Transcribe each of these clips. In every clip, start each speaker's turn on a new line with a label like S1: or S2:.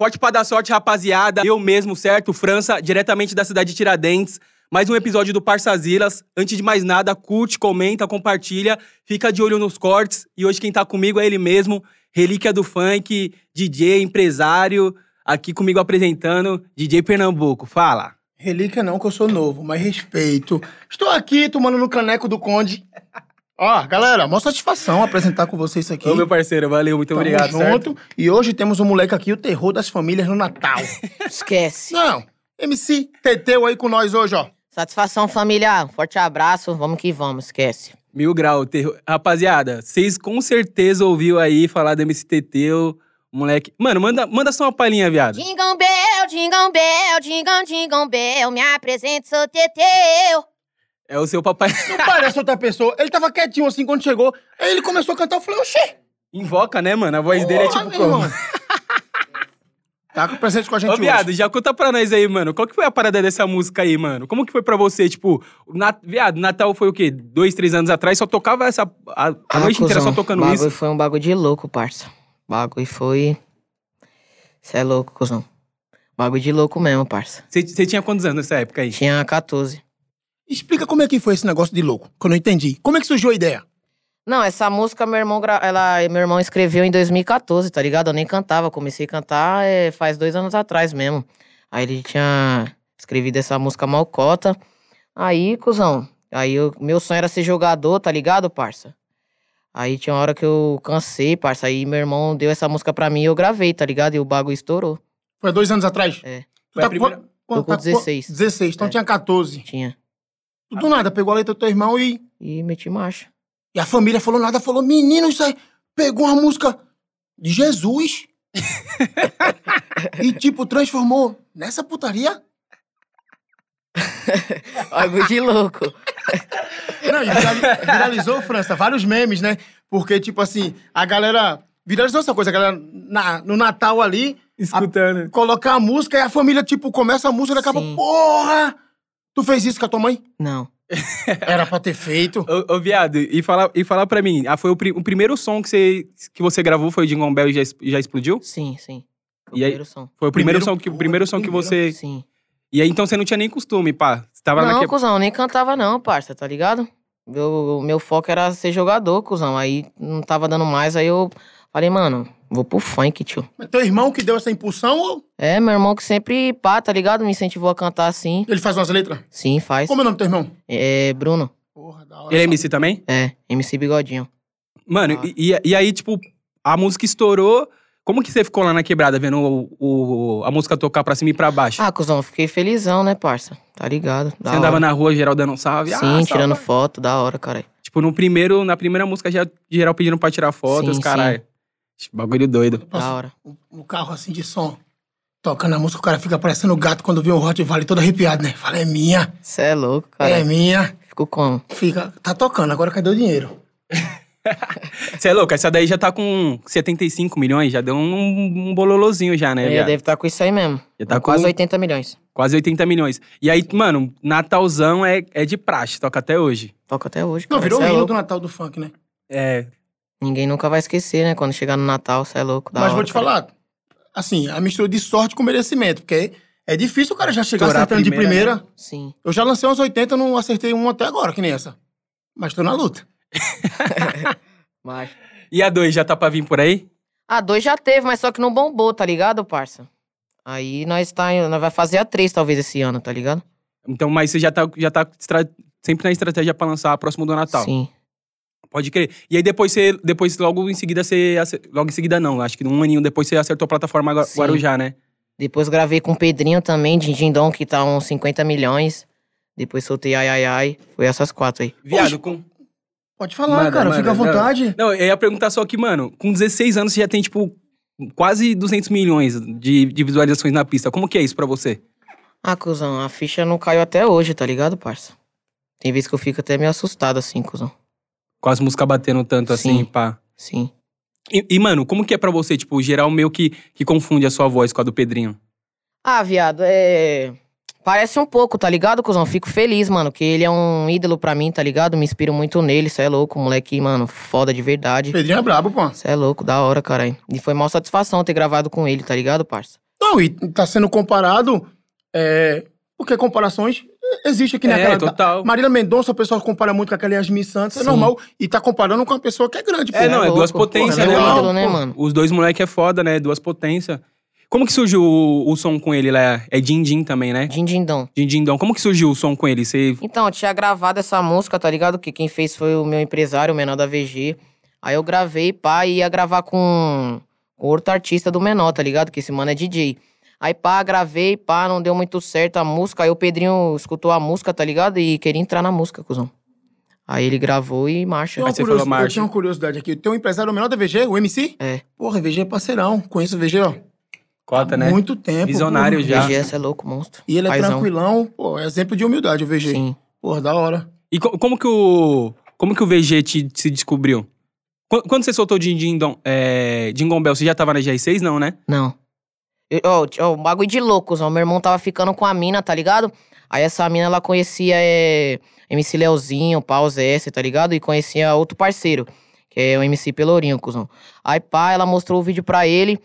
S1: Sorte pra dar sorte, rapaziada. Eu mesmo, certo? França, diretamente da cidade de Tiradentes. Mais um episódio do Parçazilas. Antes de mais nada, curte, comenta, compartilha. Fica de olho nos cortes. E hoje quem tá comigo é ele mesmo, relíquia do funk, DJ, empresário. Aqui comigo apresentando, DJ Pernambuco. Fala.
S2: Relíquia não, que eu sou novo, mas respeito. Estou aqui tomando no caneco do Conde. Ó, galera, mó satisfação apresentar com vocês isso aqui.
S1: Ô, meu parceiro, valeu, muito
S2: Tamo
S1: obrigado. certo?
S2: junto. E hoje temos um moleque aqui, o terror das famílias no Natal.
S3: Esquece.
S2: não, MC Teteu aí com nós hoje, ó.
S3: Satisfação, família. Um Forte abraço. Vamos que vamos. Esquece.
S1: Mil grau. terror. Rapaziada, vocês com certeza ouviu aí falar do MCTT, o moleque. Mano, manda, manda só uma palhinha, viado.
S3: Dingão Bel, Dingão Bel, Dingão, Dingão Bel. Me apresento, sou Teteu.
S1: É o seu papai.
S2: Não parece outra pessoa. Ele tava quietinho assim quando chegou. Aí ele começou a cantar, eu falei, oxê.
S1: Invoca, né, mano? A voz dele é
S2: porra,
S1: tipo
S2: meu
S1: como?
S2: irmão. Tá com presente com a gente
S1: Ô,
S2: hoje.
S1: viado, já conta pra nós aí, mano. Qual que foi a parada dessa música aí, mano? Como que foi pra você? Tipo, na... viado, Natal foi o quê? Dois, três anos atrás, só tocava essa. A,
S2: Ah,
S1: a noite inteira só tocando
S3: bagulho
S1: isso.
S3: foi um bagulho de louco, parça. Bagulho foi... Cê é louco, cuzão. Bagulho de louco mesmo, parça.
S1: Você você tinha quantos anos nessa época aí?
S3: Tinha 14.
S2: Explica como é que foi esse negócio de louco, que eu não entendi. Como é que surgiu a ideia?
S3: Não, essa música meu irmão, gra- ela, meu irmão escreveu em 2014, tá ligado? Eu nem cantava, comecei a cantar eh, faz dois anos atrás mesmo. Aí ele tinha escrevido essa música Malcota. Aí, cuzão, aí eu- meu sonho era ser jogador, tá ligado, parça? Aí tinha uma hora que eu cansei, parça. Aí meu irmão deu essa música pra mim e eu gravei, tá ligado? E o bagulho estourou.
S2: Foi há dois anos atrás?
S3: É.
S2: Tu
S1: Foi a
S2: tá
S1: primeira-
S2: com, quanto-
S3: Tô com
S2: tá
S3: 16.
S2: 16, então
S3: É.
S2: tinha 14.
S3: Tinha.
S2: Tu do nada pegou a letra do teu irmão e,
S3: E meti marcha.
S2: e a família falou nada, falou: menino, isso aí pegou uma música de Jesus. e tipo, transformou nessa putaria?
S3: Bagulho de louco.
S2: Não, e virali- viralizou, França, vários memes, né? Porque, tipo assim, a galera. Viralizou essa coisa, a galera na- no Natal ali,
S1: Escutando.
S2: colocar a música e a família, tipo, começa a música, daqui a pouco,
S3: Sim.
S2: porra! Tu fez isso com a tua mãe?
S3: Não.
S2: Era pra ter feito.
S1: Ô, ô, viado, e fala, e fala pra mim, ah, foi o, pri- o primeiro som que você, que você gravou foi o Jingle Bell e já, es- já explodiu?
S3: Sim, sim. Foi
S1: E
S3: o
S1: aí-
S3: primeiro som.
S1: Foi o primeiro,
S2: Primeiro
S1: som que, o
S2: foi,
S1: primeiro som que
S2: primeiro.
S1: você.
S3: Sim.
S1: E aí então você não tinha nem costume, pá. Você tava
S3: não,
S1: naquele.
S3: cuzão, eu nem cantava não, parça, tá ligado? Eu- O meu foco era ser jogador, cuzão. Aí não tava dando mais, aí eu falei, mano, vou pro funk, tio.
S2: Mas teu irmão que deu essa impulsão ou
S3: É, meu irmão que sempre, pá, tá ligado? Me incentivou a cantar assim.
S2: ele faz umas letras?
S3: Sim, faz.
S2: Como é o nome do teu irmão?
S3: É, Bruno.
S2: Porra, da hora.
S1: Ele é MC também?
S3: É, MC Bigodinho.
S1: Mano,
S3: Ah.
S1: e, e- e aí, tipo, a música estourou. Como que você ficou lá na quebrada vendo o, o- a música tocar pra cima e pra baixo?
S3: Ah, cuzão, fiquei felizão, né, parça? Tá ligado?
S1: você andava na rua, geral dando um salve? ah,
S3: Sim,
S1: salve.
S3: tirando foto, da hora, cara.
S1: Tipo, no primeiro, na primeira música, já, geral pedindo pra tirar foto,
S3: Sim,
S1: os caralho. Bagulho doido.
S3: Da
S2: Passa
S3: hora.
S2: um, um carro assim de som. Tocando a música, o cara fica parecendo gato quando vê um Hot Vale todo arrepiado, né? Fala, é minha,
S3: Cê é louco, cara.
S2: é minha.
S3: Ficou como?
S2: Fica, tá tocando, agora cadê o dinheiro?
S1: Você é louco, essa daí já tá com 75 milhões, já deu um, um bololozinho já, né?
S3: Ele
S1: viado?
S3: deve estar com isso aí mesmo.
S1: Já tá
S3: Quase
S1: com-
S3: 80 milhões.
S1: Quase 80 milhões. E aí, mano, Natalzão é, é de praxe, toca até hoje.
S3: Toca até hoje,
S2: Não,
S3: cara.
S2: virou um o
S3: Cê é
S2: hino
S3: louco.
S2: do Natal do funk, né?
S1: É.
S3: Ninguém nunca vai esquecer, né? Quando chegar no Natal, cê é louco. Da
S2: Mas
S3: hora,
S2: vou te
S3: cara.
S2: falar, assim, a mistura de sorte com merecimento, porque é difícil o cara já chegar
S1: Estourar a
S2: acertando
S1: primeira,
S2: de primeira.
S3: Sim.
S2: Eu já lancei uns 80, não acertei um até agora, que nem essa. Mas tô na luta.
S3: Mas...
S1: E a 2 já tá pra vir por aí?
S3: A Ah, dois já teve, mas só que não bombou, tá ligado, parça? Aí nós tá, em- nós vai fazer a três talvez esse ano, tá ligado?
S1: Então, mas você já tá, já tá estra- sempre na estratégia pra lançar próximo do
S2: Ah, tá.
S1: Natal.
S3: Sim.
S1: Pode crer. E aí depois você, depois logo em seguida você, ace- logo em seguida não, acho que um aninho depois você acertou a plataforma Gua-
S3: Sim.
S1: Guarujá, né?
S3: Depois gravei com o Pedrinho também, de Dindom, que tá uns 50 milhões. Depois soltei ai ai ai. Foi essas quatro aí.
S1: Viado, com...
S2: Pode falar,
S1: Manda,
S2: cara,
S1: manda,
S2: fica à
S1: não.
S2: vontade.
S1: Não, eu ia perguntar só que, mano, com 16 anos você já tem, tipo, quase 200 milhões de, de visualizações na pista. Como que é isso pra você?
S3: Ah, cuzão, a ficha não caiu até hoje, tá ligado, parça? Tem vezes que eu fico até meio assustado assim, cuzão.
S1: Com as músicas batendo tanto assim,
S3: Sim.
S1: pá.
S3: Sim.
S1: E, e, mano, como que é pra você, tipo, geral meio que, que confunde a sua voz com a do Pedrinho?
S3: Ah, viado, é. Parece um pouco, tá ligado, cuzão? Fico feliz, mano, que ele é um ídolo pra mim, tá ligado? Me inspiro muito nele, cê é louco, moleque, mano, foda de verdade.
S2: Pedrinho é brabo, pô.
S3: Cê é louco, da hora, caralho. E foi maior satisfação ter gravado com ele, tá ligado, parça?
S2: Não, e tá sendo comparado. É, porque comparações existem aqui
S1: É,
S2: naquela.
S1: total.
S2: Marília Mendonça, o pessoal compara muito com aquela Yasmin Santos, é
S3: Sim.
S2: normal. E tá comparando com uma pessoa que é grande, pô.
S1: É, não, é
S3: louco.
S1: duas
S3: Pô,
S1: potências,
S2: ela
S1: né,
S2: é um
S1: mano?
S3: ídolo, né,
S1: Pô,
S3: mano?
S1: Os dois moleque é foda, né? Duas potências. Como que surgiu o, o som com ele lá? É Din Din também, né?
S3: Dindindão.
S1: Din Din Dom. Como que surgiu o som com ele? Você...
S3: Então, eu tinha gravado essa música, tá ligado? Que quem fez foi o meu empresário, o menor da VG. Aí eu gravei, pá, e ia gravar com com outro artista do menor, tá ligado? Que esse mano é DJ. Aí pá, gravei, pá, não deu muito certo a música. Aí o Pedrinho escutou a música, tá ligado? E queria entrar na música, cuzão. Aí ele gravou e marcha.
S2: Tem uma
S1: Aí você
S2: curiosi-
S1: falou,
S2: eu
S1: Márcio.
S2: tinha uma curiosidade aqui. Tem um empresário menor da VG, o MC?
S3: É.
S2: Porra, VG é parceirão. Conheço o VG, ó.
S1: Cota,
S2: há
S1: né?
S2: Muito tempo.
S1: Visionário
S2: pô.
S1: já.
S3: VG, você é louco, monstro.
S2: E ele é
S3: Paizão.
S2: tranquilão, pô. É exemplo de humildade o VG.
S3: Sim.
S2: Porra, da hora.
S1: E co- como que o. Como que o VG te, se descobriu? Qu- Quando você soltou o Din Din Dom, é, Jingle Bell, você já tava na GR6, não, né?
S3: Não. Eu- Ó, t- ó, um bagulho de loucos, ó. Meu irmão tava ficando com a mina, tá ligado? Aí essa mina, ela conhecia é, MC Leozinho, Paus S, tá ligado? E conhecia outro parceiro, que é o MC Pelourinho, cuzão. Aí pá, ela mostrou o vídeo pra ele.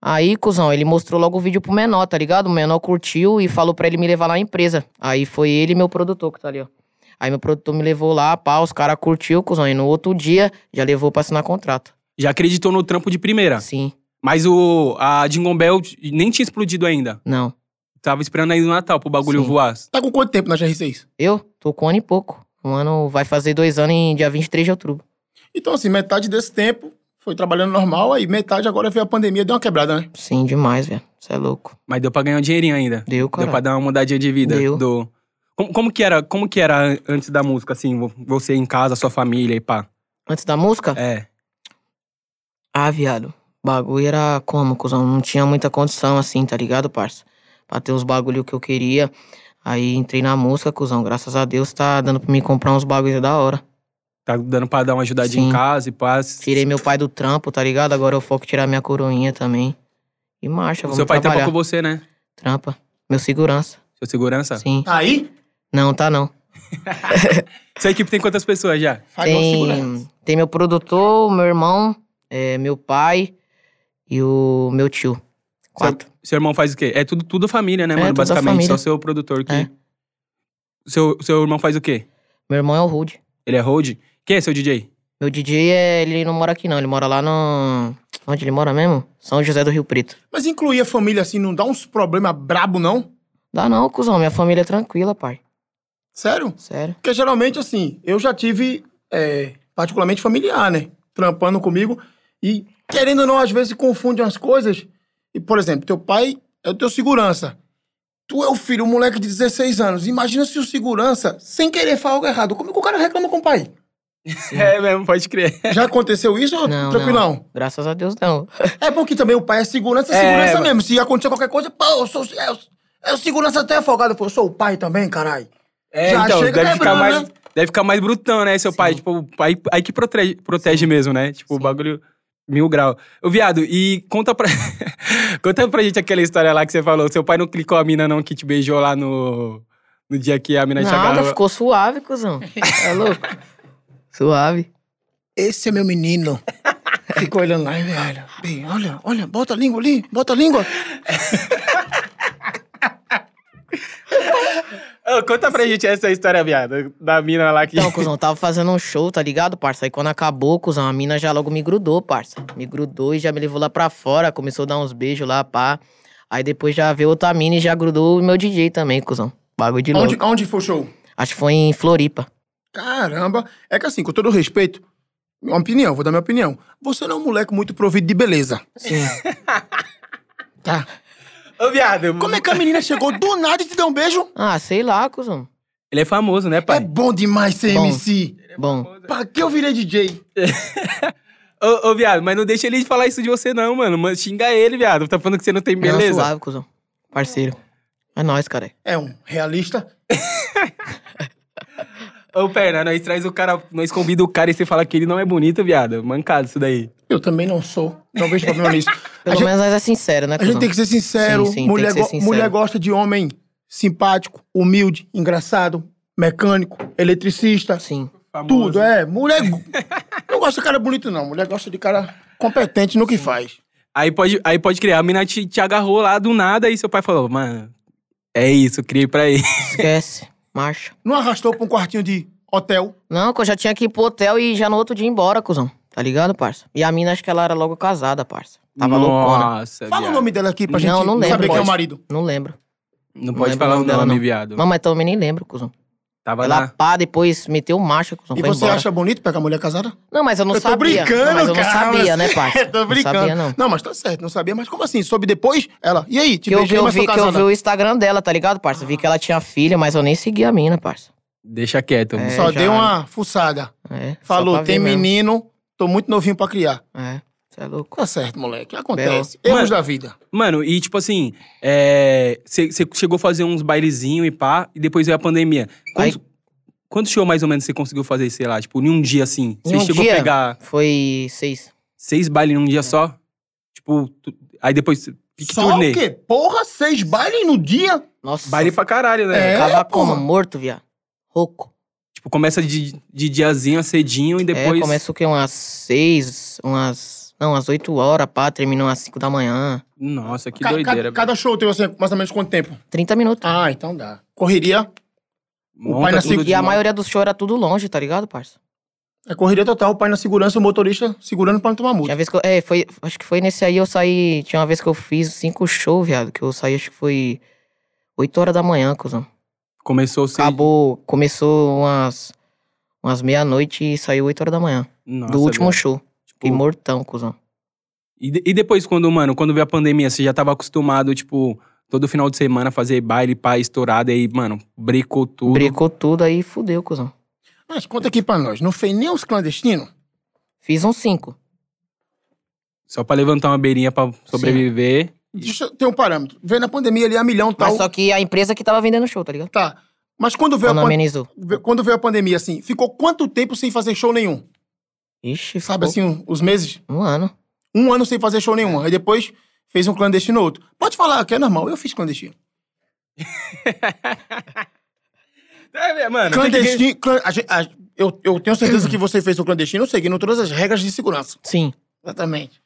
S3: Aí, cuzão, ele mostrou logo o vídeo pro menor, tá ligado? O menor curtiu e falou pra ele me levar lá na empresa. Aí foi ele e meu produtor, que tá ali, ó. Aí meu produtor me levou lá, pá, os caras curtiu, cuzão. E no outro dia, já levou pra assinar contrato.
S1: Já acreditou no trampo de primeira.
S3: Sim,
S1: Mas o, a Jingle Bell nem tinha explodido ainda.
S3: não.
S1: Tava esperando aí no Natal pro bagulho
S3: Sim.
S1: voar.
S2: Tá com quanto tempo na GR6?
S3: Eu tô com um ano e pouco. Um ano vai fazer dois anos em dia 23 de outubro.
S2: Então, assim, metade desse tempo foi trabalhando normal, aí metade agora veio a pandemia, deu uma quebrada, né?
S3: Sim, demais, velho. Você é louco.
S1: Mas deu pra ganhar um dinheirinho ainda.
S3: Deu, cara.
S1: Deu pra dar uma mudadinha de vida.
S3: Deu.
S1: Do... Como, como que era, como que era an- antes da música, assim, vo- você em casa, sua família e pá?
S3: Antes da música?
S1: É.
S3: Ah, viado. Bagulho era como, cuzão? Não tinha muita condição assim, tá ligado, parça? Pra ter os bagulho que eu queria. Aí entrei na música, cuzão. Graças a Deus tá dando pra mim comprar uns bagulho da hora.
S1: Tá dando pra dar uma ajudadinha em
S3: Sim.
S1: casa e pá. s-
S3: Tirei meu pai do trampo, tá ligado? Agora eu foco em tirar minha coroinha também. E marcha, vamos
S1: Seu pai
S3: trabalhar.
S1: trampa com você, né?
S3: Trampa. Meu segurança.
S1: Seu segurança.
S3: Sim.
S2: Tá aí?
S3: Não, tá não.
S1: Sua equipe tem quantas pessoas já?
S2: Faz uma segurança.
S3: Tem, tem meu produtor, meu irmão, é, meu pai e o meu tio. Quatro.
S1: Seu irmão faz o quê? É tudo, tudo família, né,
S3: É,
S1: mano?
S3: tudo a
S1: Basicamente,
S3: família.
S1: só seu produtor que.
S3: É.
S1: Seu, seu irmão faz o quê?
S3: Meu irmão é o Rude.
S1: Ele é road? Quem é seu DJ?
S3: Meu DJ, é, ele não mora aqui não, ele mora lá no... Onde ele mora mesmo? São José do Rio Preto.
S2: Mas incluir a família, assim, não dá uns problemas brabo, não?
S3: Dá não, cuzão, minha família é tranquila, pai.
S2: Sério?
S3: Sério.
S2: Porque geralmente, assim, eu já tive, é, particularmente familiar, né? Trampando comigo. E, querendo ou não, às vezes confunde umas coisas. E, por exemplo, teu pai é o teu segurança. Tu é o filho, um moleque de 16 anos. Imagina se o segurança, sem querer, fala algo errado. Como é que o cara reclama com o pai?
S1: É mesmo, pode crer.
S2: Já aconteceu isso? ou
S3: Não,
S2: Tranquilão.
S3: Graças a Deus não.
S2: É porque também o pai é segurança, é
S1: É,
S2: segurança
S1: mas-
S2: mesmo. Se acontecer qualquer coisa, pô, eu sou. Eu, eu segurança até afogado. Eu sou o pai também, caralho.
S1: É,
S2: Já
S1: então,
S2: chega
S1: deve ficar,
S2: quebrando,
S1: mais,
S2: né?
S1: deve ficar mais brutão, né, seu pai? Tipo, aí, aí que protege, protege mesmo, né? Tipo, o bagulho mil grau. Ô, viado, e conta pra, conta pra gente aquela história lá que você falou. Seu pai não clicou a mina, não, que te beijou lá no, no dia que a mina te
S3: Nada,
S1: agarrou.
S3: ficou suave, cuzão. É louco? suave.
S2: Esse é meu menino. Ficou olhando lá, velho. Bem, olha, olha, bota a língua ali, bota a língua.
S1: Ô, conta
S2: assim.
S1: pra gente essa história, viado, da mina lá que...
S3: Então, cuzão, tava fazendo um show, tá ligado, parça? Aí quando acabou, cuzão, a mina já logo me grudou, parça. Me grudou e já me levou lá pra fora, começou a dar uns beijos lá, pá. Aí depois já veio outra mina e já grudou o meu DJ também, cuzão. Bagulho de louco.
S2: Onde, onde foi o show?
S3: Acho que foi em Floripa.
S2: Caramba. É que assim, com todo respeito, minha opinião, vou dar minha opinião. Você não é um moleque muito provido de beleza.
S3: Sim.
S2: Tá.
S1: Ô, viado...
S2: Como é que a menina chegou do nada e te deu um beijo?
S3: ah, sei lá, cuzão.
S1: Ele é famoso, né, pai?
S2: É bom demais ser
S3: Bom.
S2: MC.
S3: Bom,
S2: Pra que eu virei DJ?
S1: Ô, ô, viado, mas não deixa ele falar isso de você, não, mano. Mano, Xinga ele, viado. Tá falando que você não tem
S3: Beleza.
S1: beleza.
S3: suave, cuzão. Parceiro. É nóis, cara.
S2: É um realista.
S1: Ô, perna, nós traz o cara, nós convida o cara e você fala que ele não é bonito, viado. Mancado isso daí.
S2: Eu também não sou. um Não vejo problema nisso. A
S3: Pelo
S2: gente,
S3: menos nós é sincero, né,
S2: a
S3: cuzão?
S2: gente tem que ser sincero.
S3: Sim, sim, tem
S2: mulher,
S3: que ser
S2: go-
S3: sincero.
S2: mulher gosta de homem simpático, humilde, engraçado, mecânico, eletricista,
S3: Sim.
S2: tudo. É, mulher. go- não gosta de cara bonito, não. Mulher gosta de cara competente no que faz.
S1: Aí pode, aí pode criar. A mina te, te agarrou lá do nada e seu pai falou, mano, é isso, criei pra ele.
S3: Esquece. Marcha.
S2: Não arrastou pra um quartinho de hotel.
S3: Não, que eu já tinha que ir pro hotel e já no outro dia ir embora, cuzão. Tá ligado, parça? E a mina, acho que ela era logo casada, parça. Tava loucona.
S1: Nossa,
S2: Fala o
S1: Tá viado.
S2: nome dela aqui pra
S3: Não,
S2: gente
S3: não lembro,
S2: saber quem é o
S3: pode.
S2: marido.
S3: Não lembro.
S1: Não
S3: Não
S1: pode
S3: lembro
S1: falar o
S3: o
S1: nome
S3: nome
S1: dela,
S3: dela, não.
S1: viado.
S3: Não, mas também nem lembro, cuzão.
S1: Tava
S3: Ela
S1: lá.
S3: pá, depois meteu marcha, cuzão.
S2: E
S3: foi
S2: você
S3: embora.
S2: acha bonito pegar mulher casada?
S3: Não, mas eu não
S2: Eu tô
S3: sabia.
S2: brincando,
S3: não, mas eu não
S2: cara,
S3: sabia,
S2: mas-
S3: né, parça?
S2: tô brincando.
S3: Não sabia, não.
S2: Não, mas tá certo, não sabia. Mas como assim? Soube depois? Ela, e aí? Te
S3: Que eu,
S2: beijei,
S3: que eu
S2: mas
S3: vi,
S2: sou
S3: que eu vi
S2: casada.
S3: o Instagram dela, tá ligado, parça? Vi que ela tinha filha, mas eu nem segui a mina, parça.
S1: Deixa quieto.
S3: É,
S2: Só
S3: já-
S2: deu uma fuçada.
S3: É, só
S2: Falou,
S3: pra ver
S2: tem
S3: mesmo.
S2: menino, tô muito novinho pra criar.
S3: É, você é louco.
S2: Tá certo, moleque. Acontece. Erros
S1: Mano-
S2: da vida.
S1: Mano, e tipo assim, você chegou a fazer uns bailezinhos e pá, e depois veio a pandemia. Quantos,
S3: Aí-
S1: quantos shows mais ou menos você conseguiu fazer, sei lá, tipo, em um dia assim? Você
S3: Em um
S1: chegou
S3: dia?
S1: a pegar
S3: Foi seis.
S1: seis bailes em
S3: É.
S1: um dia só? Tipo, tu- aí depois. Que
S2: Só
S1: turnê?
S2: o quê? Porra, seis bailes no dia?
S3: Nossa,
S1: Baile pra caralho, né?
S2: É,
S3: tava
S2: porra.
S3: como? Morto, viado. Rouco.
S1: Tipo, começa de, de diazinho, cedinho, e depois.
S3: É, começa o quê? Umas seis, umas... Não, umas oito horas, pá. Termina umas cinco da manhã.
S1: Nossa, que
S2: Ca- ca-
S1: doideira.
S2: cada show tem assim, mais ou menos quanto tempo?
S3: Trinta minutos.
S2: Ah, então dá. Correria.
S1: velho.
S2: o pai
S1: Monta
S2: na
S1: tudo
S2: segunda-
S1: de
S3: e a
S1: novo.
S3: maioria dos shows era tudo longe, tá ligado, parça?
S2: É correria total, o pai na segurança, o motorista segurando pra não tomar multa.
S3: Tinha vez que eu... É, foi... Acho que foi nesse aí eu saí... Tinha uma vez que eu fiz cinco shows, viado. Que eu saí, acho que foi... Oito horas da manhã, cuzão.
S1: Começou cedo.
S3: Acabou... Começou umas... Umas meia-noite e saiu oito horas da manhã.
S1: Nossa,
S3: do último
S1: velho.
S3: show. Fiquei
S1: Tipo,
S3: mortão, cuzão.
S1: E, de- e depois, quando, mano, quando veio a pandemia, você já tava acostumado, tipo, todo final de semana fazer baile, pá, estourada, aí, mano, brecou tudo.
S3: Brecou tudo aí e fudeu, cuzão.
S2: Mas conta aqui pra nós, não fez nem os clandestinos?
S3: Fiz um cinco.
S1: Só pra levantar uma beirinha pra sobreviver.
S2: Deixa eu ter um parâmetro. Veio na pandemia ali a milhão e tal.
S3: Mas só que a empresa que tava vendendo show, tá ligado?
S2: Tá. Mas quando veio, a
S3: Ela
S2: pan-
S3: amenizou.
S2: ve- quando veio a pandemia, assim, ficou quanto tempo sem fazer show nenhum?
S3: Ixi,
S2: Sabe
S3: ficou
S2: assim, um- os meses?
S3: um ano.
S2: Um ano sem fazer show nenhum. Aí depois fez um clandestino outro. Pode falar, que é normal, eu fiz clandestino.
S1: É, velho, mano.
S2: Clandestino. clan- a gen- a- eu, eu tenho certeza que você fez o clandestino seguindo todas as regras de segurança.
S3: Sim.
S2: Exatamente.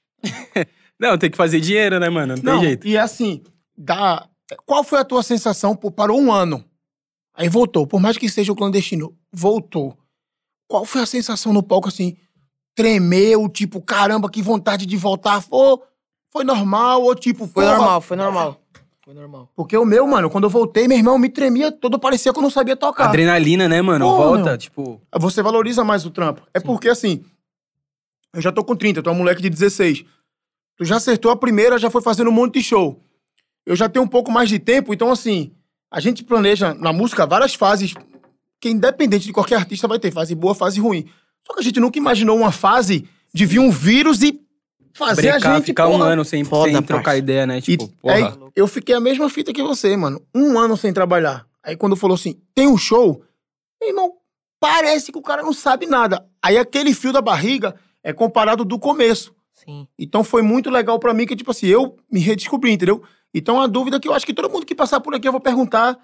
S1: Não, tem que fazer dinheiro, né, mano? Não, tem jeito.
S2: E assim, dá... qual foi a tua sensação? Pô, parou um ano. Aí voltou. Por mais que seja o clandestino, voltou. Qual foi a sensação no palco assim? Tremeu, tipo, caramba, que vontade de voltar. Ou foi normal, ou tipo.
S3: Foi
S2: porra.
S3: normal, foi normal. Foi normal.
S2: Porque o meu, mano, quando eu voltei, meu irmão me tremia todo, parecia que eu não sabia tocar.
S1: Adrenalina, né, mano?
S2: Pô,
S1: Volta,
S2: meu.
S1: tipo.
S2: você valoriza mais o trampo. É porque, assim, eu já tô com 30, tu é um moleque de 16. Tu já acertou a primeira, já foi fazendo um monte de show. Eu já tenho um pouco mais de tempo, então, assim, a gente planeja na música várias fases, que independente de qualquer artista vai ter fase boa, fase ruim. Só que a gente nunca imaginou uma fase de vir um vírus e fazer a
S1: Brecar,
S2: gente...
S1: ficar um
S2: porra,
S1: ano sem,
S3: Foda,
S1: sem trocar
S3: parça.
S1: ideia, né?
S2: e
S1: Tipo, porra.
S2: aí, eu fiquei a mesma fita que você, mano. Um ano sem trabalhar. Aí quando falou assim, tem um show, meu irmão, parece que o cara não sabe nada. Aí aquele fio da barriga é comparado do começo.
S3: Sim.
S2: Então foi muito legal pra mim que, tipo assim, eu me redescobri, entendeu? Então é uma dúvida que eu acho que todo mundo que passar por aqui eu vou perguntar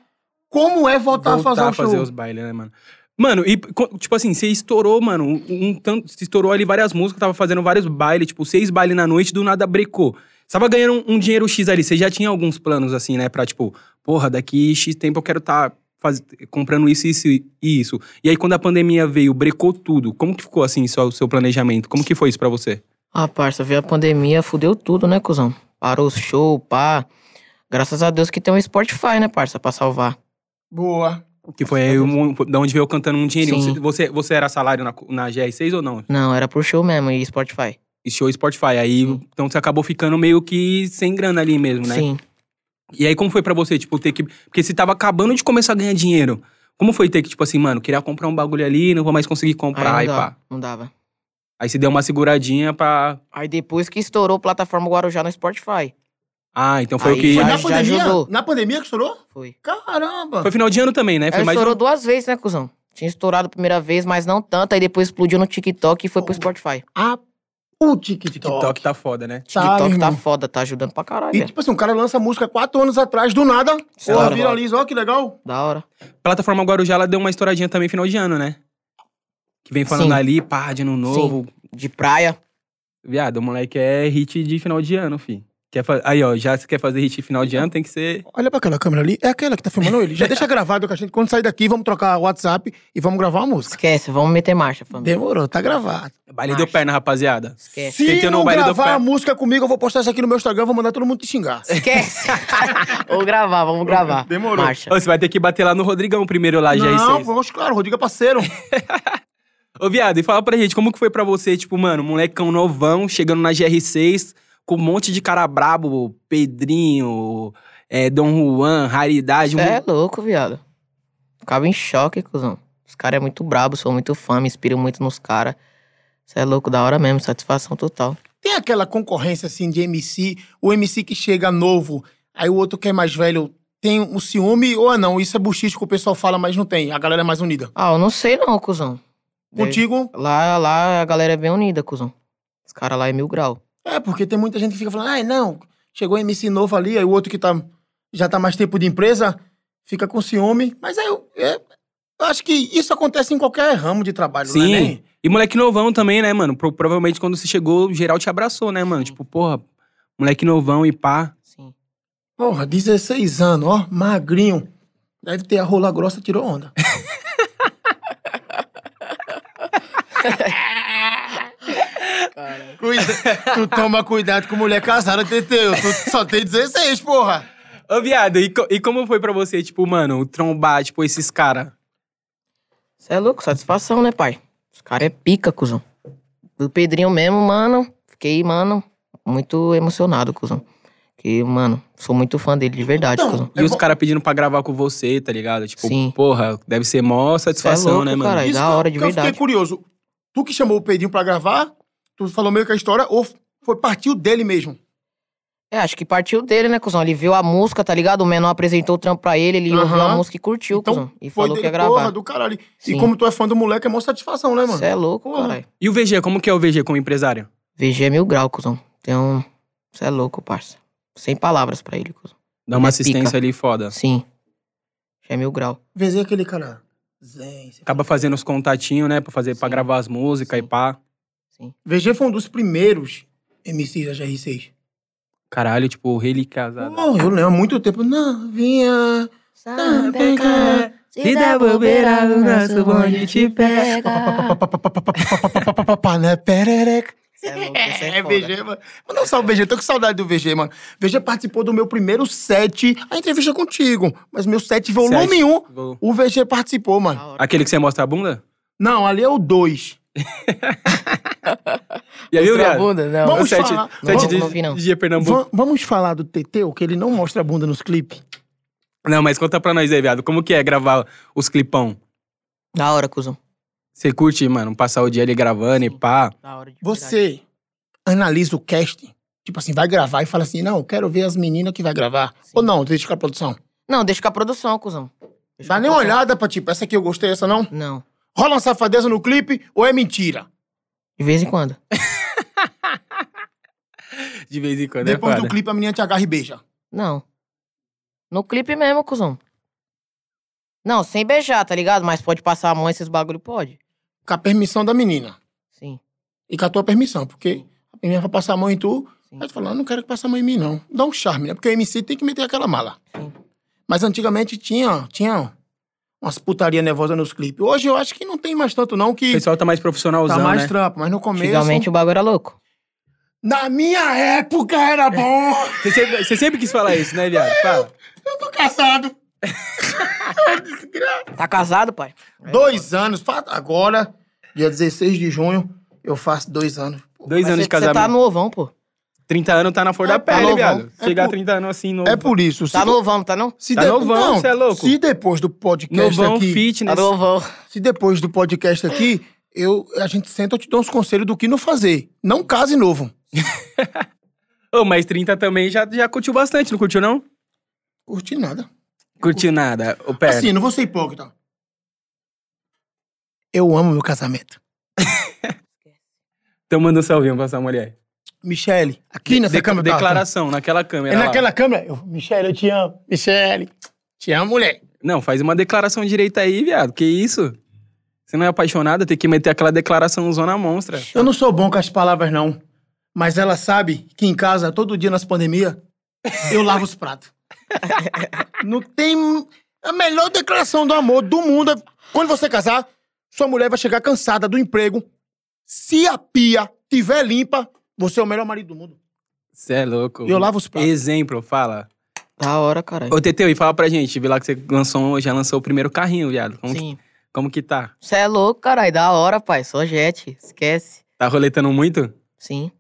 S2: como é voltar, a fazer um show.
S1: os bailes, né, mano? Mano, e co- tipo assim, você estourou, mano, um, um tanto. Você estourou ali várias músicas, tava fazendo vários bailes, tipo, seis bailes na noite, do nada brecou. Você tava ganhando um, um dinheiro X ali, você já tinha alguns planos, assim, né? Pra, tipo, porra, daqui X tempo eu quero tá faz- comprando isso, isso e isso. E aí, quando a pandemia veio, brecou tudo. Como que ficou, assim, só o seu planejamento? Como que foi isso pra você?
S3: Ah, parça, veio a pandemia, fudeu tudo, né, cuzão? Parou o show, pá. Graças a Deus que tem um Spotify, né, parça, pra salvar.
S2: Boa.
S1: Que foi aí, um, da onde veio cantando um dinheirinho.
S3: Sim.
S1: Você, você, você era salário na, na GR6 ou não?
S3: Não, era pro show mesmo e Spotify.
S1: E show Spotify. Aí,
S3: Sim.
S1: então você acabou ficando meio que sem grana ali mesmo, né?
S3: Sim.
S1: E aí, como foi pra você, tipo, ter que. Porque você tava acabando de começar a ganhar dinheiro. Como foi ter que, tipo assim, mano, queria comprar um bagulho ali, não vou mais conseguir comprar
S3: Aí
S1: e
S3: não,
S1: pá.
S3: dava, não dava.
S1: Aí você deu uma seguradinha pra.
S3: Aí depois que estourou a plataforma Guarujá no Spotify.
S1: Ah, então foi
S3: Aí
S1: o que.
S2: Foi
S3: Já-
S2: na
S3: já
S2: pandemia?
S3: ajudou.
S2: Na pandemia que estourou?
S3: Foi.
S2: Caramba.
S1: Foi final de ano também, né? Foi
S3: Ela
S1: mais.
S3: É, estourou duas vezes, né, cuzão? Tinha estourado a primeira vez, mas não tanto. Aí depois explodiu no TikTok e foi pro Spotify.
S2: Ah, o TikTok.
S1: TikTok tá foda, né?
S3: TikTok tá
S2: irmão.
S3: foda, tá ajudando pra caralho,
S2: E
S3: velho.
S2: tipo assim, um cara lança música quatro anos atrás, do nada, porra,
S3: Estoura.
S2: viraliza, ó, que legal.
S3: Da hora.
S1: Plataforma Guarujá, ela deu uma estouradinha também final de ano, né? Que vem falando
S3: Sim.
S1: ali, pá, de ano novo.
S3: De praia.
S1: Viado, o moleque é hit de final de ano, fi. Quer fa... Aí, ó, já se quer fazer hit de final de ano, tem que ser.
S2: Olha pra aquela câmera ali. É aquela que tá filmando ele. Já deixa gravado que a gente, quando sair daqui, vamos trocar WhatsApp e vamos gravar uma música.
S3: Esquece, vamos meter marcha, família.
S2: Demorou, tá gravado.
S1: Baile deu perna, rapaziada.
S3: Esquece.
S2: Se
S1: Tentando
S2: não
S1: o baile do
S2: gravar
S1: pé.
S2: a música comigo, eu vou postar isso aqui no meu Instagram, vou mandar todo mundo te xingar.
S3: Esquece. vamos gravar, vamos gravar.
S2: Demorou.
S1: Ô,
S3: Marcha.
S1: Você vai ter que bater lá no Rodrigão primeiro lá, tá, já
S2: Não,
S1: isso.
S2: vamos, claro, Rodrigo é parceiro.
S1: Ô, viado, e fala pra gente, como que foi pra você, tipo, mano, molecão novão, chegando na GR6, com um monte de cara brabo, Pedrinho, é, Dom Juan, Raridade. um-
S3: Cê é louco, viado. Ficava em choque, cuzão. Os caras é muito brabo, sou muito fã, me inspiro muito nos caras. Você é louco, da hora mesmo, satisfação total.
S2: Tem aquela concorrência assim de MC, o MC que chega novo, aí o outro que é mais velho tem um ciúme ou é não? Isso é buchicho que o pessoal fala, mas não tem. A galera é mais unida.
S3: Ah, eu não sei não, cuzão.
S2: Contigo,
S3: Lá, lá a galera é bem unida, cuzão. Os caras lá é mil grau.
S2: é porque tem muita gente que fica falando, ai não, chegou MC novo ali, aí o outro que tá, já tá mais tempo de empresa fica com ciúme. Mas aí eu, é- eu acho que isso acontece em qualquer ramo de trabalho,
S1: Sim.
S2: né? nem?
S1: E moleque novão também, né, mano? Pro- provavelmente quando você chegou, geral te abraçou, né, mano? Tipo, porra, moleque novão e pá.
S3: Sim.
S2: Porra, 16 anos, ó, magrinho. Deve ter a rola grossa, tirou onda. Cuida- tu toma cuidado com mulher casada, Teteu. Tu só tem 16, porra.
S1: Ô, viado, e, co- e como foi pra você, tipo, mano, trombar, tipo, esses caras?
S3: Você é louco, satisfação, né, pai? Os caras é pica, cuzão. Do Pedrinho mesmo, mano, fiquei, mano, muito emocionado, cuzão. Que, mano, sou muito fã dele de verdade,
S2: Então,
S3: cuzão.
S1: E
S2: É
S1: os
S2: bom-
S1: caras pedindo pra gravar com você, tá ligado? Tipo,
S3: Sim. É
S1: porra, deve ser mó satisfação,
S3: louco,
S1: né, mano?
S3: caralho. Aí da
S2: que eu-
S3: hora, de
S2: que eu
S3: verdade.
S2: fiquei curioso. Tu que chamou o Pedrinho pra gravar, tu falou meio que a história, ou foi partiu dele mesmo?
S3: É, acho que partiu dele, né, cuzão? Ele viu a música, tá ligado? O menor apresentou o trampo pra ele, ele
S2: Aham. Então,
S3: ouviu a música e curtiu, cuzão. E
S2: foi
S3: falou que ia
S2: dele, porra,
S3: gravar.
S2: do caralho. E
S3: Sim.
S2: como tu é fã do moleque, é mó satisfação, né, mano?
S3: Você é louco,
S2: Porra.
S3: caralho.
S1: E o VG, como que é o VG como empresário?
S3: VG é mil grau, cuzão. Então, você é louco, parça. Sem palavras pra ele, cuzão.
S1: Dá uma
S3: É
S1: assistência
S3: pica.
S1: ali foda.
S3: Sim. Já é mil grau.
S2: Vezei aquele cara. Zen, você
S1: Acaba fazendo os contatinhos, né, pra fazer, pra
S3: Sim.
S1: gravar as músicas
S3: Sim.
S1: e pá.
S2: VG foi um dos primeiros MCs da GR6.
S1: Caralho, tipo, o Rei casado.
S2: Oh, eu lembro há muito tempo. Não, vinha.
S4: Sabe pegar, se der bobeira, o nosso bonde te pega.
S2: Pané né? perereca.
S3: Cê é louco, cê
S2: É,
S3: foda.
S2: VG, mano. Manda um salve, VG. Tô com saudade do VG, mano. VG participou do meu primeiro set. A entrevista é contigo. Mas meu set, volume
S1: Sete.
S2: 1,
S1: Vou-
S2: o VG participou, mano.
S3: Da hora.
S1: Tipo, Aquele que você mostra a bunda?
S2: Não, ali é o 2.
S1: E aí,
S3: Mostrou a
S1: viado?
S3: bunda? Não.
S1: O
S2: Vamos
S1: sete,
S2: falar.
S1: sete
S3: Não,
S1: de,
S3: não vi, não.
S1: de Pernambuco.
S2: Va- vamos falar do Teteu, que ele não mostra a bunda nos clipes.
S1: Não, mas conta pra nós aí, viado. Como que é gravar os clipão?
S3: Da hora, cuzão.
S1: Você curte, mano, passar o dia ali gravando e
S3: Sim.
S1: pá.
S3: Da hora de
S2: Você analisa o casting? Tipo assim, vai gravar e fala assim, não, eu quero ver as meninas que vai gravar.
S3: Sim.
S2: Ou não, deixa com a produção.
S3: Não, deixa com a produção, cuzão. Deixa com
S2: Dá
S3: a
S2: nem uma
S3: produção.
S2: olhada pra tipo, essa aqui eu gostei, essa não?
S3: Não.
S2: Rola uma safadeza no clipe ou é mentira?
S3: De vez em quando.
S1: De vez em quando,
S2: Depois
S1: é
S2: do
S1: foda.
S2: clipe a menina te agarra e beija.
S3: Não. No clipe mesmo, cuzão. Não, sem beijar, tá ligado? Mas pode passar a mão esses bagulho, pode.
S2: Com a permissão da menina.
S3: Sim,
S2: E com a tua permissão, porque a menina vai passar a mão em tu,
S3: sim.
S2: aí tu fala, "Ah, não quero que passe a mão em mim não. Dá um charme, né? Porque o MC tem que meter aquela mala.
S3: Sim.
S2: Mas antigamente tinha, tinha umas putaria nervosa nos clipes. Hoje eu acho que não tem mais tanto não,
S1: O
S2: que
S1: pessoal tá mais profissionalzão,
S2: tá mais
S1: né?
S2: trampo. Mas no começo...
S3: Antigamente o bagulho era louco.
S2: Na minha época era bom.
S1: Você sempre, você sempre quis falar isso, né, viado? Fala.
S2: Eu tô casado.
S3: Tá casado, pai?
S2: Dois anos. fa- Agora, dia 16 de junho, eu faço dois anos.
S1: Dois
S3: Mas
S1: anos
S3: cê-
S1: de casamento.
S3: Você tá novão, pô.
S1: 30 anos tá na flor
S2: É,
S1: da
S2: tá
S1: pele,
S2: novão.
S1: viado.
S2: É
S1: Chegar a
S2: por-
S1: 30 anos assim, novo.
S2: É por isso. Se
S3: Tá
S2: de-
S3: novão, não tá não?
S2: se
S1: Tá novão, cê é louco.
S2: Se depois do podcast
S1: Novão
S2: aqui...
S3: Tá
S1: fitness.
S3: novão.
S2: Se depois do podcast aqui, eu, a gente senta, eu te dou uns conselhos do que não fazer. Não case novo.
S1: Ô, mas 30 também já, já curtiu bastante, não curtiu, não?
S2: Curti nada.
S1: Curtiu nada, ô pé.
S2: Assim, não vou ser hipócrita. Eu amo meu casamento.
S1: Então manda um salvinho pra essa mulher.
S2: Michele, aqui nessa
S1: De-
S2: câmera. tá, tá.
S1: declaração, naquela
S2: É
S1: câmera lá.
S2: naquela câmera. Eu, Michele, eu te amo. Michele, te amo, mulher.
S1: Não, faz uma declaração direita aí, viado. Que isso? Você não é apaixonada, tem que meter aquela declaração zona monstra.
S2: Eu não sou bom com as palavras, não. Mas ela sabe que em casa, todo dia nas pandemia, eu lavo os pratos. Não tem. A melhor declaração do amor do mundo é quando você casar, sua mulher vai chegar cansada do emprego. Se a pia tiver limpa, você é o melhor marido do mundo.
S1: Você é louco.
S2: Eu lavo os pratos.
S1: Exemplo, fala.
S3: Da hora, caralho.
S1: Ô, Teteu, e fala pra gente, vi lá que você lançou, um, já lançou o primeiro carrinho, viado. Como, que,
S3: Sim.
S1: como que tá?
S3: Você é louco, caralho. Da hora, pai. Só jet. Esquece.
S1: Tá roletando muito?
S3: Sim,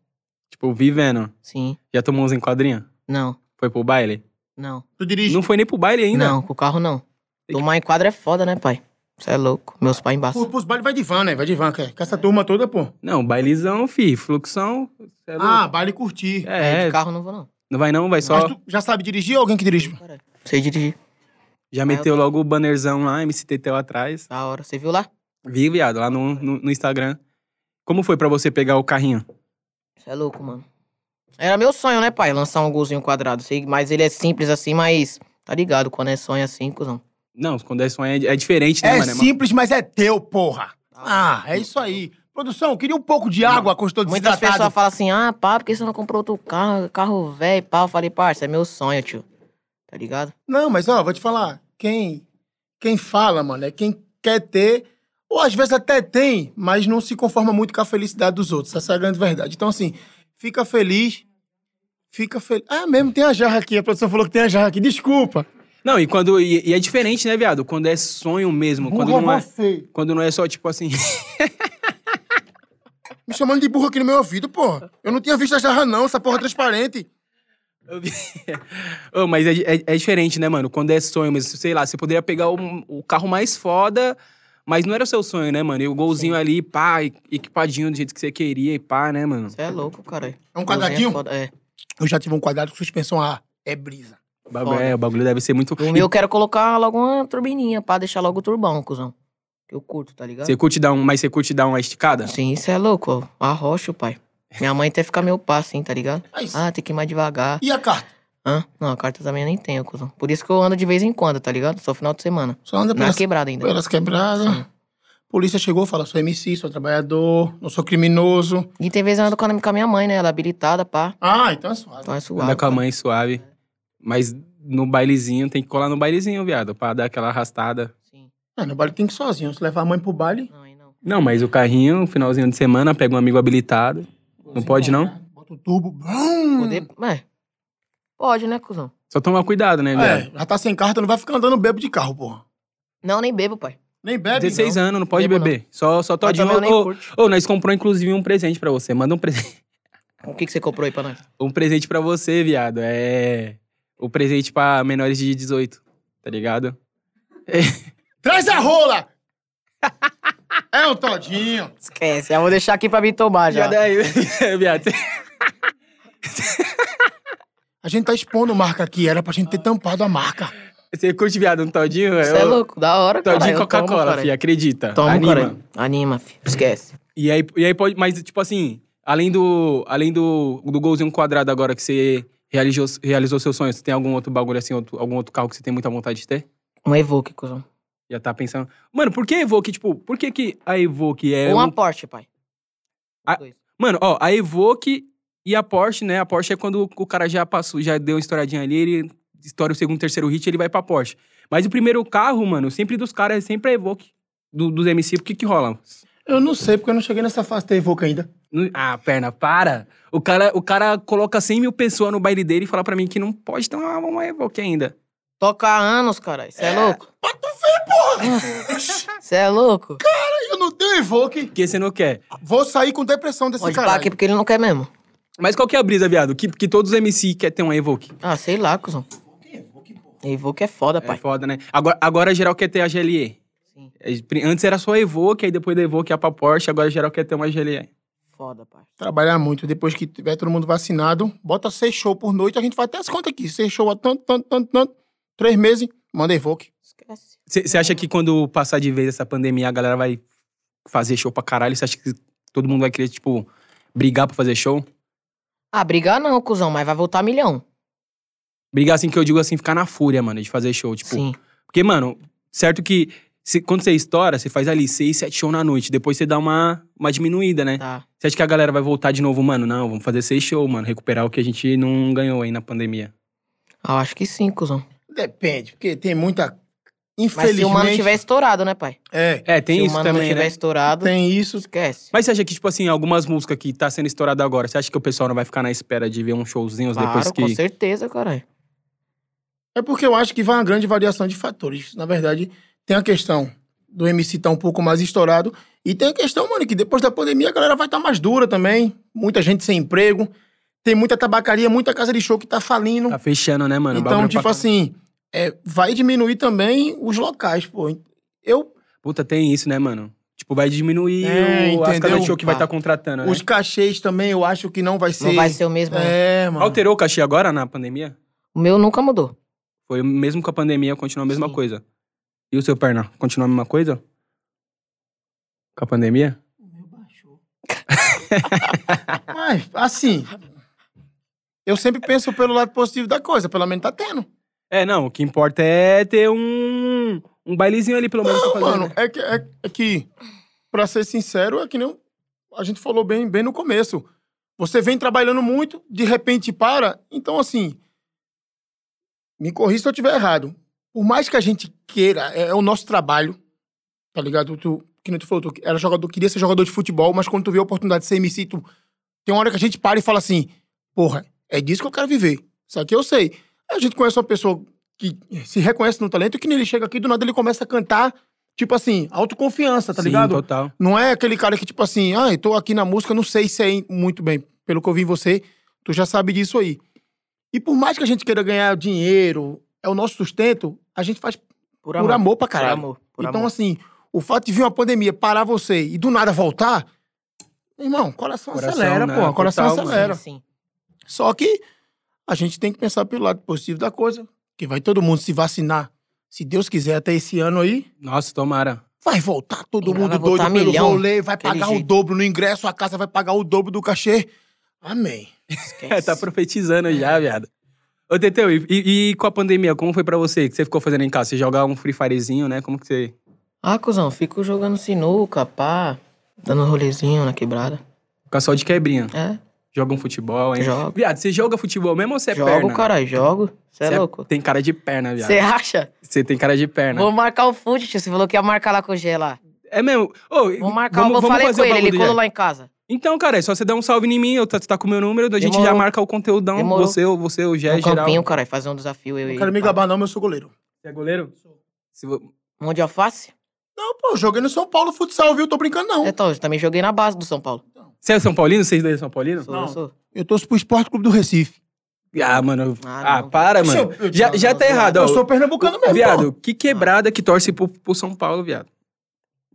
S1: Tipo, vivendo.
S3: sim.
S1: Já tomou uns enquadrinhos?
S3: Não,
S1: Foi pro baile?
S3: não.
S2: Tu dirige.
S1: Não foi nem pro baile ainda.
S3: Não, com o carro não.
S1: né? Tem que-
S3: Tomar em quadra é foda, né, pai? Você é louco. Meus pais
S2: Por,
S3: embaçam.
S2: pros bailes vai de van, né? Vai de van, cara. Com essa turma toda, pô.
S1: Não, bailezão, fi. Fluxão. cê é
S2: Ah,
S1: louco.
S2: baile curtir.
S1: é,
S3: De
S1: é,
S3: carro não vou, não.
S1: não vai não, vai só.
S2: Mas tu já sabe dirigir ou alguém que dirige?
S3: Caralho. Sei dirigir.
S1: Já meteu logo o bannerzão lá, MCTTL atrás.
S3: Da hora. Você viu lá?
S1: Vi, viado, lá no, no, no Instagram. Como foi pra você pegar o carrinho?
S3: Você é louco, mano. Era meu sonho, né, pai? Lançar um golzinho quadrado. Sei, mas ele é simples assim, mas. Tá ligado? Quando é sonho assim, cuzão.
S1: Não, quando é sonho é, é diferente, né,
S2: É
S1: mano?
S2: simples, mas é teu, porra. Ah, é isso aí. Produção, eu queria um pouco de água, custou
S3: Muitas pessoas
S2: desidratado.
S3: falam assim, ah, pá, por que você não comprou outro carro? Carro velho e pá. Eu falei, parça, é meu sonho, tio. Tá ligado?
S2: Não, mas ó, vou te falar. Quem, quem fala, mano, é quem quer ter, ou às vezes até tem, mas não se conforma muito com a felicidade dos outros. Essa é a grande verdade. Então, assim, fica feliz. Fica feliz. Ah, mesmo, tem a jarra aqui. A produção falou que tem a jarra aqui. Desculpa.
S1: Não, e quando. E, e é diferente, né, viado? Quando é sonho mesmo. Quando
S2: Burra
S1: não é,
S2: você.
S1: quando não é só, tipo assim.
S2: Me chamando de burro aqui no meu ouvido, porra. Eu não tinha visto a jarra, não. Essa porra é transparente.
S1: Eu vi. Ô, mas é, di- é- é diferente, né, mano? Quando é sonho mesmo, sei lá, você poderia pegar um- o carro mais foda, mas não era o seu sonho, né, mano? E o golzinho ali, pá, e- equipadinho do jeito que você queria e pá, né, mano?
S3: Você é louco, caralho.
S2: É um
S3: Golzinho
S2: quadradinho?
S3: É, foda, é.
S2: Eu já tive um quadrado com suspensão A. É brisa.
S1: O bagulho,
S3: foda.
S1: é, o bagulho deve ser muito.
S3: No meu, eu quero colocar logo uma turbininha pra deixar logo o turbão, cuzão. Que eu curto, tá ligado?
S1: Você curte dar um, mas você curte dar uma esticada?
S3: Sim, isso é louco, ó. Arrocha, pai. Minha mãe até fica meio pá, assim, tá ligado?
S2: Mas,
S3: Ah, tem que ir mais devagar.
S2: É E a carta?
S3: Hã? Não, a carta também eu nem tenho, cuzão. Por isso que eu ando de vez em quando, tá ligado? Só final de semana.
S2: Só anda
S3: Na
S2: pelas,
S3: é quebrada ainda.
S2: pelas quebradas. Polícia chegou e falou: sou MC, sou trabalhador, não sou criminoso.
S3: E tem vezes eu ando com a com a minha mãe, né? Ela é habilitada, pá.
S2: Ah, então é suave.
S3: Então é
S1: Andar
S3: suave.
S1: com a
S3: cara.
S1: mãe suave. Mas no bailezinho, tem que colar no bailezinho, viado, pra dar aquela arrastada.
S3: Sim.
S2: É, no baile tem que ir sozinho. Se levar a mãe pro baile.
S3: Não, aí não.
S1: Não, mas o carrinho, no finalzinho de semana, pega um amigo habilitado. Não pode, não?
S2: Bota o turbo. brum.
S3: Poder... É. Pode, né, cuzão?
S1: Só tomar cuidado, né, viado?
S2: É, já tá sem carta, não vai ficar andando bebo de carro, porra.
S3: Não, nem bebo, pai.
S2: Nem bebe.
S1: 16
S2: não.
S1: anos, não pode
S3: Bebo não.
S1: beber. Só, só
S3: Mas
S1: todinho.
S3: também eu nem
S1: Ô,
S3: curto.
S1: Ô, nós comprou inclusive um presente pra você. Manda um, presen-
S3: O que, que você comprou aí pra nós?
S1: um presente pra você, viado. É. O presente pra menores de 18, tá ligado?
S2: Traz a rola! é um todinho.
S3: Esquece, eu vou deixar aqui pra mim tomar Ah, já.
S1: Viado, aí, viado.
S2: A gente tá expondo marca aqui, era pra gente ter tampado a marca.
S1: Você curte, viado, um todinho?
S3: Você é
S1: Eu-
S3: louco, da hora, cara.
S1: Todinho
S3: Eu tomo,
S1: Coca-Cola,
S3: caralho.
S1: fi, acredita.
S3: Toma,
S1: Anima.
S3: cara. Anima, fi. Esquece.
S1: E aí, e aí pode. Mas, tipo assim, além do. Além do, do golzinho quadrado agora que você realizou, realizou seus sonhos, tem algum outro bagulho assim, outro- algum outro carro que você tem muita vontade de ter?
S3: Um Evoque, cuzão.
S1: Já tá pensando. Mano, por que Evoque, tipo, por que, que a Evoque é.
S3: Ou
S1: um-
S3: uma Porsche, pai.
S1: Ah.
S3: Dois.
S1: Mano, ó, a Evoque e a Porsche, né? A Porsche é quando o cara já passou, já deu uma estouradinha ali, ele estoura o segundo, terceiro hit, ele vai pra Porsche. Mas o primeiro carro, mano, sempre dos caras, é sempre a Evoque. Do- dos MC, por que que rola?
S2: Eu não sei, porque eu não cheguei nessa fase da Evoca ainda.
S1: Não- Ah, perna, para! O cara, o cara coloca 100 mil pessoas no baile dele e fala pra mim que não pode ter uma, uma Evoque ainda.
S3: Toca há anos, caralho. Você é, louco? Você é louco?
S2: Eu não tenho Evoque.
S1: Porque você não quer.
S2: Vou sair com depressão desse
S3: Pode parar
S2: caralho.
S3: aqui porque ele não quer mesmo.
S1: Mas qual que é a brisa, viado? Que, que todos os MC querem ter uma Evoque.
S3: Ah, sei lá, cuzão. Evoque é foda,
S1: É
S3: pai.
S1: foda, né? Agora, agora geral quer ter a GLE.
S3: Sim.
S1: É, pri- Antes era só a Evoque, aí depois da Evoque ia pra Porsche, agora geral quer ter uma GLE.
S3: Foda, pai.
S2: Trabalhar muito. Depois que tiver todo mundo vacinado, bota seis show por noite. A gente faz até as contas aqui. Seis show a tanto, tanto, tanto, tanto. Três meses, manda Evoque.
S3: Esquece.
S1: Você acha que quando passar de vez essa pandemia, a galera vai fazer show pra caralho? Você acha que todo mundo vai querer, tipo, brigar pra fazer show?
S3: Ah, brigar não, cuzão, mas vai voltar milhão.
S1: Brigar assim que eu digo assim, ficar na fúria, mano, de fazer show. Tipo,
S3: Sim.
S1: Porque, mano, certo que se- quando você estoura, você faz ali seis, sete shows na noite. Depois você dá uma, uma diminuída, né?
S3: Tá.
S1: Você acha que a galera vai voltar de novo, mano? Não, vamos fazer seis shows, mano. Recuperar o que a gente não ganhou aí na pandemia.
S3: Ah, eu acho que sim, cuzão.
S2: Depende, porque tem muita.
S3: Mas
S2: Infelizmente.
S3: se o mano tiver estourado, né, pai?
S2: É,
S1: É, tem
S3: se o
S1: isso
S3: mano não
S1: também,
S3: tiver
S1: né?
S3: estourado,
S2: tem isso.
S3: esquece.
S1: Mas você acha que, tipo assim, algumas músicas que tá sendo estourada agora, você acha que o pessoal não vai ficar na espera de ver uns showzinhos depois
S3: Claro,
S1: que.
S3: com certeza, caralho.
S2: É porque eu acho que vai uma grande variação de fatores. Na verdade, tem a questão do MC estar um pouco mais estourado. E tem a questão, mano, que depois da pandemia a galera vai estar mais dura também. Muita gente sem emprego. Tem muita tabacaria, muita casa de show que tá falindo.
S1: Tá fechando, né, mano? O
S2: então,
S1: bagulho
S2: tipo
S1: pra-
S2: assim, é, vai diminuir também os locais, pô. Eu,
S1: Puta, tem isso, né, mano? Tipo, vai diminuir
S2: É,
S1: o... as casas
S2: entendeu?
S1: de show que vai
S3: Pá.
S1: estar contratando, né?
S2: os cachês também, eu acho que não vai ser.
S3: Não vai ser o mesmo. né?
S2: É, mano.
S1: Alterou o cachê agora na pandemia?
S3: O meu nunca mudou.
S1: Foi mesmo com a pandemia, continua a mesma
S3: Sim.
S1: coisa. E o seu perna? Continua a mesma coisa? Com a pandemia?
S2: Mas, assim. Eu sempre penso pelo lado positivo da coisa, pelo menos tá tendo.
S1: É, não. O que importa é ter um, um bailezinho ali, pelo menos, pra fazer.
S2: Mano,
S1: né?
S2: é que, é, é que, pra ser sincero, é que nem a gente falou bem, bem no começo. Você vem trabalhando muito, de repente para. Então, assim, me corri se eu tiver errado. Por mais que a gente queira, é, é o nosso trabalho, tá ligado? Tu, que nem tu falou, tu era jogador, queria ser jogador de futebol, mas quando tu vê a oportunidade de ser MC, tu, tem uma hora que a gente para e fala assim, porra, é disso que eu quero viver. Isso aqui eu sei. Aí a gente conhece uma pessoa que se reconhece no talento e que nem ele chega aqui, do nada ele começa a cantar, tipo assim, autoconfiança, tá
S1: Sim,
S2: ligado?
S1: total.
S2: Não é aquele cara que, tipo assim, ah, eu tô aqui na música, não sei se é em- muito bem. Pelo que eu vi em você, tu já sabe disso aí. E por mais que a gente queira ganhar dinheiro, é o nosso sustento, a gente faz
S3: Por
S2: por
S3: amor.
S2: amor, pra caralho.
S3: Por amor. Por
S2: então,
S3: amor.
S2: assim, o fato de vir uma pandemia parar você e do nada voltar, irmão, coração,
S1: Coração,
S2: acelera,
S1: né?
S2: pô, coração
S1: Total, mano.
S2: acelera.
S3: Sim, sim.
S2: Só que a gente tem que pensar pelo lado positivo da coisa, que vai todo mundo se vacinar, se Deus quiser, até esse ano aí.
S1: Nossa, tomara.
S2: Vai voltar todo
S3: Vai
S2: mundo
S3: voltar
S2: doido pelo
S3: milhão,
S2: rolê, vai
S3: aquele
S2: pagar o
S3: jeito.
S2: dobro no ingresso, a casa vai pagar o dobro do cachê. Amém.
S1: É, tá
S3: Esquece.
S1: profetizando já, viado. Ô, Teteu, e, e- e com a pandemia, como foi pra você? O que você ficou fazendo em casa? Você jogar um Free Firezinho, né? Como que você...
S3: Ah, cuzão, fico jogando sinuca, pá. Dando rolezinho na quebrada.
S1: Fica só de quebrinha.
S3: É,
S1: Joga um futebol, hein?
S3: jogo.
S1: Viado, você joga futebol mesmo ou você é perna?
S3: jogo, caralho, jogo. Você é
S1: Você
S3: louco. é
S1: Tem cara de perna, viado.
S3: Você acha?
S1: Você tem cara de perna.
S3: Vou marcar o foot, tio. Você falou que ia marcar lá com o G lá.
S1: É mesmo. Ô,
S3: Vou marcar o. Vou falei
S1: fazer
S3: com ele,
S1: bagulho
S3: ele
S1: do
S3: colou
S1: Jack.
S3: lá em casa.
S1: Então, cara, é só você dar um salve em mim, eu tá, tu tá com o meu número, a gente já
S3: Demorou.
S1: marca o conteúdão.
S3: Demorou.
S1: Você, o- você, o Gé,
S3: no
S1: é geral.
S3: campinho, caralho, fazer um desafio. Eu
S2: Não
S3: e
S2: quero me
S3: ele, pá.
S2: gabar, não, mas eu sou goleiro.
S1: Você é goleiro? Se vo-
S3: Mão de alface?
S2: Não, pô, eu joguei no São Paulo futsal, viu? Tô brincando, não.
S3: Então, eu também joguei na base do São Paulo.
S1: Você é São Paulino? Vocês dois são Paulino?
S3: Sou,
S2: Não.
S3: sou.
S2: Eu torço pro Esporte Clube do Recife.
S1: Ah, mano. Ah,
S3: Ah, não.
S1: para,
S2: Eu
S1: mano.
S2: sou- eu-
S1: já
S3: não,
S1: já
S3: não,
S1: tá
S3: não.
S1: errado, ó.
S2: Eu sou pernambucano mesmo,
S1: Viado,
S2: pô.
S3: Ah.
S1: que quebrada que torce pro, pro São Paulo, viado.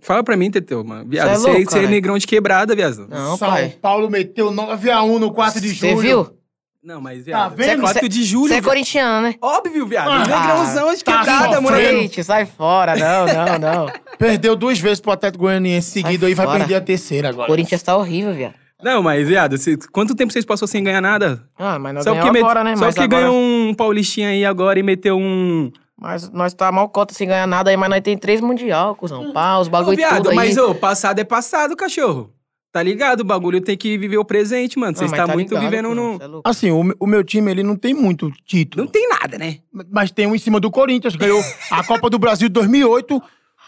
S1: Fala pra mim, Teteu, mano. Viado,
S3: Cê é
S1: você
S3: louco, Tá
S1: você é
S3: cara.
S1: negrão de quebrada, viado.
S3: Não,
S2: São
S3: pai.
S2: Paulo meteu 9x1 no 4 um de
S3: Você
S2: julho.
S3: viu?
S1: Não, mas, viado. é
S2: vendo?
S1: 4 de julho.
S3: Você é
S1: viado.
S3: corintiano, né?
S1: Óbvio, viado.
S2: Ah,
S1: negrãozão de
S2: tá
S1: quebrada,
S2: sofrendo.
S1: mano.
S3: Frente, sai fora. Não, não, não.
S2: Perdeu duas vezes pro Atlético Goianiense seguido
S3: Sai
S2: aí, vai
S3: fora.
S2: perder a terceira agora.
S3: Corinthians tá horrível, viado.
S1: Não, mas, viado, cê- quanto tempo vocês passou sem ganhar nada?
S3: Ah, mas nós
S1: Só
S3: ganhamos
S1: que, met-
S3: agora, né?
S1: só
S3: mas
S1: que
S3: agora...
S1: ganhou um paulistinha aí agora e meteu um.
S3: Mas nós tá mal cota sem ganhar nada aí, mas nós tem três mundial, cuzão. Pá, os
S1: Ô,
S3: bagulho
S1: viado,
S3: tudo
S1: mas,
S3: aí.
S1: ô, passado é passado, cachorro. Tá ligado? O bagulho tem que viver o presente, mano. Vocês
S3: Não, mas
S1: tá,
S3: tá
S1: muito
S3: ligado,
S1: vivendo
S3: cuzão,
S1: no.
S3: cê é louco.
S2: Assim, o, me- o meu time, ele não tem muito título.
S1: Não tem nada, né?
S2: Mas tem um em cima do Corinthians. Ganhou a Copa do Brasil de 2008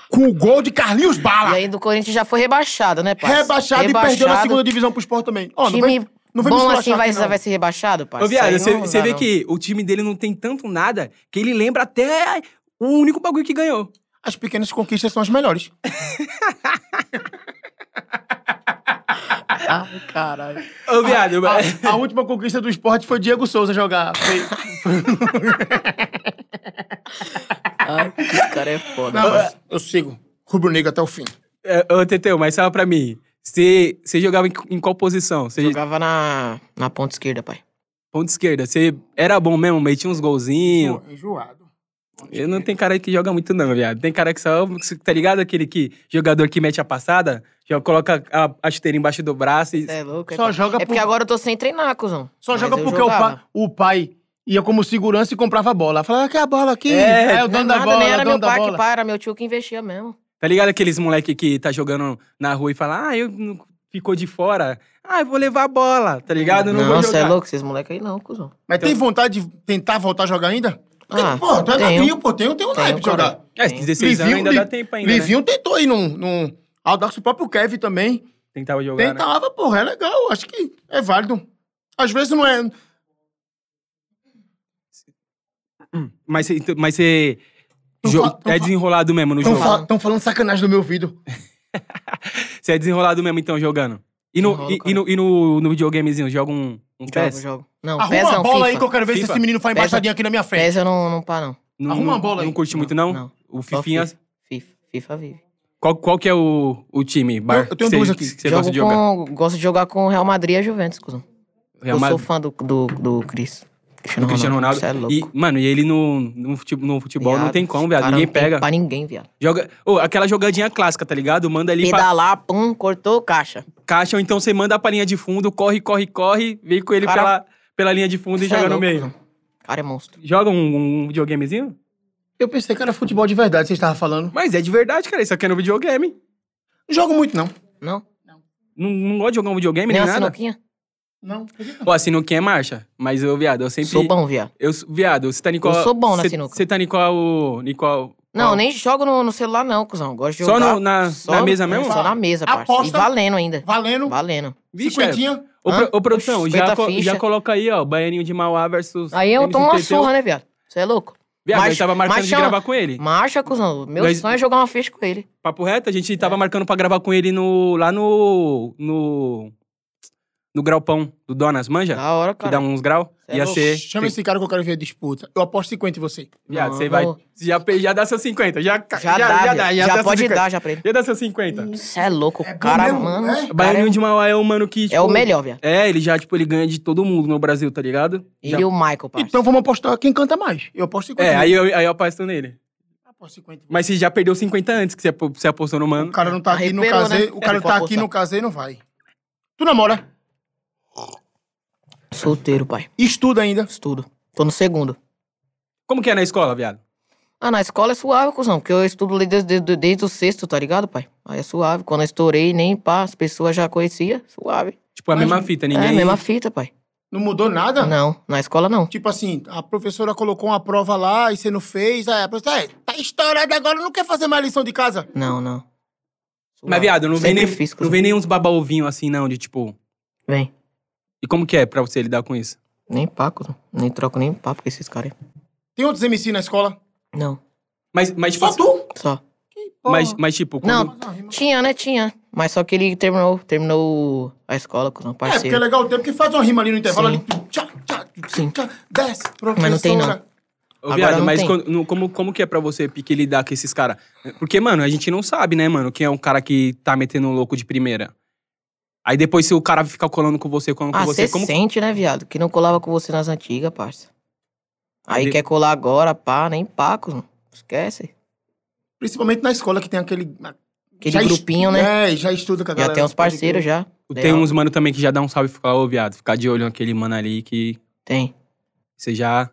S2: com o gol de Carlinhos
S3: E
S2: Bala.
S3: aí do Corinthians já foi rebaixado, né, pai?
S2: rebaixado, e perdeu na segunda divisão pro Sport também. Ó, não
S3: time
S2: vem, não vem me
S3: bom
S2: esculachar
S3: assim vai,
S2: aqui, não.
S3: vai ser rebaixado, pai?
S1: Ô, viado,
S3: Isso aí não
S1: você
S3: dá,
S1: vê
S3: não.
S1: que o time dele não tem tanto nada que ele lembra até o único bagulho que ganhou.
S2: As pequenas conquistas são as melhores.
S3: Ai, caralho.
S1: Ô, viado, mas-
S2: A última conquista do esporte foi Diego Souza jogar. Foi-
S3: Ai, esse cara é foda.
S2: Não, mas eu sigo. Rubro Negro até o fim.
S1: É, Ô, Teteu, mas fala pra mim. Você você jogava em, em qual posição? Você
S3: Jogava na, na ponta esquerda, pai.
S1: ponta esquerda. Você era bom mesmo, metia uns golzinhos.
S2: Pô, enjoado.
S1: Eu não tem cara que joga muito, não, viado. Tem cara que só. Tá ligado? Aquele que, jogador que mete a passada, já coloca a, a chuteira embaixo do braço e.
S3: Você é louco, é,
S2: Só
S3: pai?
S2: joga
S3: É porque
S2: por-
S3: agora eu tô sem treinar, cuzão.
S2: Só
S3: Mas
S2: joga
S3: eu
S2: porque o,
S3: jogava.
S2: pa- o pai ia como segurança e comprava a bola. Falava, quer a bola aqui?
S1: É.
S2: É, o dono da
S3: nada,
S2: bola,
S3: nem era
S2: dono
S3: meu
S2: da
S3: pai
S2: bola.
S3: que pai, era meu tio que investia mesmo.
S1: Tá ligado aqueles moleque que tá jogando na rua e fala, ah, eu não- ficou de fora. Ah, eu vou levar a bola, tá ligado? Eu Não,
S3: Não,
S1: vou
S3: você
S1: jogar.
S3: é louco, esses moleques aí não, cuzão.
S2: Mas tem vontade de tentar voltar a jogar ainda?
S3: Então. Ah,
S2: Tem- pô, tu é
S3: tenho.
S2: novinho, pô, tem, tem um
S3: Tenho,
S2: naipe de
S3: cara.
S2: jogar.
S1: É, se 16 anos
S2: Livinho,
S1: ainda
S2: Li-
S1: dá tempo ainda, né?
S2: Livinho tentou aí num... num... Audax, o próprio Kevin também
S1: Tentava jogar, né?
S2: tentava, porra, é legal, acho que é válido. Às vezes não é...
S1: né. Mas você... Mas você
S2: Não
S1: jo-
S2: fa- não
S1: é
S2: fa-
S1: desenrolado mesmo no
S2: Estão
S1: jogo.
S3: fa-
S2: falando sacanagem do meu ouvido.
S1: Você é desenrolado mesmo, então, jogando. E no,
S3: Desenrolo,
S1: e, e
S3: cara.
S1: no, e no, no videogamezinho, joga um, um
S3: Jogo,
S1: PES?
S3: jogo. Não,
S2: Arruma
S3: PES
S2: uma
S3: não,
S2: bola aí que
S3: FIFA.
S2: eu quero ver se
S1: FIFA.
S2: esse menino faz
S3: Pesa.
S2: embaixadinha aqui na minha frente.
S3: PES eu não, não paro, não.
S1: Não,
S2: Arruma
S1: não-
S2: uma bola aí.
S1: Não curte muito,
S3: Não,
S1: não?
S3: não.
S1: O
S3: Só
S1: Fifinha...
S3: FIFA. FIFA, FIFA vive.
S1: Qual, qual que é o, o time, Bar?
S2: Eu- eu tenho
S1: que
S2: duas
S1: cê-
S2: aqui.
S1: que cê
S3: Jogo
S1: gosta de jogar?
S3: com- gosto de jogar com o Real Madrid e a Juventus, cuzão.
S1: Real
S3: eu
S1: Madrid.
S3: sou fã do, do, do Cris. Cristiano
S1: do Cristiano Ronaldo.
S3: Você é louco.
S1: E, mano, e ele no, no fute- no futebol não
S3: Viado,
S1: tem como, viado.
S3: cara,
S1: Ninguém
S3: não tem
S1: pega.
S3: Pra ninguém, viado.
S1: Joga. Ô, aquela jogadinha clássica, tá ligado? Manda ali pra
S3: Pedalar, pum, cortou caixa.
S1: caixa, ou então você manda pra linha de fundo, corre, corre, corre, vem com ele
S3: Cara-
S1: pela, pela linha de fundo
S3: Cê
S1: e
S3: é
S1: joga no
S3: louco,
S1: meio.
S3: cuzão. Cara, é monstro.
S1: Joga um, um videogamezinho?
S2: Eu pensei que era futebol de verdade, vocês estavam falando.
S1: Mas é de verdade, cara. Isso aqui é no videogame.
S2: Não jogo muito, não.
S3: Não?
S1: Não, não gosto de jogar um videogame nem,
S3: Nem uma
S1: nada.
S3: sinuquinha?
S2: Não.
S1: Ó, a sinuquinha é marcha. Mas eu, viado, eu sempre.
S3: Sou bom, viado.
S1: Eu, sou- viado, você tá em qual.
S3: Eu sou bom na
S1: cê-
S3: sinuca.
S1: Você tá em qual. Em qual
S3: Não,
S1: qual?
S3: nem jogo no, no celular, não, cuzão. Gosto de
S1: Só
S3: jogar.
S1: no- na- na mesa mesmo?
S3: Só na mesa, parça. E
S2: Aposta.
S3: valendo ainda.
S2: Valendo,
S3: Valendo.
S1: Vixe, é-
S2: cinquentinha.
S1: Ô,
S3: Hã?
S1: pro, ô produção,
S3: Oxe,
S1: já,
S3: 50
S1: co- já
S3: ficha.
S1: coloca aí, ó, Baianinho de Mauá versus.
S3: Aí eu tomo uma
S1: MCTT.
S3: surra, né, viado? Você é louco?
S1: Viado, a gente
S3: Mas-
S1: tava marcando
S3: mas
S1: de
S3: chama-
S1: gravar com ele.
S3: Marcha, cuzão. Meu
S1: Mas-
S3: sonho é jogar uma ficha com ele.
S1: Papo reto, a gente
S3: É.
S1: tava marcando pra gravar com ele no, lá no. no. no Graupão do Donas, manja?
S3: Da hora,
S1: que
S3: Ah, cara.
S1: dá uns grau.
S3: Cê é
S1: Ia
S3: louco.
S1: ser.
S2: Chama esse cara que eu quero ver a disputa. Eu aposto 50 em você.
S1: Viado,
S3: Não,
S1: você vai.
S3: não.
S1: Já, pe- já dá seus 50. Já, ca-
S3: Já, dá, já, já,
S1: dá seus
S3: pode
S1: 50.
S3: dar já pra ele.
S1: Já dá seus 50.
S3: Você é louco,
S2: É bom
S3: cara,
S2: mesmo,
S3: mano.
S2: né?
S3: cara
S1: Baianinho
S3: é,
S1: de Mauá é um mano que.
S3: é o
S1: tipo,
S3: melhor, viado.
S1: É, ele já, tipo, ele ganha de todo mundo no Brasil, tá ligado?
S3: Ele
S1: Já-
S3: e o Michael, parça.
S2: Então vamos apostar quem canta mais. Eu aposto 50.
S1: É, aí eu, aí eu aposto nele.
S2: Aposto 50.
S1: Mas você já perdeu 50 antes que você apo- você apostou no mano.
S2: O cara não tá aqui no
S3: Arreperou,
S2: casei.
S3: né?
S2: O cara
S3: Se for
S2: tá aqui
S3: apostar.
S2: no casei não vai. Tu namora,
S3: Solteiro, pai.
S2: estuda ainda.
S3: Estudo. Tô no segundo.
S1: Como que é na escola, viado?
S3: Ah, na escola é suave, cuzão, porque eu estudo desde, desde, desde o sexto, tá ligado, pai? Aí é suave. Quando eu estourei, nem pá, as pessoas já conheciam, suave.
S1: Tipo, a
S2: Mas-
S1: mesma fita,
S3: É,
S1: ninguém.
S3: mesma fita, pai.
S2: Não mudou nada?
S3: Não, na escola não.
S2: Tipo assim, a professora colocou uma prova lá e você não fez. Aí a professora, é, tá estourada agora, não quer fazer mais lição de casa.
S3: Não, não. Suave.
S1: Mas, viado, não vem,
S3: Sempre
S1: nem,
S3: fiz,
S1: não
S3: cuzão.
S1: vem nem uns babaovinhos assim, não, de tipo.
S3: Vem.
S1: E como que é pra você lidar com isso?
S3: Nem pá, cuzão. Nem troco nem papo com esses caras. aí.
S2: Tem outros MC na escola?
S3: Não,
S1: Mas, mas tipo.
S2: Só tu?
S3: só.
S1: Mas, mas, tipo, quando-
S3: Não, tinha, né? Tinha. Mas só que ele terminou, terminou a escola com um
S2: É, porque é
S3: parceiro.
S2: legal o tempo que faz uma rima ali no intervalo.
S3: Sim.
S2: Ali, tchá, tchá,
S3: Sim.
S2: tchá, desce, professora.
S3: não tem, não.
S1: Ô,
S3: Agora
S1: viado,
S3: não
S1: mas
S3: tem.
S1: quando- no- como, como que é pra você, Pique, lidar com esses caras? Porque, mano, a gente não sabe, né, mano, quem é um cara que tá metendo um louco de primeira. Aí depois, se o cara ficar colando com você, colando
S3: Ah,
S1: é com você,
S3: você
S1: como.
S3: sente, né, viado? Que não colava com você nas antigas, parça. Aí
S1: Ele-
S3: quer colar agora, pá, nem pá, cuzão. Esquece.
S2: Principalmente na escola que tem aquele. ah,
S3: Aquele
S2: já
S3: grupinho,
S2: estu-
S3: né?
S2: É, já estuda com a
S3: Já
S2: galera.
S3: tem uns parceiros já.
S1: Tem
S3: Leal.
S1: uns mano também que já dá um salve e fala, ô, viado, ficar de olho naquele mano ali que
S3: Tem.
S1: você já.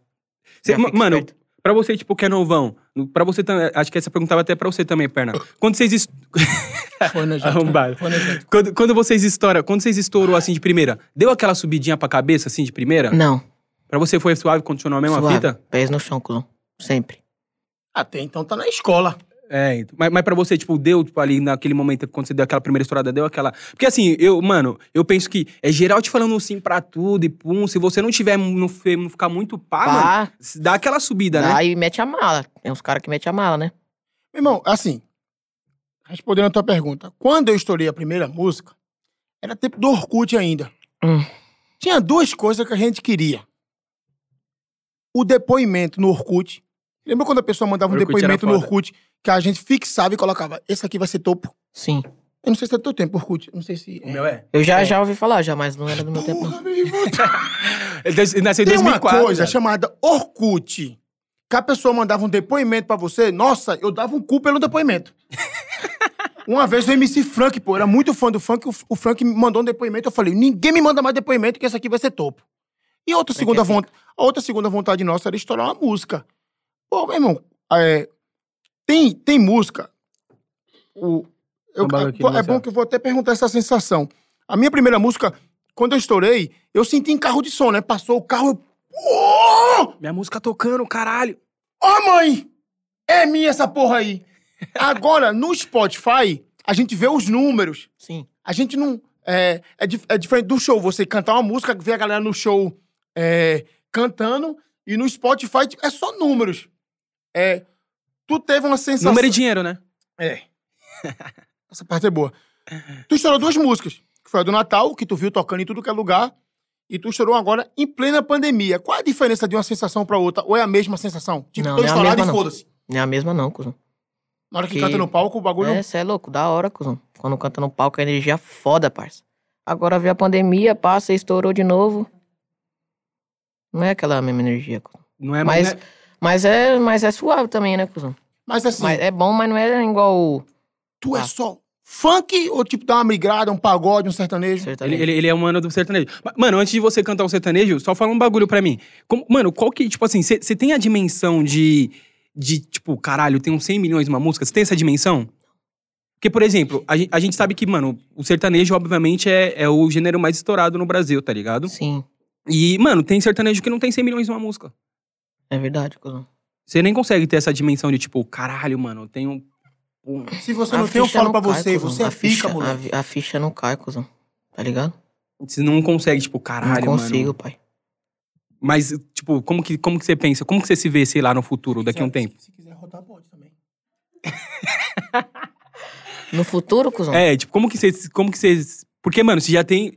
S1: Cê-
S3: Já
S1: ma-
S3: fica
S1: mano,
S3: esperto.
S1: pra você, tipo, que é novão, no- pra você também. Acho que essa pergunta vai até pra você também, perna. Quando vocês. es-
S2: Foi na gente.
S1: Arrombado.
S2: Foi na gente.
S1: Quando, quando vocês estouram, quando vocês estourou assim de primeira, deu aquela subidinha pra cabeça, assim, de primeira?
S3: Não.
S1: Pra você foi suave, continuou a mesma
S3: Hum. suave.
S1: fita?
S3: Pés no chão, cuzão. Sempre.
S2: Até então tá na escola.
S1: É, então, mas, mas pra você, tipo, deu, tipo, ali naquele momento, quando você deu aquela primeira estourada, deu aquela... Porque assim, eu, mano, eu penso que é geral te falando um sim pra tudo e pum, se você não tiver, não, fe- não ficar muito pá, Ah, mano,
S3: pá,
S1: dá aquela subida, né?
S3: dá e mete a mala. Tem uns caras que mete a mala, né?
S2: Meu irmão, assim. Respondendo a tua pergunta. Quando eu estourei a primeira música, era tempo do Orkut ainda.
S3: Hum.
S2: Tinha duas coisas que a gente queria. O depoimento no Orkut. Lembra quando a pessoa mandava um
S1: Orkut era
S2: depoimento no
S1: foda.
S2: Orkut que a gente fixava e colocava, esse aqui vai ser topo.
S3: Sim.
S2: Eu não sei se é do teu tempo, Orkut. Não sei se...
S1: O meu é.
S3: Eu já, já ouvi falar, já, mas não era do meu tempo, não.
S2: Porra, meu irmão,
S1: Ele des- ele nasceu em
S2: Tem uma
S1: 2004.
S2: coisa
S1: velho.
S2: chamada Orkut. Que a pessoa mandava um depoimento pra você, nossa, eu dava um cu pelo depoimento. uma vez o MC Frank, pô, era muito fã do Frank, o, o Frank me mandou um depoimento, eu falei, ninguém me manda mais depoimento que esse aqui vai ser topo. E outra
S3: Como é que
S2: segunda,
S3: fica?
S2: von- a outra segunda vontade nossa era estourar uma música. Pô, meu irmão, é, tem, tem música. O, eu-
S5: Trabalho um aqui,
S2: pô, é
S5: Marcelo.
S2: bom que eu vou até perguntar essa sensação. A minha primeira música, quando eu estourei, eu senti em carro de som, né? Passou o carro, eu... Uou!
S1: Minha música tocando, caralho.
S2: Ó, mãe! É minha essa porra aí! Agora, no Spotify, a gente vê os números.
S3: Sim.
S2: A gente não. É, é, dif- é diferente do show, você cantar uma música, ver a galera no show é, cantando, e no Spotify tipo, é só números. É, tu teve uma sensação.
S1: Número e dinheiro, né?
S2: É. Essa parte é boa. Tu estourou duas músicas, que foi a do Natal, que tu viu tocando em tudo que é lugar, e tu estourou agora em plena pandemia. Qual é a diferença de uma sensação pra outra? Ou é a mesma sensação? Tipo,
S3: Não,
S2: tô
S3: não é a
S2: estourado
S3: mesma,
S2: e
S3: não.
S2: foda-se.
S3: Não é a mesma não, cuzão.
S2: Na hora que,
S3: Que-
S2: canta no palco, o bagulho.
S3: É, cê é louco, da hora, cuzão. Quando canta no palco, a energia é foda, parça. Agora veio a pandemia, passa, estourou de novo. Não é aquela mesma energia, cuzão.
S1: Não é
S3: Mas,
S1: mais.
S3: mas, é, mas é suave também, né, cuzão?
S2: Mas assim,
S3: Mas é bom, mas não é igual o
S2: tu é
S3: Ah.
S2: só funk ou tipo dá uma migrada, um pagode, um sertanejo?
S1: Ele,
S3: sertanejo.
S1: ele, ele é um mano do sertanejo. Ma- Mano, antes de você cantar o sertanejo, só fala um bagulho pra mim. Como- mano, qual que, tipo assim, você tem a dimensão de, de, tipo, caralho, tem uns 100 milhões numa música? Você tem essa dimensão? Porque, por exemplo, a, gen- a gente sabe que, mano, o sertanejo, obviamente, é, é o gênero mais estourado no Brasil, tá
S2: é
S1: ligado?
S3: Sim,
S1: E, mano, tem sertanejo que não tem 100 milhões numa música.
S3: é verdade, cuzão.
S1: Você nem consegue ter essa dimensão de, tipo, caralho, mano, tem um. um-
S2: Se você
S3: A
S2: não tem, eu
S3: ficha
S2: falo pra
S3: cai,
S2: você.
S3: cuzão.
S2: Você é
S3: A ficha-
S2: fica,
S3: a
S2: moleque.
S3: vi- A, ficha não cai, cuzão. Tá ligado?
S1: Você não consegue, tipo,
S2: Ah,
S1: caralho,
S3: não consigo,
S1: mano.
S3: pai.
S1: Mas, tipo, como que, como que você pensa? Como que você se vê, sei lá, no futuro, daqui a um
S2: Se-
S1: tempo?
S2: Se quiser rodar, pode também.
S3: No futuro, cuzão?
S1: É, tipo, como que vocês. Como que vocês. Porque, mano, você já tem.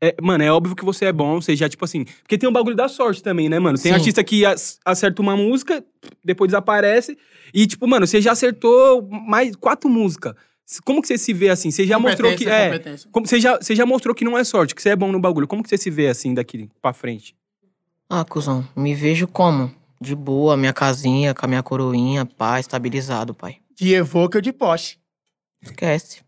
S1: é, mano, é óbvio que você é bom, você já, tipo assim. Porque tem um bagulho da sorte também, né, mano? Tem
S3: Sim.
S1: artista que ac- acerta uma música, depois desaparece. E, tipo, mano, você já acertou mais quatro músicas. Como que você se vê assim? Você já mostrou que.
S2: Competência,
S1: É.
S2: competência.
S1: Como, você, já, você já mostrou que não é sorte, que você é bom no bagulho. Como que você se vê assim daqui pra frente?
S3: Ah, cuzão, me vejo como? De boa, minha casinha, com a minha coroinha, pá, estabilizado, pai.
S2: De evoca de poste.
S3: Esquece.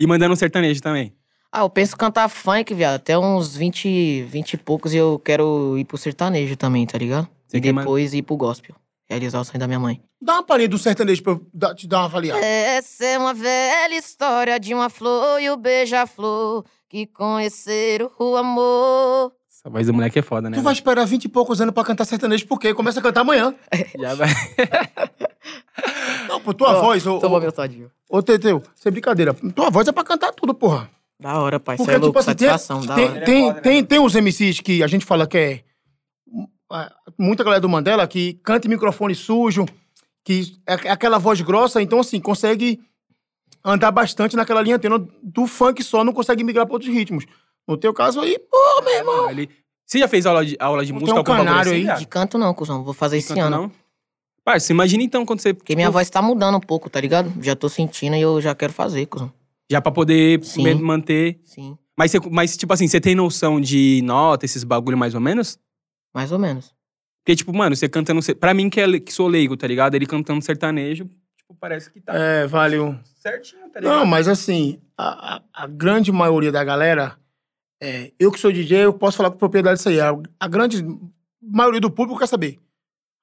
S1: E mandando um sertanejo também.
S3: Ah, eu penso cantar funk, viado. Até uns 20, 20 e poucos e eu quero ir pro sertanejo também, tá ligado?
S1: Você
S3: e
S1: quer man-
S3: depois ir pro gospel. Realizar o sonho da minha mãe.
S2: Dá uma palhinha do sertanejo pra eu dar- te dar uma avaliada.
S3: Essa é uma velha história de uma flor e o beija-flor que conheceram o amor.
S1: Essa voz do moleque é foda, né?
S2: Tu vai esperar 20 e poucos anos pra cantar sertanejo, por quê? Começa a cantar amanhã.
S1: velho? Já vai.
S2: Não, pô, tua
S3: Tô-
S2: voz, ô,
S3: Toma
S2: ô,
S3: meu todinho.
S2: ô Teteu, sem brincadeira. Tua voz é pra cantar tudo, porra.
S3: Da hora, pai. Cê
S2: Porque,
S3: é
S2: tipo
S3: louco,
S2: assim, tem-
S3: satisfação, da hora. né?
S2: Tem, tem, tem, tem uns MCs que a gente fala que é. ah, Muita galera do Mandela que canta em microfone sujo, que é aqu- aquela voz grossa, então assim, consegue andar bastante naquela linha tênue do funk só, não consegue migrar pra outros ritmos. No teu caso aí, pô, meu irmão.
S1: É, Ele- Você já fez aula de, aula de
S2: Não
S1: música
S2: tem um
S1: algum bagulho
S2: canário
S1: assim,
S2: aí
S1: viado?
S3: De canto não, cuzão. Vou fazer esse
S1: Canto
S3: ano.
S1: não? Parça, imagina então quando você.
S3: Porque minha voz tá mudando um pouco, tá ligado? Já tô sentindo e eu já quero fazer, cuzão.
S1: Já pra poder
S3: Sim.
S1: me- manter.
S3: Sim,
S1: Mas, você- mas, tipo assim, você tem noção de nota, esses bagulho mais ou menos?
S3: mais ou menos.
S1: Porque, tipo, mano, você cantando. ser- Pra mim, que, é, le- que sou leigo, tá ligado? Ele cantando sertanejo, tipo, parece que tá
S2: É, valeu.
S1: certinho, tá ligado?
S2: Não, mas assim, a, a- a grande maioria da galera, é, eu que sou DJ, eu posso falar com propriedade disso aí. A, a grande maioria do público quer saber.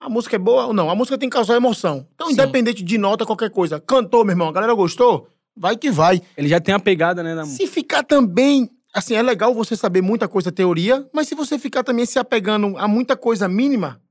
S2: A música é boa ou não? A música tem que causar emoção. Então,
S3: Sim.
S2: independente de nota, qualquer coisa. Cantou, meu irmão, a galera gostou? Vai que vai.
S1: Ele já tem a pegada, né? Da...
S2: Se ficar também. Assim, é legal você saber muita coisa teoria, mas se você ficar também se apegando a muita coisa mínima,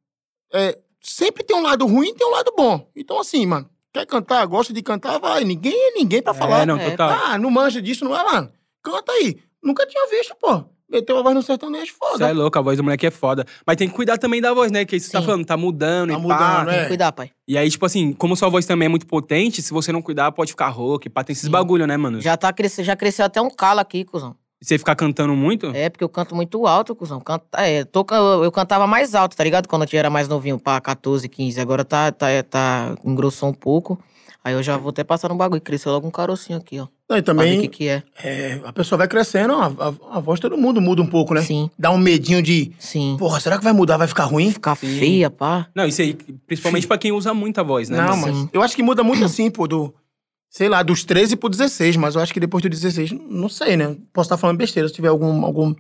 S2: é, sempre tem um lado ruim e tem um lado bom. Então, assim, mano, quer cantar, gosta de cantar, vai. Ninguém é ninguém pra falar.
S1: É, não,
S3: É,
S1: total.
S2: Ah, não manja disso, não é, mano? Canta aí. Nunca tinha visto, pô. Meteu a voz no sertanejo,
S1: Você é
S2: foda.
S1: louco, a voz do moleque é foda. Mas tem que cuidar também da voz, né? Que isso que você tá
S3: Sim.
S1: falando, tá mudando
S2: Tá
S1: e pá.
S2: mudando,
S3: Tem
S2: É.
S3: que cuidar, pai.
S1: E aí, tipo assim, como sua voz também é muito potente, se você não cuidar, pode ficar rouca e pá. Tem esses
S3: Sim.
S1: bagulho, né, mano?
S3: Já, tá cresce... já cresceu até um calo aqui, cuzão.
S1: Você ficar cantando muito?
S3: É, porque eu canto muito alto, cuzão. Canta... É, tô... ca- eu, eu cantava mais alto, tá ligado? Quando eu era mais novinho, pá, 14, 15. Agora tá, tá, é, tá... engrossou um pouco. Aí eu já vou até passar no bagulho. Cresceu logo um carocinho aqui, ó.
S2: Não, e
S3: Pra ver o
S2: também
S3: que que é.
S2: é, a pessoa vai crescendo, a, a- a voz de todo mundo muda um pouco, né?
S3: Sim,
S2: Dá um medinho de,
S3: sim.
S2: porra, será que vai mudar, vai ficar ruim?
S3: Ficar
S1: Sim.
S3: feia, pá.
S1: Não, isso aí, principalmente pra quem usa muita voz, né?
S2: Não,
S1: mano?
S2: mas
S3: Sim.
S2: eu acho que muda muito assim, pô, do, sei lá, dos 13 pro 16, mas eu acho que depois do 16, não sei, né? Posso estar falando besteira, se tiver algum, algum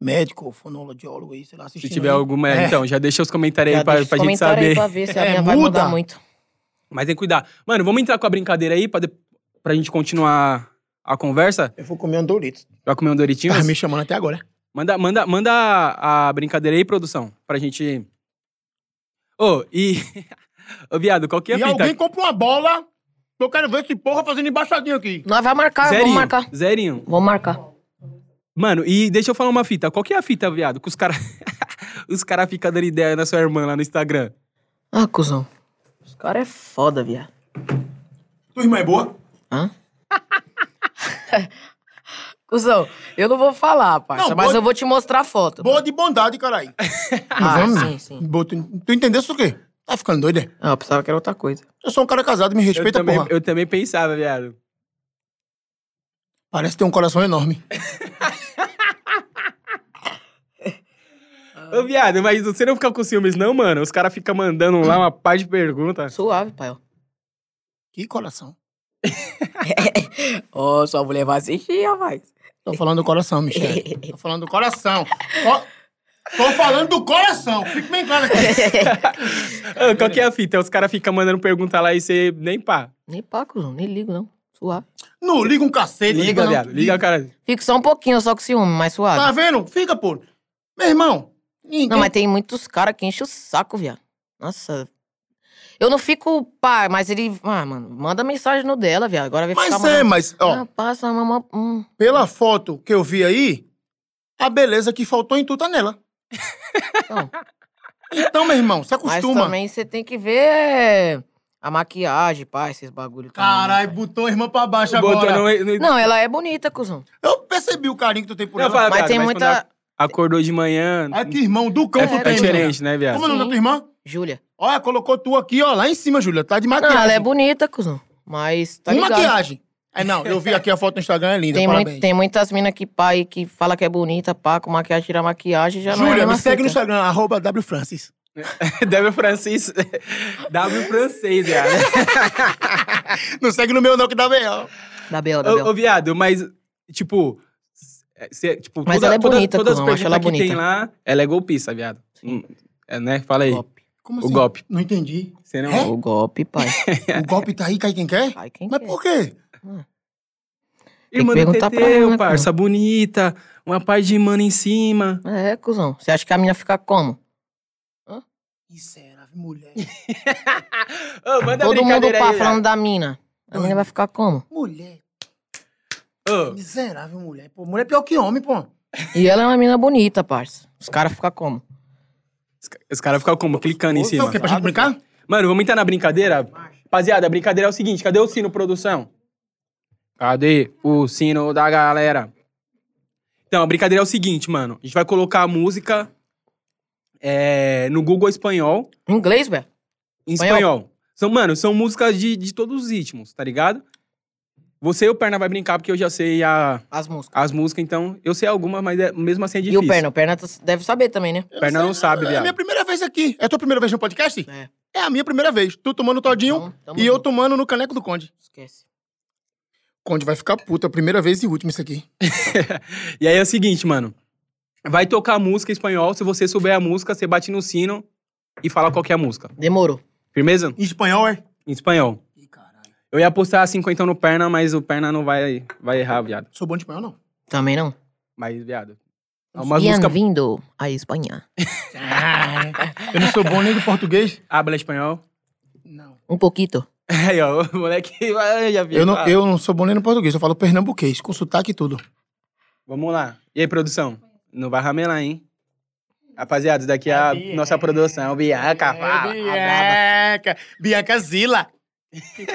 S2: médico, fonoaudiólogo aí, sei lá,
S1: Se
S2: assistindo.
S1: tiver
S2: aí.
S1: alguma.
S2: É.
S1: Então, já deixa os comentários
S3: Já
S1: aí pra,
S3: deixa
S1: pra
S3: os
S1: gente
S3: comentários
S1: saber.
S3: Aí pra ver se a
S2: É,
S3: minha vai mudar
S2: muda.
S3: muito.
S1: Mas tem que cuidar. Mano, vamos entrar com a brincadeira aí pra, de... pra gente continuar a conversa.
S2: Eu vou comer um Doritos.
S1: Vai comer um Doritinho?
S3: Ah,
S2: Tá me chamando até agora. né?
S1: Manda, manda, manda a a brincadeira aí, produção, pra gente. Ô, e. Ô, viado, qual que é
S2: E
S1: a fita?
S2: alguém compra uma bola, que eu quero ver esse porra fazendo embaixadinha aqui.
S3: Nós vai marcar, Ah, vamos
S1: Zerinho,
S3: marcar.
S1: Zerinho.
S3: Vamos marcar.
S1: Mano, e deixa eu falar uma fita. Qual que é a fita, viado? Que os caras. os caras ficam dando ideia na sua irmã lá no Instagram.
S3: Ah, cuzão. Os caras é foda, viado.
S2: Tua irmã é boa?
S3: Hã? cuzão, eu não vou falar, parça,
S2: Não,
S3: mas
S2: pode-
S3: eu vou te mostrar a foto.
S2: Boa de bondade, caralho.
S3: Ah, sim, sim.
S2: Boa, tu, tu entendesse o quê? Tá ficando doido, é?
S3: Ah, eu pensava que era outra coisa.
S2: Eu sou um cara casado, me
S1: Eu
S2: respeita,
S1: também,
S2: porra.
S1: eu também pensava, viado.
S2: Parece ter um coração enorme.
S1: Ô, viado, mas você não fica com ciúmes, não, mano? Os caras ficam mandando lá uma par de perguntas.
S3: Suave, pai. ó.
S2: Que coração?
S3: Ó, sua mulher vai assistir, rapaz.
S2: Tô falando do coração,
S3: É.
S2: Michele. Tô falando do coração. Co- Tô falando do coração. Fique bem claro aqui.
S1: Ô, qual que é a fita? Os caras ficam mandando pergunta lá e você nem pá.
S3: Nem pá, cuzão, nem ligo, não. Suave.
S2: Não liga um cacete.
S1: Liga,
S2: não.
S1: viado. Liga, cara.
S3: Fico só um pouquinho, só com ciúme, mas suave.
S2: Tá vendo? Fica, pô. Meu irmão. então, ninguém-
S3: Não, mas tem muitos caras que enchem o saco, viado. Nossa. Eu não fico, pá, mas ele. Ah, mano, manda mensagem no dela, viado. Agora vai
S2: Mas
S3: ficar.
S2: é,
S3: mandando-
S2: mas, ó,
S3: Ah, passa, mamãe. Hum.
S2: pela foto que eu vi aí, a beleza que faltou em tu tá nela.
S3: Não.
S2: Então, meu irmão, se
S3: Mas
S2: acostuma.
S3: também você tem que ver a maquiagem, pá, esses bagulho. também,
S2: Caralho,
S3: né,
S2: botou a irmã pra baixo
S1: Botou
S2: agora.
S1: no- no-
S3: pai? Não, ela é bonita, cuzão.
S2: Eu percebi o carinho que tu tem por
S1: Não,
S2: ela.
S1: fala- Ah,
S3: mas
S1: viado,
S3: tem
S1: mas
S3: muita.
S1: Acordou de manhã.
S2: É que irmão do cão
S1: É,
S2: tu
S1: é
S2: tem,
S1: diferente, né,
S2: Júlia.
S1: viado?
S2: Como é o nome da tua irmã?
S3: Júlia.
S2: Olha, colocou tu aqui, ó, lá em cima, Júlia. Tá de
S3: Não,
S2: maquiagem.
S3: ela é bonita, cuzão. Mas tá
S2: Com
S3: ligado.
S2: maquiagem. É, não, eu vi aqui a foto no Instagram, é linda,
S3: Tem,
S2: parabéns.
S3: muito, tem muitas minas que, pá, e que fala que é bonita, pá, com maquiagem, tira a maquiagem, já não é
S2: Júlia,
S3: a
S2: me
S3: mesma
S2: segue no
S3: fita.
S2: Instagram, arroba wfrancis.
S1: W francês. W francês, viado.
S2: Não segue no meu não, que dá melhor.
S3: Da Bel, da Bel.
S1: Ô, ô, viado, mas, tipo. Cê, tipo
S3: Mas ela é bonita,
S1: todas as
S3: cuzão,
S1: perguntas
S3: acho ela
S1: que
S3: bonita.
S1: tem lá, ela é golpista, viado. Hum, É, né? Fala aí.
S3: Golpe.
S2: Como assim?
S1: O golpe.
S2: Não entendi.
S1: Você não.
S2: É?
S3: O golpe, pai.
S2: O golpe tá aí, cai quem quer?
S3: Ai, quem é?
S2: Mas
S3: quer?
S2: por quê?
S3: que
S1: Irmã do
S3: perguntar pra
S1: Teteu,
S3: ela, né,
S1: parça, bonita. Uma par de mano em cima.
S3: É, cuzão. Você acha que a mina fica como?
S2: Miserável, mulher.
S1: Ô, manda a
S3: Todo mundo
S1: brincadeira
S3: pá
S1: aí,
S3: falando da mina. A mina vai ficar como?
S2: Mulher.
S3: um
S1: viado. Ô,
S2: Miserável, mulher. Pô, mulher é pior que homem, pô.
S3: E ela é uma mina bonita, parça. Os caras ficam como?
S1: os ca- Os caras ficam como? Clicando em
S2: Tá
S1: cima.
S2: o quê? Pra gente brincar?
S1: Mano, vamos entrar na brincadeira? Rapaziada, a brincadeira é o seguinte: cadê o sino, produção? Cadê o sino da galera? Então, a brincadeira é o seguinte, mano. A gente vai colocar a música é, no Google Espanhol.
S3: Em Inglês, velho?
S1: Em
S3: Espanhol.
S1: espanhol. São, mano, são músicas de, de todos os ritmos, tá ligado? Você e o Perna vai brincar, porque eu já sei a-
S3: As músicas.
S1: as músicas, então. Eu sei algumas, mas é- mesmo assim é
S3: E
S1: difícil.
S3: o Perna? O Perna tá- deve saber também, né?
S1: O Perna não sabe,
S2: É a minha
S1: viado.
S2: primeira vez aqui. É a tua primeira vez no podcast?
S3: É.
S2: É a minha primeira vez. Tu tomando todinho
S3: Então, tamo
S2: e eu
S3: junto.
S2: tomando no caneco do Conde.
S3: Esquece.
S2: Conde vai ficar puta. é a Primeira vez e última isso aqui.
S1: E aí é o seguinte, mano. Vai tocar a música em espanhol. Se você souber a música, você bate no sino e fala qual que é a música.
S3: Demorou.
S1: Firmeza?
S2: Em espanhol, é?
S1: Em espanhol.
S2: Ih, caralho.
S1: Eu ia apostar 50 no perna, mas o perna não vai, vai errar, viado.
S2: Sou bom de espanhol, não?
S3: Também não?
S1: Mas, viado. É uma música.
S3: Bem-vindo à Espanha.
S2: Eu não sou bom nem de português.
S1: Habla espanhol.
S2: Não.
S3: Um pouquinho.
S1: Aí, ó, o moleque. vai, já vi,
S2: Eu não,
S1: fala.
S2: eu não sou bom nem no português. Eu falo pernambuquês, com sotaque e tudo.
S1: Vamos lá. E aí, produção? Não vai ramelar, hein? Rapaziada, isso daqui é a nossa produção. Bianca, fala.
S2: É, Bianca. Bianca Zila.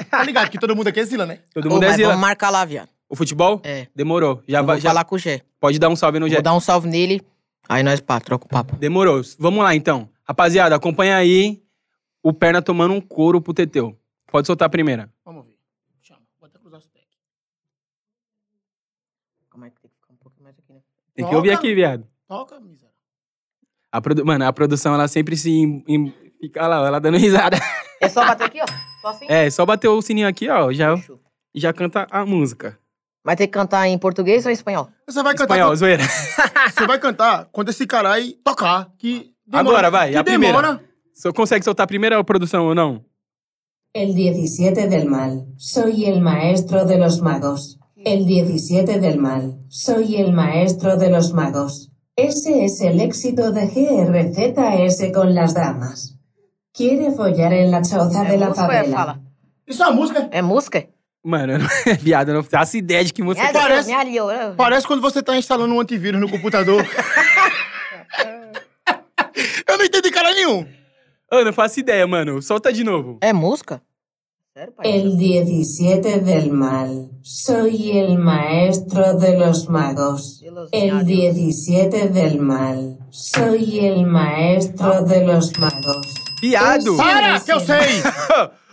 S2: tá ligado que todo mundo aqui é Zila, né?
S1: Todo
S3: Ô,
S1: mundo é
S3: mas
S1: zila.
S3: vamos marcar lá, viado.
S1: O futebol?
S3: É.
S1: Demorou. Já,
S3: Eu
S1: vai-
S3: vou
S1: já
S3: falar com o Gé.
S1: pode dar um salve no
S3: Vou
S1: Jet.
S3: dar um salve nele. Aí nós, pá, troca o papo.
S1: Demorou. Vamos lá, então. Rapaziada, acompanha aí o perna tomando um couro pro Teteu. Pode soltar a primeira.
S2: Vamos ver. Chama. Vou até cruzar os pés.
S3: Como é que tem que ficar um pouco mais aqui, né?
S1: Tem que ouvir
S2: Toca.
S1: aqui, viado.
S2: Toca, miserável.
S1: A produ- Mano, a produção, ela sempre se... Em... em- Fica olha lá, ela dando risada.
S3: É só bater aqui, ó. Só assim.
S1: É, só bater o sininho aqui, ó, já,
S3: Fechou.
S1: já canta a música.
S3: Mas tem que cantar em português ou em espanhol?
S2: Você vai cantar.
S1: Espanhol, zoeira.
S2: Você vai cantar quando esse cara aí tocar. Que demora-
S1: Agora, vai,
S2: que
S1: a primeira.
S2: demora.
S1: Você consegue soltar a primeira produção ou não?
S5: El 17 del mal. Soy el maestro de los magos. El 17 del mal. Soy el maestro de los magos. Ese es el éxito de GRZS con las damas. Quiere follar en la choza de
S3: é
S5: la
S3: música ou é
S5: favela.
S3: fala?
S2: Isso é uma música.
S3: É música?
S1: Mano, eu não... viado, eu não faço ideia de que música.
S3: Meu
S1: que é.
S3: Deus,
S2: parece-
S3: me aliou. Eu-
S2: Parece quando você tá instalando um antivírus no computador. Eu não entendi cara nenhum.
S1: Eu não faço ideia, é. mano. Solta de novo.
S3: É música? Sério, pai?
S5: El 17 del mal. Soy el maestro de los magos.
S3: De los
S5: El
S3: magos.
S5: 17 del mal. Soy el maestro de los magos.
S1: Viado!
S2: Para, que eu sei.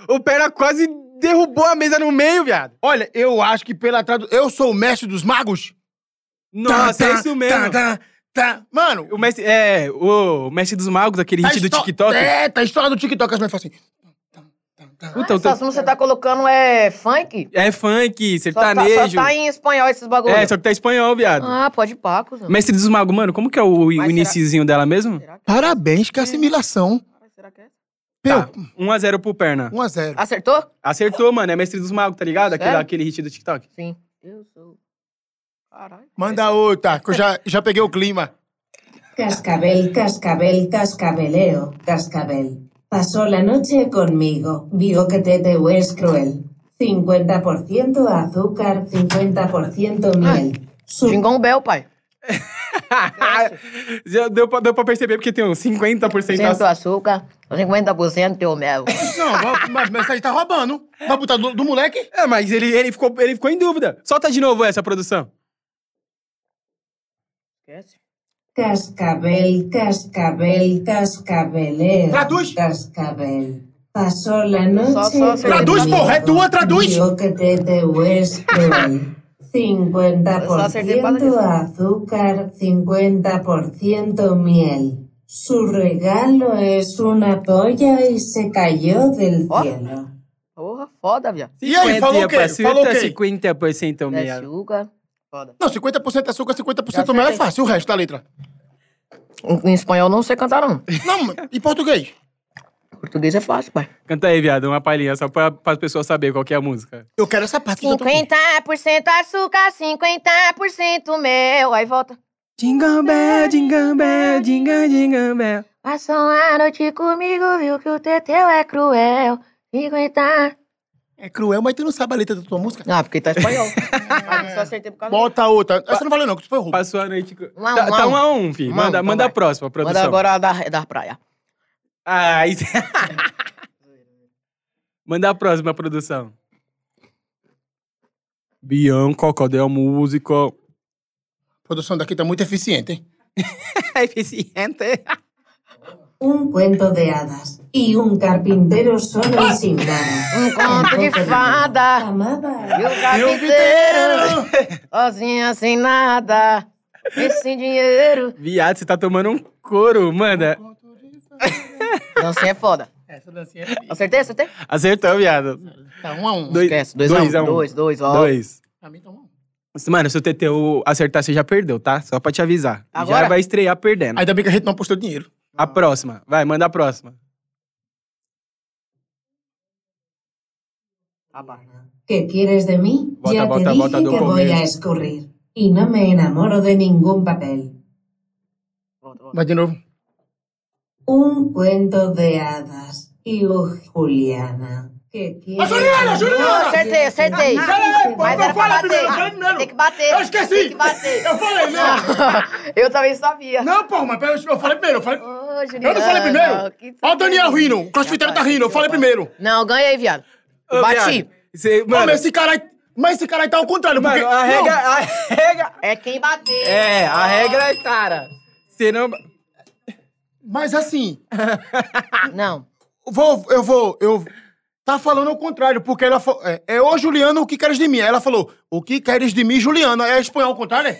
S1: o Pera quase derrubou a mesa no meio, viado.
S2: Olha, eu acho que pela tradução... Eu sou o mestre dos magos?
S1: Nossa, é isso mesmo.
S2: Tá, tá, tá. Mano...
S1: O mestre, é, o mestre dos magos, aquele hit do
S2: Tá esto-
S1: TikTok.
S2: É, tá estourado do TikTok. As mães falam assim... tá, tá, tá, tá.
S1: Puta, eu tô-
S3: Só se você tá colocando é funk?
S1: é funk,
S3: Só tá, só
S1: sertanejo.
S3: tá em espanhol esses bagulho.
S1: é, só que tá em espanhol, viado.
S3: Ah, pode pá, cuzão.
S1: Mestre dos magos, mano, como que é o, o
S3: será-
S1: iniciozinho dela mesmo?
S3: Será que
S2: Parabéns, que assimilação.
S3: é? Será que é?
S1: Tá,
S2: Meu,
S1: 1x0 pro Perna.
S2: 1 a 0
S3: Acertou?
S1: Acertou, mano, é mestre dos magos, tá ligado? Aquele,
S3: Sério?
S1: aquele hit do TikTok.
S3: Sim. Eu sou... Caralho.
S2: Manda outra, que eu já, já peguei o clima.
S5: Cascabel, cascabel, cascabeleo, cascabel. Pasó la noche conmigo. Digo que TTU es cruel. 50% azúcar, 50% miel. Su
S3: Jingão Bell, um pai.
S1: Já deu pra, deu pra perceber, porque tem uns 50%
S3: Cento
S1: da...
S3: açúcar, 50% é o mel.
S2: Não, mas- mas, mas isso aí tá roubando. Vai botar do, do moleque?
S1: É, mas ele, ele, ficou, ele ficou em dúvida. Solta de novo essa produção.
S3: Esquece.
S5: cascabel, cascabel, cascabeleo.
S2: Traduz.
S5: Cascabel. Pasó la noche.
S3: Só- só-
S5: conmigo.
S2: Traduz, porra, é tua, traduz.
S5: Digo que TTU es cruel.
S3: Só acertei para
S5: 50%
S3: disso.
S5: azúcar, 50% miel. Su regalo es una polla y se cayó del
S3: Oh.
S5: cielo.
S3: Porra, foda, viado.
S2: E aí, falou o quê? Falou o quê?
S1: 50%
S3: É
S1: minha.
S3: açúcar. Foda.
S2: Não, 50% açúcar, 50%
S3: Já
S2: mel é
S3: acertei.
S2: fácil, o resto da letra.
S3: Em espanhol não sei cantar, não.
S2: Não, mas em português.
S3: Português é fácil, pai.
S1: Canta aí, viado, uma palhinha, só pra, pra pessoas saberem qual que é a música.
S2: Eu quero essa parte. do teu-
S3: 50% açúcar, 50% mel. Aí volta.
S1: Jingle bell, jingle bell, jingle, jingle bell.
S3: Passou a noite comigo, viu que o Teteu é cruel. 50.
S2: É cruel, mas tu não sabe a letra da tua música.
S3: Ah, porque tá espanhol. Mas eu só acertei por causa
S2: Bota outra. Essa não valeu não, que isso foi roubo.
S1: Passou a noite. com-
S3: Um a um,
S1: tá,
S3: um a
S1: tá
S3: um.
S1: um a um, fi.
S3: Um a um,
S1: manda
S3: então
S1: manda a
S3: vai.
S1: próxima, produção.
S3: Manda agora a da, é da praia.
S1: Ah, isso... manda a próxima, produção. Bianca, cadê a música?
S2: A produção daqui tá muito eficiente, hein?
S3: É
S1: Eficiente.
S5: Un cuento de hadas y un carpintero solo y sin nada.
S3: Um conto de fada.
S5: Amaba
S3: E
S2: Tá
S3: o carpinteiro, sozinha sem nada. E sem dinheiro.
S1: Viado, você tá tomando um couro, manda.
S3: Dancinha é foda.
S2: Essa dancinha é
S3: Acertei, acertei?
S1: Acertou, viado.
S2: Tá um a um.
S1: Dois-
S3: Esquece. Dois,
S1: dois
S3: a
S1: a
S3: um.
S1: um.
S3: Dois, dois, ó.
S1: Dois.
S2: Pra mim tá um a um.
S1: Mano, se o TTU acertar, você já perdeu, tá? Só pra te avisar. Já
S3: Agora?
S1: vai estrear perdendo.
S2: Ainda bem que a gente não apostou dinheiro.
S1: A próxima. Vai, manda a próxima.
S3: Ah, pá.
S5: ¿Qué quieres de mí?
S1: Bota,
S5: ya
S1: bota,
S5: te
S1: bota,
S5: dije
S1: do
S5: que voy
S1: comienzo.
S5: a escurrir. Y no me enamoro de ningún papel.
S3: Volta, volta.
S2: Vai de novo.
S5: Un cuento de hadas y uh, Juliana. ¿Qué quieres?
S2: Juliana,
S5: de mí?
S2: Juliana!
S3: Acertei, acertei. Mas
S5: Peraí,
S2: pô, então
S3: era pra
S2: fala primeiro, fala
S3: bater.
S2: primeiro.
S3: Tem que bater.
S2: Eu esqueci.
S3: Tem que bater.
S2: Eu falei, não.
S3: Eu também sabia.
S2: Não, porra, mas pera, eu falei primeiro, eu falei...
S3: Ô,
S2: Eu
S3: Juliana,
S2: não falei primeiro?
S3: que
S2: Olha o Daniel rindo. O crossfiteiro tá rindo. Eu falei primeiro.
S3: Não, ganha aí, viado.
S1: Ô,
S3: Bati.
S1: viado, Você,
S2: Não,
S1: mano,
S2: mas esse cara aí... Mas esse cara aí tá ao contrário, porque...
S1: mano, a
S2: Não,
S1: regra, a regra...
S3: É quem bater.
S1: É, a regra é cara. Você não...
S2: Mas assim,
S3: Não.
S2: vou, eu vou... Eu... Tá falando ao contrário, porque ela falou... É, é ô, Juliano, o que queres de mim? Aí Ela falou, o que queres de mim, Juliano? É espanhol ao contrário, né?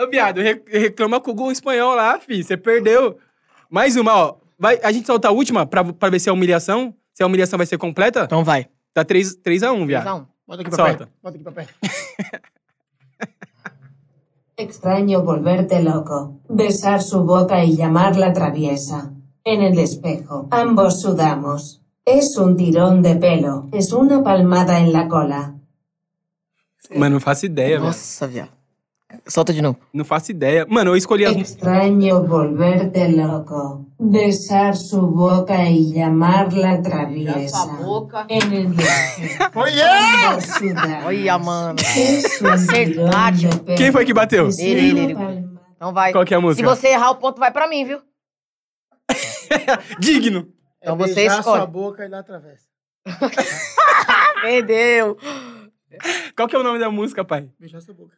S1: Ô, viado, re- reclama com o gol espanhol lá, fi. Você perdeu. Mais uma, ó. Vai, a gente solta a última pra, pra ver se é humilhação. Se a humilhação vai ser completa.
S3: Então vai.
S1: Tá 3, 3 a 1 viado.
S3: 3x1.
S2: Bota aqui pra
S1: Solta.
S2: perto. Bota aqui pra perto.
S5: Extraño volverte loco, besar su boca y llamarla traviesa. En el espejo, ambos sudamos. Es un tirón de pelo, es una palmada en la cola.
S1: Mano, não faço ideia, velho.
S3: Nossa, viado. Solta de novo.
S1: Não faço ideia. Mano, eu escolhi
S3: É
S1: as.
S5: Extraño volverte loco, besar su boca y llamarla traviesa. En el espejo,
S2: Olha!
S5: ambos sudamos.
S3: Olha, mano.
S5: Es un
S3: Acertado.
S5: tirón de pelo,
S1: Quem foi que bateu?
S5: es
S3: Ele, ele,
S5: una
S3: ele.
S5: palmada
S3: Então vai.
S1: Qual que é a
S3: Se
S1: música?
S3: você errar, o ponto vai pra mim, viu?
S1: Digno.
S3: Então
S2: É
S3: você
S2: beijar
S3: escolhe.
S2: sua boca e lá atravessa.
S3: Perdeu.
S1: Qual que é o nome da música, pai?
S2: Beijar sua boca.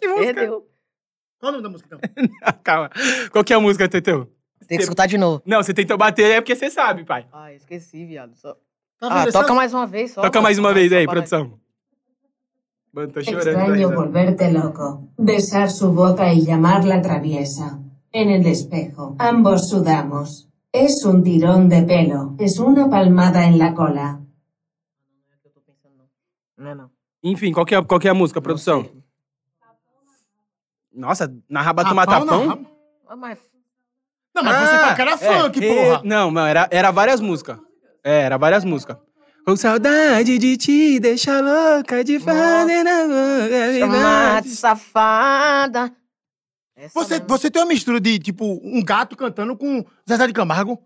S1: Que
S3: Perdeu.
S2: Qual o nome da música, então?
S1: Calma. Qual que é a música, Teteu?
S3: Tem que escutar de novo.
S1: Não, você tentou bater, é porque você sabe, pai.
S3: Ah, esqueci, viado. Só-
S2: Tá vendo
S3: Ah,
S2: essa-
S3: toca mais uma vez só.
S1: Toca
S3: mano.
S1: mais uma vez
S3: Só
S1: aí,
S3: pra-
S1: produção. Mano, tô chorando. da
S5: Extraño
S1: risada.
S5: volverte loco, besar su boca y llamarla traviesa. En el espejo, ambos sudamos. Es un tirón de pelo, es una palmada en la cola.
S3: Não é não.
S1: Enfim, qual que, é, qual que é a música, produção? Nossa, na raba tomar
S2: Rapão na
S1: tapão? Ah,
S2: raba?
S3: Ah, Mas
S2: Não, mas você tá cara funk, porra.
S1: é, Não, não, era, era várias músicas. É, era várias músicas. Com saudade de te deixar louca, de fazer na boca.
S3: chamar
S1: verdade.
S3: de safada. Essa
S2: Você,
S3: mesmo.
S2: você tem uma mistura de, tipo, um gato cantando com Zezé de Camargo.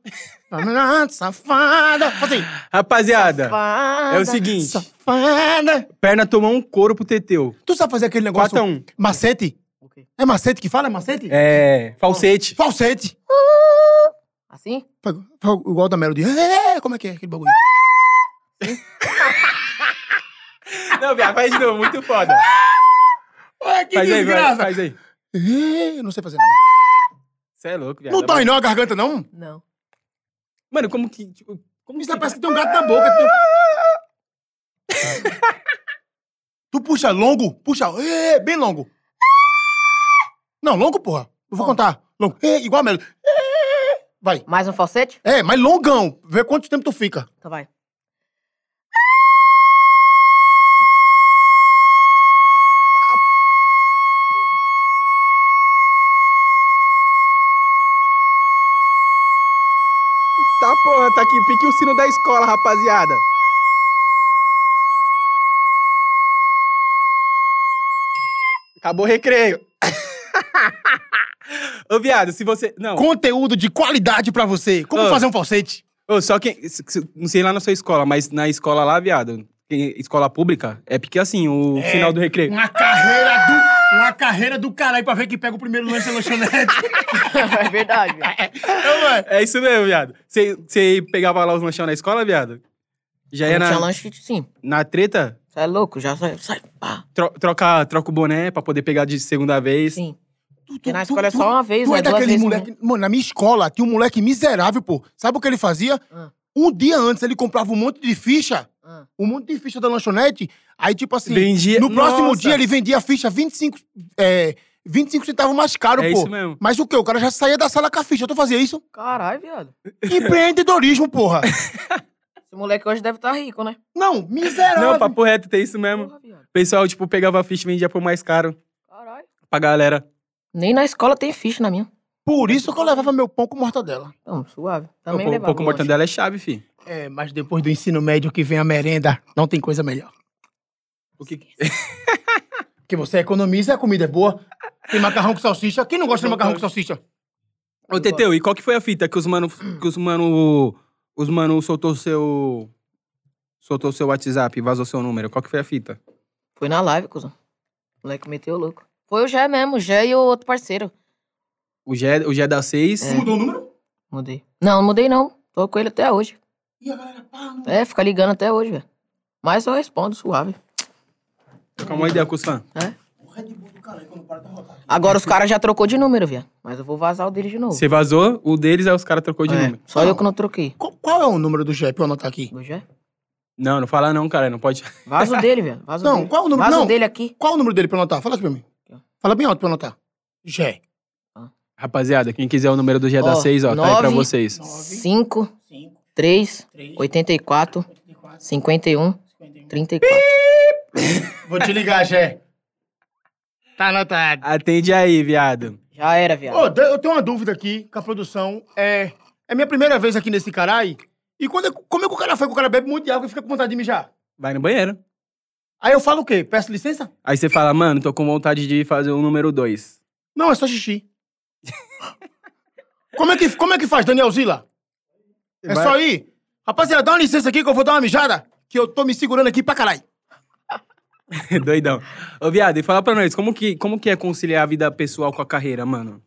S2: Tanana, safada. Faz aí.
S1: Rapaziada,
S3: Safada.
S1: é o seguinte.
S2: Safada.
S1: Perna tomou um couro pro Teteu.
S2: Tu sabe fazer aquele negócio...
S1: 4x1.
S2: Macete?
S3: O quê?
S2: É macete que fala? É macete?
S1: É, falsete.
S2: Falsete.
S3: Assim?
S2: Pega- pega Igual da melodia. É, como é que é aquele bagulho?
S1: Não, viado, faz de novo, muito foda.
S2: Ué, que
S1: Faz aí, vai, faz aí.
S2: É, não sei fazer não.
S1: Você é louco, viado.
S2: Não dói não a garganta, não?
S3: Não.
S1: Mano, como que. Tipo, como
S2: Isso
S1: que...
S2: aí parece que tem um gato na boca. tem um- tu puxa longo, puxa é, bem longo. Não, longo, porra. Eu vou contar. Longo. É, igual a Melo. É, vai.
S3: Mais um falsete?
S2: É, mas longão. Vê quanto tempo tu fica.
S3: Então vai.
S1: Tá, porra, tá aqui. Pique o sino da escola, rapaziada. Acabou o recreio. Ô, viado, se você. Não.
S2: Conteúdo de qualidade pra você. Como
S1: Ah.
S2: fazer um falsete?
S1: Ô, só quem. se- se- Não sei lá na sua escola, mas na escola lá, viado. em Escola pública, é porque assim, o final do recreio.
S2: Uma carreira do... Uma carreira do caralho pra ver quem pega o primeiro lanche da lanchonete.
S3: é verdade. viado.
S1: É isso mesmo, viado. Você pegava lá os lanchão na escola, viado? Já ia
S3: Não tinha
S1: na,
S3: lanche, sim.
S1: na treta?
S3: Você é louco, já sai. sai pá.
S1: Tro- troca, troca o boné pra poder pegar de segunda vez.
S3: Sim.
S2: Tu-
S3: Porque na
S2: tu-
S3: escola é
S2: tu-
S3: só uma vez,
S2: Tu
S3: né?
S2: é
S3: Duas
S2: daquele
S3: vezes.
S2: moleque. Mano, na minha escola tinha um moleque miserável, pô. Sabe o que ele fazia?
S3: Ah.
S2: Um dia antes ele comprava um monte de ficha,
S3: Ah.
S2: um monte de ficha da lanchonete. Aí, tipo assim,
S1: Vendia-
S2: no próximo
S1: Nossa!
S2: dia ele vendia a ficha 25, é, 25 centavos mais caro,
S1: É
S2: pô.
S1: isso mesmo.
S2: Mas o quê? O cara já saía da sala com a ficha. Tu fazia isso?
S3: Caralho, viado.
S2: Empreendedorismo, porra.
S3: Esse moleque hoje deve estar rico, né?
S2: Não, miserável.
S1: Não, papo reto, tem isso mesmo.
S3: Porra, viado.
S1: O pessoal, tipo, pegava a ficha e vendia por mais caro
S3: Caralho.
S1: pra galera.
S3: Nem na escola tem ficha na minha.
S2: Por isso que eu levava meu pão com mortadela.
S3: Então, suave.
S1: Pô,
S3: Também
S1: pô,
S3: levava. um
S1: pô, com mortadela é chave, fi.
S2: É, mas depois do ensino médio que vem a merenda, não tem coisa melhor.
S1: O que...
S2: Porque você economiza, a comida é boa. Tem macarrão com salsicha. Quem não gosta de macarrão com salsicha?
S1: Ô, Teteu, e qual que foi a fita que os mano... Que os mano... Os mano soltou seu... Soltou seu WhatsApp, vazou seu número. Qual que foi a fita?
S3: Foi na live, cuzão. O moleque meteu o louco. Foi o Jé mesmo, o Jé e o outro parceiro.
S1: O Gé, o Gé da 6...
S3: É.
S2: Mudou o número?
S3: Mudei. Não, não mudei não. Tô com ele até hoje.
S2: E a galera, pá, não.
S3: É, fica ligando até hoje, velho. Mas eu respondo suave.
S1: Trocar uma ideia com os fãs.
S2: O Red Bull do caralho, quando para de rodar.
S3: Agora os caras já trocou de número, viado. Mas eu vou vazar o dele de novo.
S1: Você vazou, o deles, aí os caras trocou de
S3: É,
S1: número.
S3: Só eu que não troquei.
S2: Qual, qual é o número do Jeep? Eu anotar aqui.
S3: O Jé?
S1: Não, não fala não, cara. Não pode...
S3: Vaza o dele, velho. Vaza
S2: Não,
S3: o dele.
S2: qual o número?
S3: Vaza
S2: Não.
S3: o dele aqui.
S2: Qual é o número dele pra eu anotar? Fala aqui pra mim. Fala bem alto pra eu anotar. Jé.
S1: Rapaziada, quem quiser o número do Gé da
S3: Ó,
S1: 6, ó, tá aí pra
S3: nove.
S1: vocês.
S3: um, 5, 3, 84, 51, 34.
S2: Vou te ligar, Jé.
S6: Tá anotado.
S1: Atende aí, viado.
S3: Já era, viado.
S2: Ô, de- eu tenho uma dúvida aqui com a produção. É, é minha primeira vez aqui nesse caralho. E quando, é- como é que o cara foi que o cara bebe muito de água e fica com vontade de mijar?
S1: Vai no banheiro.
S2: Aí eu falo o quê? Peço licença?
S1: Aí você fala, mano, tô com vontade de fazer o número dois.
S2: Não, é só xixi. como, é que, como é que faz, Daniel Zila? É
S1: Vai-
S2: só ir? Rapaziada, dá uma licença aqui que eu vou dar uma mijada, que eu tô me segurando aqui pra caralho.
S1: Doidão. Ô, viado, e fala pra nós, como que, como que é conciliar a vida pessoal com a carreira, mano?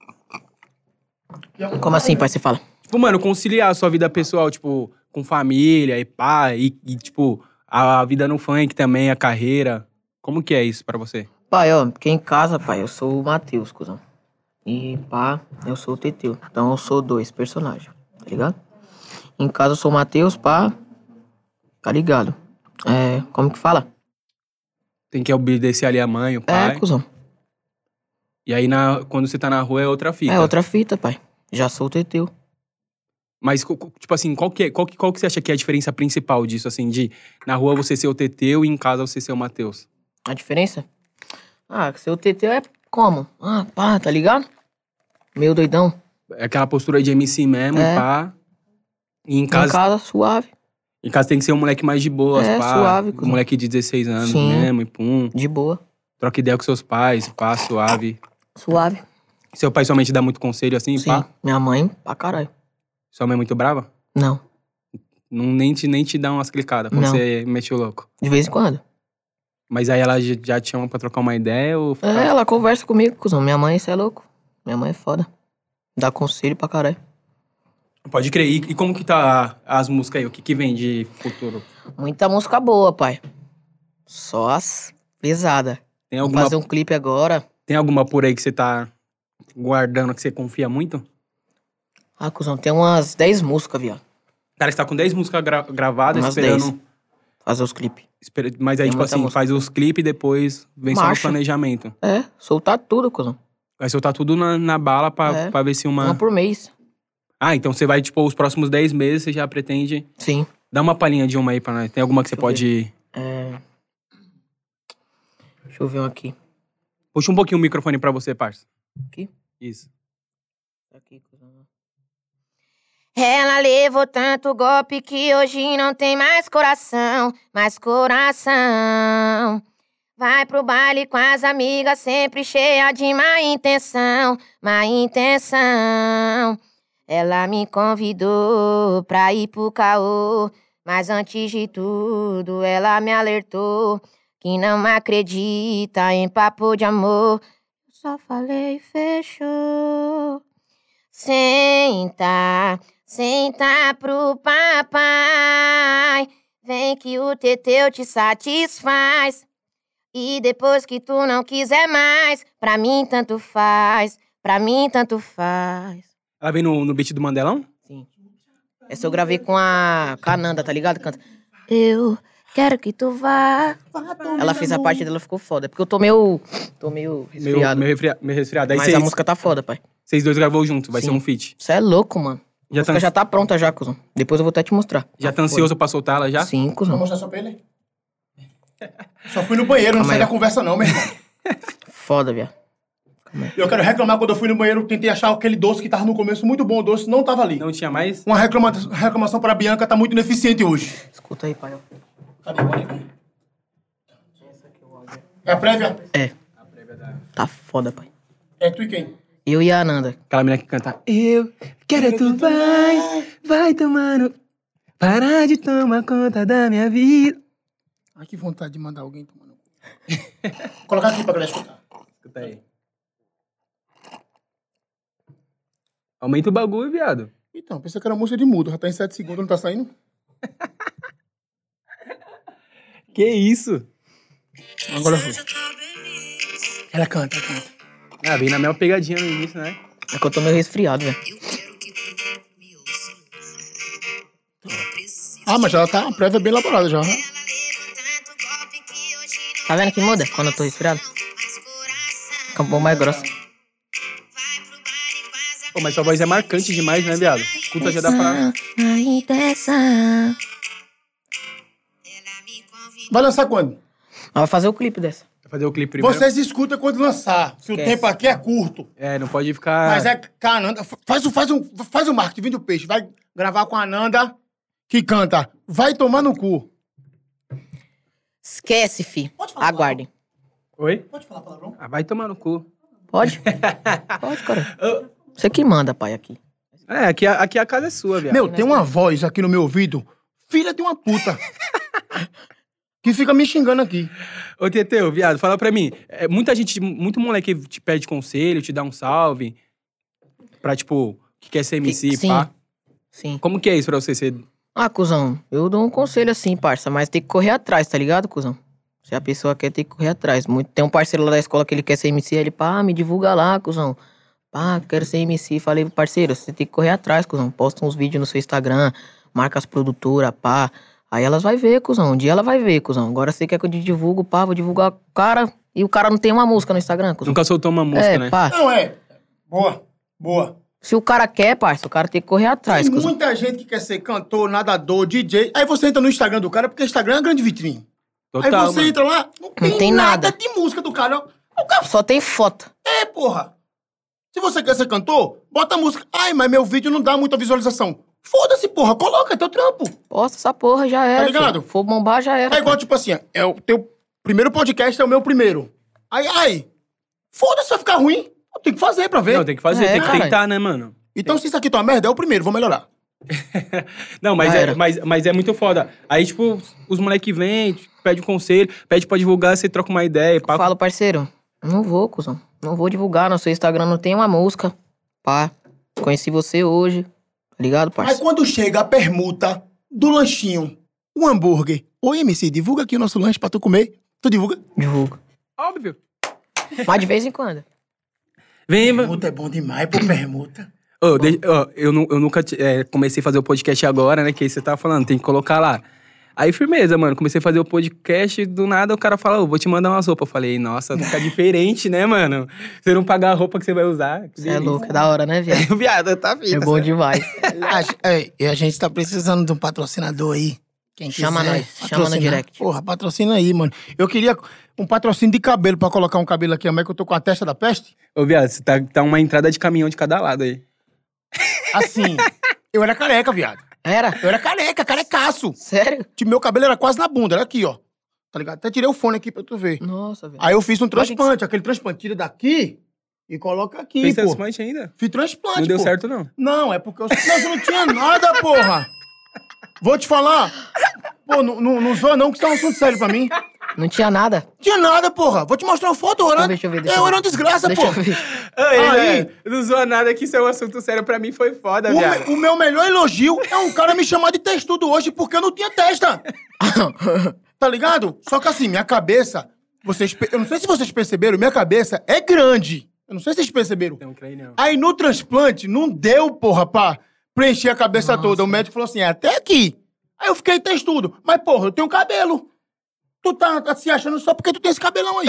S3: Como assim, pai? Você fala.
S1: Tipo, mano, conciliar a sua vida pessoal, tipo, com família e pá, e, e, tipo, a, a vida no funk também, a carreira. Como que é isso pra você?
S3: Pai, ó, porque em casa, pai, eu sou o Matheus, cuzão. E pá, eu sou o Teteu. Então eu sou dois personagens, tá ligado? Em casa eu sou o Matheus, pá. Tá ligado? É, como que fala?
S1: Tem que obedecer ali a mãe, o
S3: É,
S1: pai.
S3: cuzão.
S1: E aí, na, quando você tá na rua, é outra fita.
S3: É outra fita, pai. Já sou o Teteu.
S1: Mas, co- co- tipo assim, qual que, é- qual, que, qual que você acha que é a diferença principal disso, assim, de na rua você ser o Teteu e em casa você ser o Matheus?
S3: A diferença? Ah, seu Teteu é como? Ah, pá, tá ligado? Meu doidão.
S1: É aquela postura de MC mesmo,
S3: É.
S1: pá. E em
S3: Em
S1: casa,
S3: casa, suave.
S1: em casa tem que ser um moleque mais de boa,
S3: É,
S1: pá.
S3: suave,
S1: um
S3: cuzão.
S1: moleque de 16 anos
S3: Sim.
S1: mesmo, e pum.
S3: De boa.
S1: Troca ideia com seus pais, pá, suave.
S3: Suave.
S1: Seu pai somente dá muito conselho assim,
S3: Sim.
S1: pá?
S3: Minha mãe, pra caralho.
S1: Sua mãe é muito brava?
S3: Não.
S1: Não, nem, te, nem te dá umas clicadas quando
S3: Não.
S1: você mete o louco.
S3: De vez em quando.
S1: Mas aí ela já já te chama pra trocar uma ideia ou fica-
S3: É, ela conversa comigo, cuzão. Minha mãe, isso é louco. Minha mãe é foda. Dá conselho pra caralho.
S1: Pode crer. E, e como que tá as músicas aí? O que, que vem de futuro?
S3: Muita música boa, pai. Só as pesadas.
S1: Tem
S3: Vou
S1: alguma,
S3: fazer um clipe agora.
S1: tem alguma por aí que você tá guardando que você confia muito?
S3: Ah, cuzão, tem umas 10 músicas, viado.
S1: Cara, você tá com 10 músicas gra- gravadas,
S3: Umas
S1: esperando,
S3: Fazer os clipes.
S1: espera- Mas aí,
S3: Tem
S1: tipo
S3: muita
S1: assim,
S3: música.
S1: faz os clipes e depois vem
S3: Marcha.
S1: só no planejamento.
S3: É, soltar tudo, cuzão.
S1: Vai soltar tudo na, na bala pra,
S3: É.
S1: pra ver se uma.
S3: Uma por mês.
S1: Ah, então você vai, tipo, os próximos 10 meses você já pretende.
S3: Sim.
S1: Dá uma palhinha de uma aí pra nós. Tem alguma que você
S3: Deixa eu
S1: pode.
S3: É... Deixa eu ver um aqui.
S1: Puxa um pouquinho o microfone pra você, parça.
S3: Aqui?
S1: Isso.
S3: Aqui, cuzão.
S4: Ela levou tanto golpe que hoje não tem mais coração, mais coração. Vai pro baile com as amigas, sempre cheia de má intenção, má intenção. Ela me convidou pra ir pro caô, mas antes de tudo ela me alertou que não acredita em papo de amor. Eu só falei, fechou. Senta, senta pro papai. Vem que o teteu te satisfaz. E depois que tu não quiser mais, pra mim tanto faz, pra mim tanto faz.
S1: Ela vem no, no beat do Mandelão?
S3: Sim. Essa eu gravei com a Cananda, tá ligado? Canta.
S4: Eu quero que tu vá.
S3: Ela fez a parte dela, ficou foda. Porque eu tô meio. tô meio
S1: Meu,
S3: resfriado.
S1: meu, refria, meu resfriado. Aí
S3: Mas a
S1: vocês,
S3: música tá foda, pai.
S1: vocês dois gravou junto, vai
S3: Sim.
S1: ser um feat.
S3: Isso é louco, mano.
S1: Já
S3: a música
S1: tá,
S3: já tá pronta já, cuzão. Depois eu vou até te mostrar.
S1: já tá ansioso pra soltar ela já?
S3: já? Sim,
S2: Vou
S3: cuzão.
S2: mostrar só pra ele. Só fui no banheiro, não
S3: Calma
S2: saí
S3: aí.
S2: da conversa não, meu irmão.
S3: Foda, viado.
S2: Eu quero reclamar quando eu fui no banheiro, tentei achar aquele doce que tava no começo muito bom, o doce não tava ali.
S1: Não tinha mais?
S2: Uma reclama- reclamação pra Bianca tá muito ineficiente hoje.
S3: Escuta aí, pai. ó.
S2: Cadê? Olha aqui. É a prévia?
S3: É. Tá foda, pai.
S2: É tu e quem?
S3: Eu e a Ananda.
S1: Aquela menina que canta. Eu quero é tu vai, vai tomando. Parar de tomar conta da minha vida.
S2: Ai, que vontade de mandar alguém tomar no cu. Colocar aqui pra galera escutar.
S1: Escuta aí. Aumenta o bagulho, viado.
S2: Então, pensei que era música de mudo, já tá em 7 segundos, não tá saindo?
S1: Que isso?
S2: Agora foi. Ela canta, ela canta.
S1: Ah, vem na minha pegadinha no início, né?
S3: É que eu tô meio resfriado, velho.
S2: Ah, mas ela tá uma prévia bem elaborada já. né?
S3: Tá vendo que muda quando eu tô resfriado? Fica um pouco mais grossa.
S1: Pô, mas sua voz é marcante demais, né, viado? Escuta, já dá pra.
S4: Má intenção.
S2: Vai lançar quando?
S3: Ela vai fazer o clipe dessa.
S1: Vai fazer o clipe primeiro.
S2: Vocês escutam quando lançar. Se o
S3: Esquece.
S2: tempo aqui é curto.
S1: É, não pode ficar.
S2: Mas é com a Ananda. Faz o, faz, um, faz o marketing, vem do peixe. Vai gravar com a Ananda, que canta. Vai tomar no cu.
S3: Esquece, fi.
S2: Ah,
S3: Aguardem.
S1: Oi? Pode falar palavrão? Ah, vai tomar no cu.
S3: Pode? Pode, cara. Você que manda, pai, aqui.
S1: É, aqui, a- aqui a casa é sua, viado.
S2: Meu, tem uma voz aqui no meu ouvido, filha de uma puta, que fica me xingando aqui.
S1: Ô, Teteu, viado, fala pra mim. é, muita gente, muito moleque te pede conselho, te dá um salve. Pra, tipo, que quer ser MC,
S3: Sim.
S1: pá.
S3: Sim.
S1: Como que é isso pra você? Você
S3: Ah, cuzão, eu dou um conselho assim, parça, mas tem que correr atrás, tá ligado, cuzão? Se a pessoa quer, tem que correr atrás. Muito- Tem um parceiro lá da escola que ele quer ser MC, ele, pá, me divulga lá, cuzão. Pá, quero ser MC. Falei, parceiro, você tem que correr atrás, cuzão. Posta uns vídeos no seu Instagram, marca as produtoras, pá. Aí elas vai ver, cuzão. Um dia ela vai ver, cuzão. Agora você quer que eu te divulgo, pá, vou divulgar o cara. E o cara não tem uma música no Instagram, cuzão.
S1: nunca soltou uma música,
S3: é,
S1: né?
S3: pá.
S2: Não, é. Boa, boa.
S3: Se o cara quer, parça, o cara tem que correr atrás,
S2: Tem
S3: cuzão.
S2: muita gente que quer ser cantor, nadador, DJ. Aí você entra no Instagram do cara, porque o Instagram é uma grande vitrine.
S1: Total,
S2: Aí
S1: mano.
S2: você
S3: tá
S2: entra lá, não tem,
S3: tem
S2: nada.
S3: nada.
S2: de música do cara. O cara
S3: Só tem foto.
S2: é, porra. Se você quer ser cantor, bota a música. Ai, mas meu vídeo não dá muita visualização. Foda-se, porra, coloca, é teu trampo.
S3: Posta essa porra, já era. filho.
S2: Tá ligado?
S3: For bombar, já era.
S2: É igual, tipo assim, é o teu primeiro podcast é o meu primeiro. Ai, ai. Foda-se, vai ficar ruim. Tem que fazer pra ver.
S1: Não, tem que fazer,
S3: É,
S1: tem que
S3: caralho.
S1: tentar, né, mano?
S2: Então, se isso aqui tá uma merda, é o primeiro, vou melhorar.
S1: Não, mas
S3: Já
S1: é,
S3: era.
S1: mas, mas é muito foda. Aí, tipo, os moleque vêm, te pede um conselho, pede pra divulgar, você troca uma ideia, pá.
S3: Eu falo, parceiro, não vou, cuzão. Não vou divulgar no seu Instagram, não tem uma música. Pá, conheci você hoje. Tá ligado,
S2: Mas
S3: parceiro?
S2: quando chega a permuta do lanchinho, um hambúrguer. Oi, MC, divulga aqui o nosso lanche pra tu comer. Tu divulga?
S3: Divulgo.
S1: Óbvio.
S3: Mas de vez em quando.
S1: Vem, mano.
S2: é bom demais, pô, permuta.
S1: Ô, de- ó, eu, nu- eu nunca ti- é, comecei a fazer o podcast agora, né? Que aí você tava falando, tem que colocar lá. Aí, firmeza, mano. Comecei a fazer o podcast, do nada o cara fala, ô, vou te mandar umas roupas. Eu falei, nossa, fica diferente, né, mano? Você não pagar a roupa que você vai usar. que
S3: Você é
S1: delícia.
S3: louco, é da hora, né, viado?
S1: Viado, tá
S3: É
S1: fita.
S3: bom demais.
S2: A, é, e a gente tá precisando de um patrocinador aí. Quem
S3: Chama
S2: quiser
S3: nós, chama no
S2: patrocinar.
S3: direct.
S2: Porra, patrocina aí, mano. Eu queria um patrocínio de cabelo pra colocar um cabelo aqui, mas que eu tô com a testa da peste.
S1: Ô, viado, você tá, tá uma entrada de caminhão de cada lado aí.
S2: Assim, eu era careca, viado.
S3: Era?
S2: Eu era careca, carecaço.
S3: Sério?
S2: Tipo, meu cabelo era quase na bunda, era aqui, ó. Tá ligado? Até tirei o fone aqui pra tu ver.
S3: Nossa, velho.
S2: Aí eu fiz um transplante, aquele transplante tira daqui e coloca aqui,
S1: Fez
S2: pô.
S1: transplante ainda?
S2: Fiz transplante,
S1: Não deu
S2: pô.
S1: certo, não.
S2: Não, é porque eu... Mas eu não tinha nada, porra. Vou te falar. Pô, não, não, não zoa não, que isso é um assunto sério pra mim. Não
S3: Não tinha nada.
S2: tinha nada, porra. Vou te mostrar uma foto, eu era...
S3: Então Deixa eu ver, deixa eu ver.
S2: eu era uma desgraça,
S3: Deixa
S2: pô.
S3: eu ver.
S1: Aí,
S2: Aí-
S1: velho, não zoa nada que isso é um assunto sério pra mim, foi foda,
S2: O,
S1: viado.
S2: me- o meu melhor elogio é um cara me chamar de textudo hoje porque eu não tinha testa. tá ligado? Só que assim, minha cabeça. Vocês, pe- eu não sei se vocês perceberam, minha cabeça é grande. Eu não sei se vocês perceberam.
S1: Não, creio não.
S2: Aí no transplante, não deu, porra, pra preencher a cabeça toda. O médico falou assim: é até aqui. Aí eu fiquei textudo. Mas, porra, eu tenho cabelo. Tu tá, tá se achando só porque tu tem esse cabelão aí.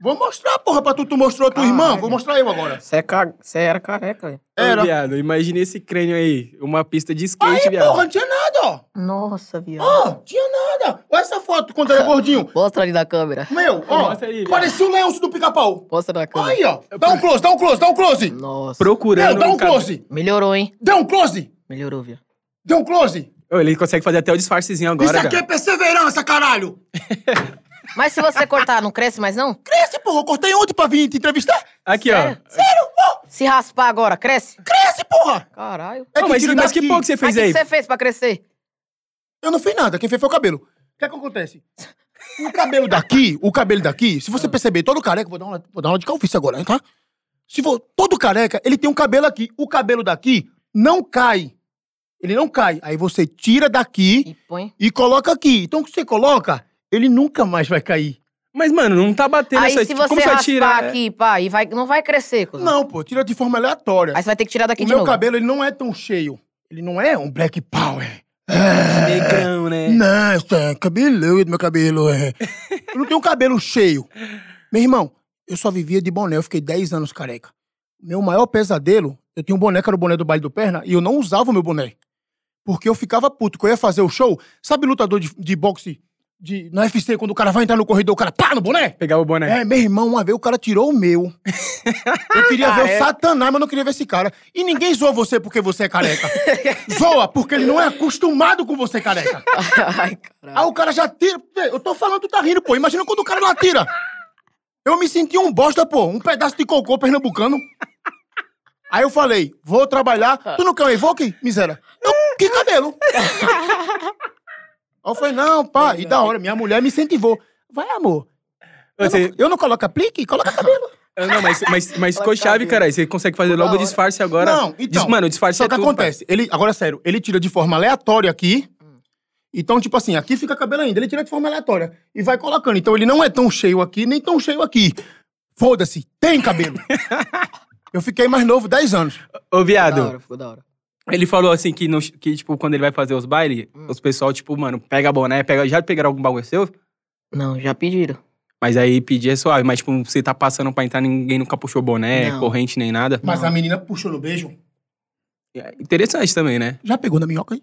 S2: Vou mostrar, porra, pra tu. Tu mostrou a tua irmã? Vou mostrar eu agora.
S3: Você é ca- você era careca, velho.
S1: Ô,
S2: Era.
S1: viado, imagina esse crânio aí. Uma pista de skate,
S2: Aí,
S1: viado.
S2: porra, não tinha nada, ó.
S3: Nossa, viado.
S2: Ó, tinha nada. Olha essa foto quando era gordinho.
S3: Mostra ali da câmera.
S2: Meu, ó.
S1: Mostra aí, velho.
S2: parecia o Leôncio do pica-pau.
S3: Mostra na
S2: Olha
S3: câmera.
S2: Aí, ó. Dá um close, dá um close, dá um close.
S3: Nossa.
S1: Procurando.
S2: Meu, dá um
S1: no cab-
S2: close.
S3: Melhorou, hein?
S2: Dá um close.
S3: Melhorou, viado.
S2: Dá um close.
S1: Ô, Ele consegue fazer até o disfarcezinho agora,
S2: Isso aqui é
S1: viado.
S2: perseverança, caralho.
S3: Mas se você cortar, não cresce mais, não?
S2: Cresce, porra. Eu cortei ontem pra vir te entrevistar.
S1: Aqui,
S3: Sério?
S1: ó.
S2: é Sério? Ó,
S3: Se raspar agora, cresce?
S2: cresce, porra.
S3: Caralho.
S2: É
S1: Não, mas,
S2: tira
S1: mas que
S2: daqui.
S1: pouco você
S3: Mas
S1: fez
S3: o que
S1: aí?
S3: você fez pra crescer?
S2: Eu não fiz nada. Quem fez foi o cabelo. O que é que acontece? O cabelo daqui, o cabelo daqui, se você perceber, todo careca, vou dar uma, vou dar uma de calvície agora, hein, tá? Se for todo careca, ele tem um cabelo aqui. O cabelo daqui não cai. Ele não cai. Aí você tira daqui
S3: E põe.
S2: e coloca aqui. Então, o que você coloca, ele nunca mais vai cair.
S1: Mas, mano, não tá batendo
S3: Aí
S1: essa...
S3: se você
S1: Como você
S3: raspar
S1: vai tirar? é?
S3: aqui, pá, e vai, não vai crescer, cuzão.
S2: Não, pô, tira de forma aleatória.
S3: Aí você vai ter que tirar daqui
S2: O
S3: de
S2: meu
S3: novo.
S2: cabelo, ele não é tão cheio. Ele não é um black power.
S1: Negrão, né?
S2: Não, isso é cabeludo, meu cabelo. É. Eu não tenho cabelo cheio. Meu irmão, eu só vivia de boné. Eu fiquei 10 anos careca. Meu maior pesadelo, eu tinha um boné que era o boné do baile do Perna, e eu não usava o meu boné. Porque eu ficava puto, que eu ia fazer o show. Sabe lutador de, de boxe de, no UFC, quando o cara vai entrar no corredor, o cara pá no boné.
S1: Pegar o boné.
S2: É, meu irmão, uma vez o cara tirou o meu. Eu queria ver o Satanás, mas não queria ver esse cara. E ninguém zoa você porque você é careca. zoa porque ele não é acostumado com você careca.
S3: Ai,
S1: tá
S2: Aí
S3: caralho.
S2: Ah, o cara já tira. Vê, Eu tô falando, tu tá rindo, pô. Imagina quando o cara lá tira. Eu me senti um bosta, pô. Um pedaço de cocô pernambucano. Aí eu falei, vou trabalhar. Tu não quer um evoque? Miséria. Eu, que cabelo. Aí eu falei, não, pá. E da hora, minha mulher me incentivou. Vai, amor. Eu,
S1: Você-
S2: não, eu não coloco aplique? Coloca cabelo.
S1: Ah, Não, mas, mas, mas ficou chave, caralho. Você consegue fazer logo o disfarce agora.
S2: tá Não, então.
S1: Dis- Mano, o disfarce
S2: Só
S1: é
S2: que
S1: tudo,
S2: acontece, ele, agora é sério, ele tira de forma aleatória aqui. Então, tipo assim, aqui fica cabelo ainda, ele tira de forma aleatória e vai colocando. Então, ele não é tão cheio aqui, nem tão cheio aqui. Foda-se, tem cabelo. Eu fiquei mais novo, 10 anos.
S1: pai. Ô,
S3: Da
S1: viado.
S3: hora, ficou da hora.
S1: Ele falou assim que, no- que, tipo, quando ele vai fazer os bailes,
S2: Hum.
S1: os pessoal, tipo, mano, pega boné, pega. Já pegaram algum bagulho seu?
S3: Não, já pediram.
S1: Mas aí pedir é suave. Mas, tipo, você tá passando pra entrar, ninguém nunca puxou boné,
S3: Não.
S1: corrente, nem nada.
S2: Mas a menina puxou no beijo.
S1: É interessante também, né?
S2: Já pegou na minhoca aí?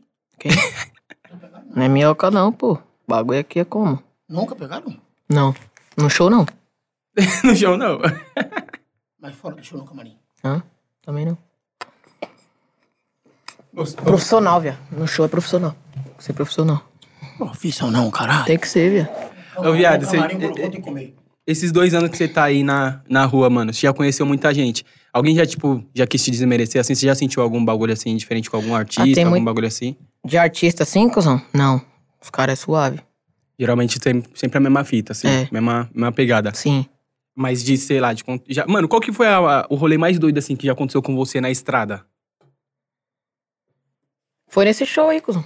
S3: Não é minhoca não, pô. O bagulho aqui é como?
S2: Nunca pegaram?
S3: Não. No show não.
S1: no show, não.
S2: Mas fora do show no camarim.
S3: Hã? Também não. Profissional, viado. No show é profissional. Tem que ser profissional.
S2: Profissão não, caralho.
S3: Tem que ser, viado.
S1: Ô, viado, você- é-
S2: Camarim, bolo, tem que comer.
S1: Esses dois anos que você tá aí na, na rua, mano, você já conheceu muita gente. Alguém já, tipo, já quis te desmerecer assim? Você já sentiu algum bagulho assim, diferente com algum artista,
S3: Ah, tem
S1: algum
S3: muito-
S1: bagulho assim?
S3: De artista assim, cuzão? Não. Os caras é suave.
S1: Geralmente tem sempre a mesma fita, assim,
S3: É.
S1: mesma, mesma pegada.
S3: Sim.
S1: Mas de, sei lá, de. con- Já, mano, qual que foi a- a- o rolê mais doido, assim, que já aconteceu com você na estrada?
S3: Foi nesse show aí, cuzão.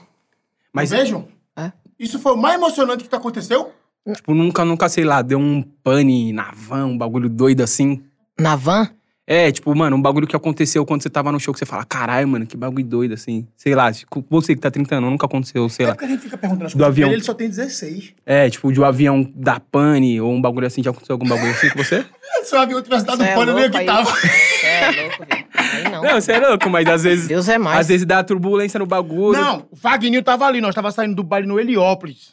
S1: Mas,
S2: Beijo?
S3: É.
S2: Isso foi o mais emocionante que aconteceu?
S1: tipo, nunca, nunca, sei lá, deu um pane na van, um bagulho doido assim.
S3: Na van?
S1: É, tipo, mano, um bagulho que aconteceu quando você tava no show que você fala, caralho, mano, que bagulho doido, assim. Sei lá, tipo, você que tá 30 anos, nunca aconteceu, sei
S2: É
S1: lá.
S2: porque a gente fica perguntando as
S1: Do
S2: coisas. pra
S1: avião.
S2: Ele, ele só tem 16.
S1: É, tipo, de um avião da pane ou um bagulho assim, já aconteceu algum bagulho assim com você?
S2: Se o avião tivesse dado
S3: Cê é
S2: pano, eu nem
S3: louco
S2: aqui
S3: aí.
S2: tava.
S3: Cê é louco, viado. Aí não.
S1: Não, você é louco, mas às vezes.
S3: Deus é mais.
S1: Às vezes dá turbulência no bagulho.
S2: Não, o Vagninho tava ali, nós tava saindo do baile no Heliópolis.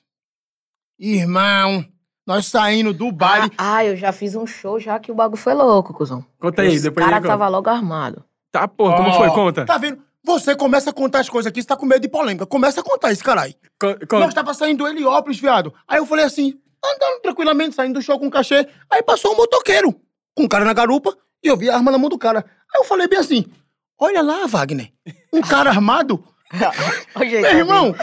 S2: Irmão, nós saindo do baile.
S3: Ah, ah, eu já fiz um show já que o bagulho foi louco, cuzão.
S1: Conta aí,
S3: Os
S1: depois
S3: cara
S1: eu conto.
S3: tava logo armado.
S1: Tá, porra, como
S2: Ó,
S1: foi? Conta.
S2: Tá vendo? Você começa a contar as coisas aqui, você tá com medo de polêmica. Começa a contar isso, caralho.
S1: Co-
S2: Nós
S1: conta.
S2: tava saindo do Heliópolis, viado. Aí eu falei assim, andando tranquilamente, saindo do show com cachê. Aí passou um motoqueiro, com um cara na garupa, e eu vi a arma na mão do cara. Aí eu falei bem assim, olha lá, Wagner, um cara armado. Meu irmão,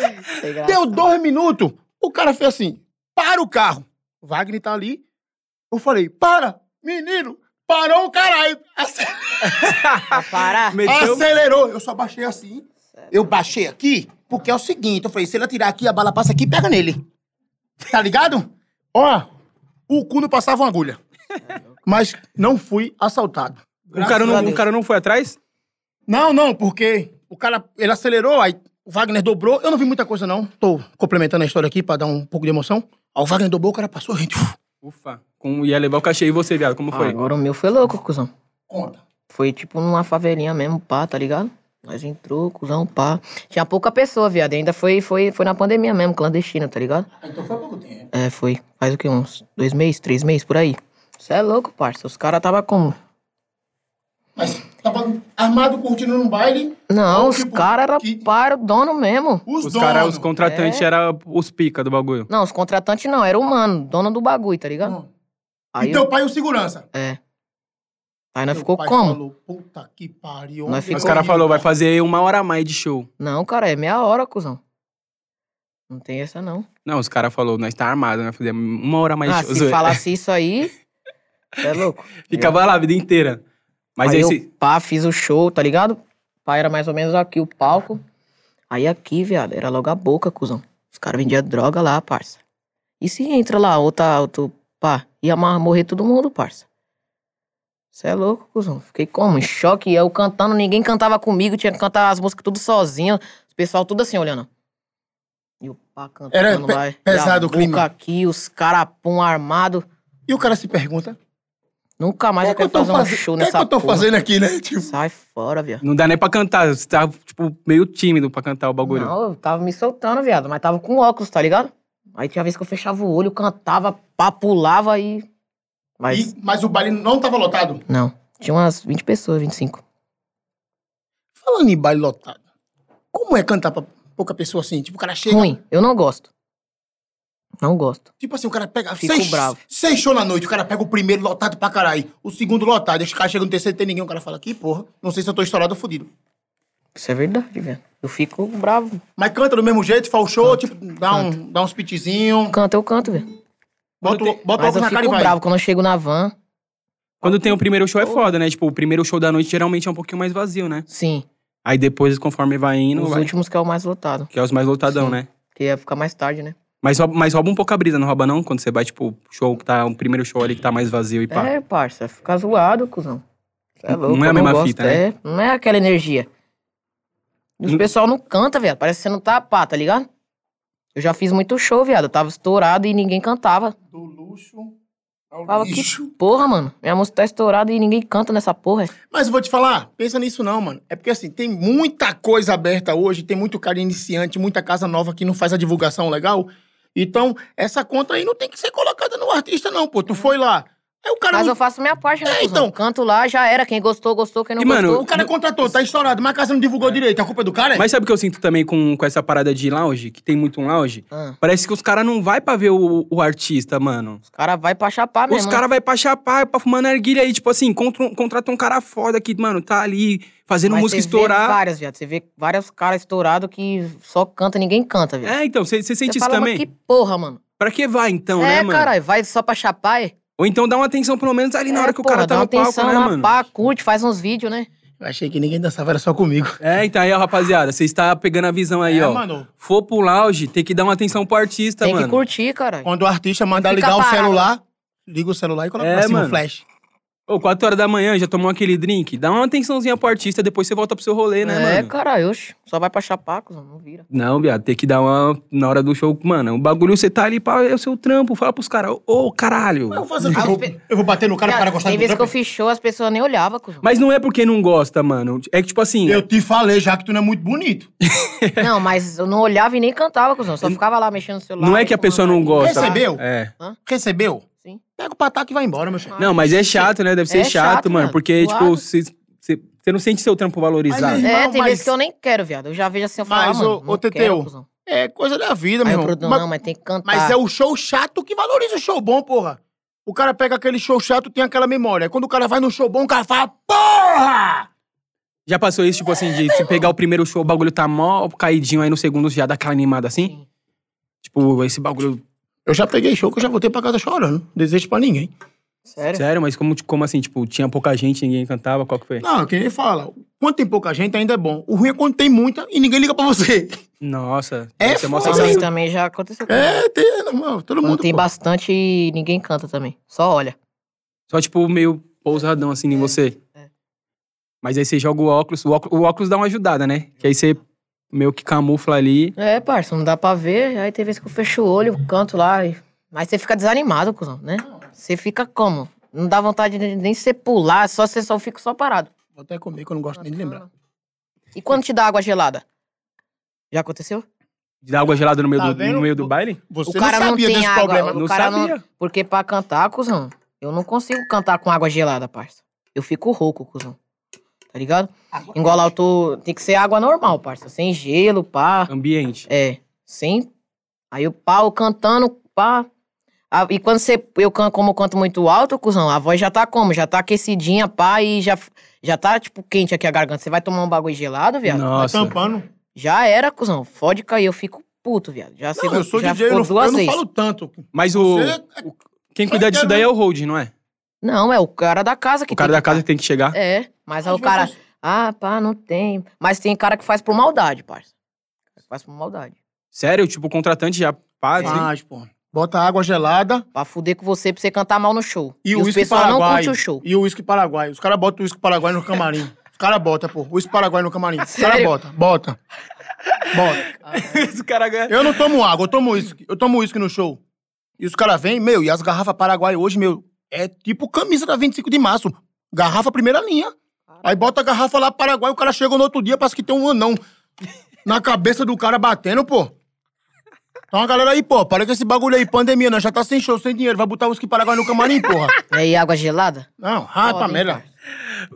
S2: Deu dois minutos, o cara fez assim: para o carro. Wagner tá ali. Eu falei: para, menino, parou o caralho. Ace-
S3: Pra parar.
S1: Meteu.
S2: Acelerou. Eu só baixei assim. Eu baixei aqui, porque é o seguinte: eu falei, se ele atirar aqui, a bala passa aqui e pega nele. Tá ligado? Ó, o cu não passava uma agulha. Mas não fui assaltado.
S1: O cara,
S3: a
S1: não, o
S3: Deus.
S1: cara não foi atrás?
S2: Não, não, porque o cara, ele acelerou, aí o Wagner dobrou. Eu não vi muita coisa, não. Tô complementando a história aqui pra dar um pouco de emoção. Aí o Wagner dobrou, o cara passou, gente. uf,
S1: Ufa. Com, ia levar o cachê e você, viado, como
S3: Ah,
S1: foi?
S3: Agora o meu foi louco, cuzão.
S2: Conta.
S3: Foi tipo numa favelinha mesmo, pá, tá ligado? Nós entrou, cuzão, pá. Tinha pouca pessoa, viado. Ainda foi, foi, foi na pandemia mesmo, clandestina, tá ligado?
S2: Então foi pouco tempo.
S3: É, foi. Faz o quê? Uns dois meses, três meses, por aí. Você é louco, parça. Os caras tava como?
S2: Mas tava armado curtindo num baile.
S3: Não,
S2: Ou,
S3: os
S2: tipo,
S3: caras eram
S2: que-
S3: para o dono mesmo.
S2: Os,
S1: Os
S2: donos.
S1: caras, os contratantes,
S3: É.
S1: eram os pica do bagulho.
S3: Não, os contratantes não, era humano, dono do bagulho, tá ligado?
S2: Hum.
S3: Aí,
S2: E teu pai e o segurança.
S3: É. Aí nós
S2: Teu
S3: ficou
S2: pai
S3: como?
S2: Falou, Puta que pariu.
S3: Nós
S2: onde
S1: Mas
S3: ficou-
S1: o cara
S2: eu
S1: falou, vai
S2: vim?"
S1: fazer uma hora a mais de show.
S3: Não, cara, é meia hora, cuzão. Não tem essa, não.
S1: Não, os caras falaram, nós tá armado, vai fazer uma hora a mais
S3: ah,
S1: de show.
S3: se
S1: Zoeira.
S3: falasse isso aí, cê é louco.
S1: Ficava lá a vida inteira. Mas
S3: aí
S1: aí
S3: eu,
S1: esse.
S3: pá, fiz o show, tá ligado? Pá, era mais ou menos aqui o palco. Aí aqui, viado, era logo a boca, cuzão. Os caras vendiam droga lá, parça. E se entra lá outra, outro, pá, ia ma- morrer todo mundo, parça. Você é louco, cuzão. Fiquei como? Em choque. Eu cantando, ninguém cantava comigo, tinha que cantar as músicas tudo sozinho. O pessoal tudo assim, olhando. E o pá cantando
S2: Era pe-
S3: lá. e a
S2: pesado o
S3: boca
S2: clima.
S3: aqui, os caras pum armado.
S2: E o cara se pergunta:
S3: Nunca mais
S2: "O
S3: eu quero
S2: tô
S3: fazer um
S2: faze-
S3: show
S2: o que é
S3: nessa
S2: que eu tô
S3: porra.
S2: fazendo aqui, né? Tipo,
S3: Sai fora, viado.
S1: Não dá nem pra cantar. Você tá, tipo, meio tímido pra cantar o bagulho.
S3: Não, eu tava me soltando, viado, mas tava com óculos, tá ligado? Aí tinha vez que eu fechava o olho, cantava, pá, pulava e. Mas.
S2: E- mas o baile não tava lotado.
S3: Não. Tinha umas 20 pessoas, 25.
S2: Falando em baile lotado, como é cantar pra pouca pessoa assim? Tipo, o cara chega.
S3: Ruim. Eu não gosto. Não gosto.
S2: Tipo assim, o cara pega
S3: Fico
S2: seis,
S3: bravo.
S2: seis shows na noite, o cara pega o primeiro lotado pra caralho, o segundo lotado, esse cara chega no terceiro e tem ninguém, o cara fala, que porra, não sei se eu tô estourado ou fudido.
S3: Isso é verdade, velho. Eu fico bravo.
S2: Mas canta do mesmo jeito, faz o show, tipo, dá, um, dá uns pitezinhos,
S3: Canto, eu canto, velho.
S2: bota, o- bota
S3: Mas
S2: logo
S3: eu
S2: na cara e
S3: fico
S2: vai.
S3: bravo quando eu chego na van.
S1: Quando tem o primeiro show é foda, né? Tipo, o primeiro show da noite geralmente é um pouquinho mais vazio, né?
S3: Sim.
S1: Aí depois, conforme vai indo,
S3: os
S1: vai.
S3: últimos que é o mais lotado.
S1: Que é os mais lotadão,
S3: Sim.
S1: né?
S3: Que ia ficar mais tarde, né?
S1: Mas, rouba- mas rouba um pouco a brisa, não rouba não? Quando você vai, tipo, show que tá... O primeiro show ali que tá mais vazio e pá.
S3: É, parça. Fica zoado, cuzão. Cê É
S1: Não
S3: louco,
S1: é a
S3: eu
S1: mesma
S3: gosto,
S1: fita, né?
S3: é. Não é aquela energia. E os
S1: Hum.
S3: pessoal não canta, viado. Parece que você não tá a pá, tá ligado? Eu já fiz muito show, viado. Eu tava estourado e ninguém cantava.
S2: Do luxo ao
S3: Fala
S2: lixo.
S3: que porra, mano. Minha música tá estourada e ninguém canta nessa porra.
S2: Mas eu vou te falar, pensa nisso não, mano. É porque assim, tem muita coisa aberta hoje, tem muito cara iniciante, muita casa nova que não faz a divulgação legal. Então, essa conta aí não tem que ser colocada no artista não, pô. Tu foi lá, aí o cara
S3: É. Mas
S2: não-
S3: eu faço minha parte, né,
S2: É,
S3: cuzão?
S2: então.
S3: Canto lá, já era. Quem gostou, gostou. Quem não
S1: E, mano,
S2: O
S3: gostou...
S2: cara contratou, tá estourado, mas a casa não divulgou direito. A culpa é do cara? é?
S1: Mas sabe o que eu sinto também com, com essa parada de lounge? Que tem muito um lounge?
S3: Ah,
S1: Parece que os caras não vai pra ver o, o artista, mano.
S3: os caras vai pra chapar mesmo.
S1: Os
S3: né?
S1: caras vai pra chapar, pra fumar narguilha aí, tipo assim, contra, um- contrata um cara foda que, mano, tá ali fazendo
S3: Mas
S1: música
S3: cê vê
S1: estourar.
S3: várias, viado. Você vê vários caras estourados que só canta, ninguém canta, viado.
S1: É, então, você
S3: Cê
S1: sente isso
S3: fala, mas
S1: também?
S3: que porra, mano.
S1: Pra que vai, então, né,
S3: é,
S1: mano?
S3: caralho, vai só pra chapar, é?
S1: Ou então dá uma atenção, pelo menos, ali na
S3: É,
S1: hora que o
S3: porra,
S1: cara tá
S3: dá
S1: no
S3: uma
S1: palco,
S3: atenção
S1: né,
S3: lá,
S1: mano?
S3: Pá, curte, faz uns vídeos, né?
S2: Eu achei que ninguém dançava, era só comigo.
S1: É, então aí, ó, rapaziada, você está pegando a visão aí,
S2: É,
S1: ó.
S2: mano.
S1: For pro lounge, tem que dar uma atenção pro artista,
S3: Tem
S1: Tá, mano.
S3: que curtir, caralho.
S2: Quando o artista manda
S3: Fica
S2: ligar o
S3: parado.
S2: celular, liga o celular e coloca
S1: É,
S2: pra cima
S1: mano.
S2: o flash.
S1: Ô, 4 horas da manhã, já tomou aquele drink? Dá uma atençãozinha pro artista, depois você volta pro seu rolê, né,
S3: é,
S1: mano?
S3: caralho, oxe. Só vai pra chapar, cuzão, não vira.
S1: Não, viado, tem que dar uma. Na hora do show, mano, o bagulho você tá ali pra. É o seu trampo, fala pros caras, ô, caralho.
S2: Eu vou, fazer- eu vou- eu vou bater no cara
S3: Viado,
S2: pro cara gostar
S3: Tem
S2: do
S3: vezes que eu
S2: trampo.
S3: fiz show, as pessoas nem olhavam, cuzão.
S1: Mas não é porque não gosta, mano. É que, tipo assim.
S2: Eu te falei já que tu não é muito bonito.
S3: Não, mas eu não olhava e nem cantava, cuzão. Só ficava lá mexendo no celular.
S1: Não é que a
S3: fumando
S1: pessoa não
S3: aí.
S1: gosta.
S2: Recebeu?
S1: É.
S2: Recebeu?
S3: Sim.
S2: Pega o pataco e vai embora, meu chefe.
S1: Não, mas é chato, né? Deve ser
S3: É
S1: chato,
S3: chato,
S1: mano.
S3: mano.
S1: Porque,
S3: Claro.
S1: tipo, você- você você não sente seu trampo valorizado.
S2: Mas,
S3: É,
S2: Irmão,
S3: tem
S2: mas-
S3: vezes que eu nem quero, viado. Eu já vejo assim, eu falo,
S2: Mas,
S3: ah, mano,
S2: ô-
S3: não
S2: ô, Teteu,
S3: quero, cuzão.
S2: É coisa da vida,
S3: Aí
S2: meu
S3: o
S2: irmão.
S3: produtor,
S2: Mas-
S3: não, mas tem que cantar.
S2: Mas é o show chato que valoriza o show bom, porra. O cara pega aquele show chato, tem aquela memória. Quando o cara vai no show bom, o cara fala, porra!
S1: Já passou isso, tipo assim, de
S3: É.
S1: se pegar o primeiro show, o bagulho tá mó caidinho, aí no segundo já dá aquela animada assim?
S3: Sim.
S1: Tipo, esse bagulho.
S2: Eu já peguei show que eu já voltei pra casa chorando. Desejo pra ninguém.
S3: Sério?
S1: é Sério, mas como, como assim? Tipo, tinha pouca gente, ninguém cantava, qual que foi?
S2: Não, que nem fala. Quando tem pouca gente, ainda é bom. O ruim é quando tem muita e ninguém liga pra você.
S1: Nossa.
S2: É
S1: deve ser mó
S2: foda,
S1: sensação.
S3: Também,
S2: Sim.
S3: também já aconteceu.
S2: É, tem, é normal. Todo
S3: Quando
S2: mundo.
S3: tem
S2: pô.
S3: bastante e ninguém canta também. Só olha.
S1: Só, tipo, meio pousadão assim em você.
S3: é.
S1: Mas aí você joga o óculos, o óculos, o óculos dá uma ajudada, né? Que aí você meio que camufla ali.
S3: É, parça, não dá pra ver. Aí tem vezes que eu fecho o olho, canto lá. E... Mas você fica desanimado, cuzão, né? Você fica como? Não dá vontade de nem você pular, só você só fica só parado.
S2: Vou até comer que eu não gosto nem de lembrar.
S3: E quando te dá água gelada? Já aconteceu?
S1: Dá água gelada no meio,
S2: Tá
S1: do,
S2: vendo?
S1: no meio do baile?
S2: Você
S3: o cara
S2: não
S3: não,
S2: sabia
S3: tem
S2: desse
S3: água.
S2: problema.
S3: O
S1: Não
S3: cara
S1: sabia.
S3: não. Porque pra cantar, cuzão, eu não consigo cantar com água gelada, parça. Eu fico rouco, cuzão. Tá ligado? Engolar eu tô. Tem que ser água normal, parça. Sem gelo, pá.
S1: Ambiente.
S3: É, sim. Aí o pau cantando, pá. Ah, e quando você, eu can- como eu canto muito alto, cuzão, a voz já tá como? Já tá aquecidinha, pá, e já, já tá, tipo, quente aqui a garganta. Você vai tomar um bagulho gelado, viado?
S2: Tá
S1: Nossa.
S2: tampando.
S3: Já era, cuzão. Fode cair, eu fico puto, viado. Já,
S2: Não,
S3: segura-
S2: eu sou
S3: já
S2: DJ, eu
S3: ficou
S2: não,
S3: duas
S2: eu não
S3: vezes.
S2: falo tanto.
S1: Mas o.
S2: Você-
S1: o- quem cuida disso daí é o holding, não é?
S3: Não, é o cara da casa que
S1: O cara
S3: tem
S1: da
S3: que
S1: casa
S3: tá.
S1: que tem que chegar.
S3: É, mas aí
S2: Às
S3: o cara...
S2: vezes-
S3: Ah, pá, não tem. Mas tem cara que faz por maldade, parça. Faz por maldade.
S1: Sério, tipo, o contratante já. Pá, assim.
S2: Mas, pô. Bota água gelada
S3: Pra fuder com você, pra você cantar mal no show.
S2: e, o
S3: os
S2: uísque
S3: pessoal
S2: paraguai.
S3: não curte o show.
S2: E o uísque paraguai. Os caras botam o uísque paraguai no camarim. Os caras botam, pô. O uísque paraguai no camarim. Os caras
S3: Sério?
S2: botam. Bota. Bota.
S1: Esse cara ganha.
S2: Eu não tomo água, eu tomo uísque. Eu tomo uísque no show. E os caras vêm, meu, e as garrafas paraguai hoje, meu, é tipo camisa da 25 de março. Garrafa primeira linha. Aí bota a garrafa lá paraguai, o cara chega no outro dia, parece que tem um anão na cabeça do cara batendo, pô. Então a galera aí, pô, para com esse bagulho aí, pandemia, nós já tá sem show, sem dinheiro, vai botar o uísque Paraguai no camarim, porra.
S3: É, E aí, água gelada?
S2: Não, ah, tá
S3: Foda, hein,
S2: merda.
S3: cara?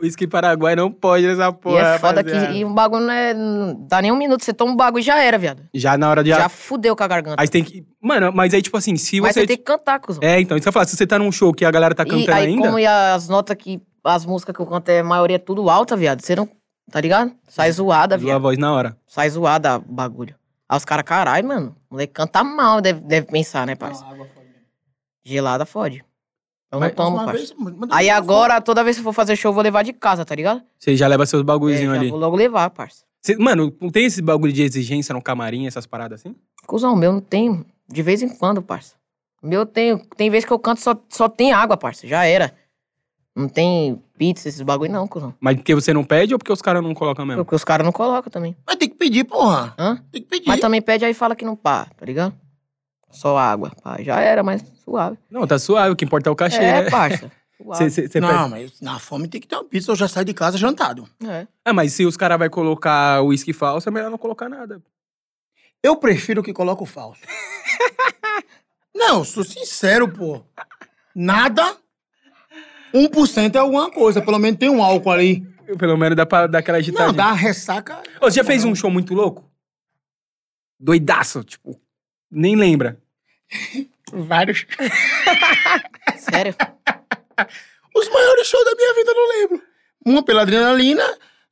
S1: Whisky Paraguai não pode nessa porra.
S3: e é foda que
S1: rapaziada.
S3: e um bagulho não, é, não dá nem um minuto. Você toma um bagulho e já era, viado.
S1: Já na hora de.
S3: Já, fudeu com a garganta.
S1: Aí você tem que. Mano, mas aí, tipo assim, se
S3: Mas
S1: você.
S3: você tem que cantar, cuzão.
S1: É, então, isso que eu ia falar, se você tá num show que a galera tá
S3: e
S1: cantando
S3: aí,
S1: ainda.
S3: como e as notas que. As músicas que eu canto, é, a maioria é tudo alta, viado. Você não. Tá ligado? Sai zoada,
S1: Zoa a
S3: viado.
S1: voz na hora.
S3: Sai zoada o bagulho. Aí os caras, caralho, mano. O moleque canta mal, deve, deve pensar, né, parça? Gelada fode. Eu não
S1: Mas-
S3: tomo,
S2: Uma
S3: parça.
S2: vez, manda-
S3: Aí agora, toda vez que eu for fazer show, eu vou levar de casa, tá ligado?
S1: Você já leva seus
S3: É,
S1: bagulhozinhos
S3: já
S1: ali.
S3: vou logo levar, parça.
S1: Cê- mano, não tem esse bagulho de exigência no camarim, essas paradas assim?
S3: Cusão, meu não tem. De vez em quando, parça. Meu tem. Tem vez que eu canto só, só tem água, parça. Já era. Não tem pizza, esses bagulho, não, cuzão.
S1: Mas porque você não pede ou porque os caras não colocam
S2: É.
S1: mesmo?
S3: Porque os caras não colocam também.
S2: Mas tem que pedir, porra.
S3: Hã?
S2: Tem que pedir.
S3: Mas tá- também pede aí e fala que não pá, tá ligado? Só água. Pá. Já era, mas suave.
S1: Não, tá suave, o que importa é o cachê.
S3: É,
S1: né?
S3: parça. Suave.
S1: Você pede.
S2: não, mas na fome tem que ter uma pizza, eu já saio de casa jantado.
S3: É.
S1: Ah, mas se os caras vão colocar uísque falso, é melhor não colocar nada.
S2: Eu prefiro que coloque o falso. não, eu sou sincero, pô. Nada. 1% é alguma coisa, pelo menos tem um álcool ali.
S1: Pelo menos dá pra dar aquela agitadinha.
S2: Não, dá uma ressaca.
S1: Ô, Você já fez um show muito louco? Doidaço, tipo, nem lembra.
S2: Vários.
S3: Sério?
S2: Os maiores shows da minha vida, eu não lembro. Uma pela adrenalina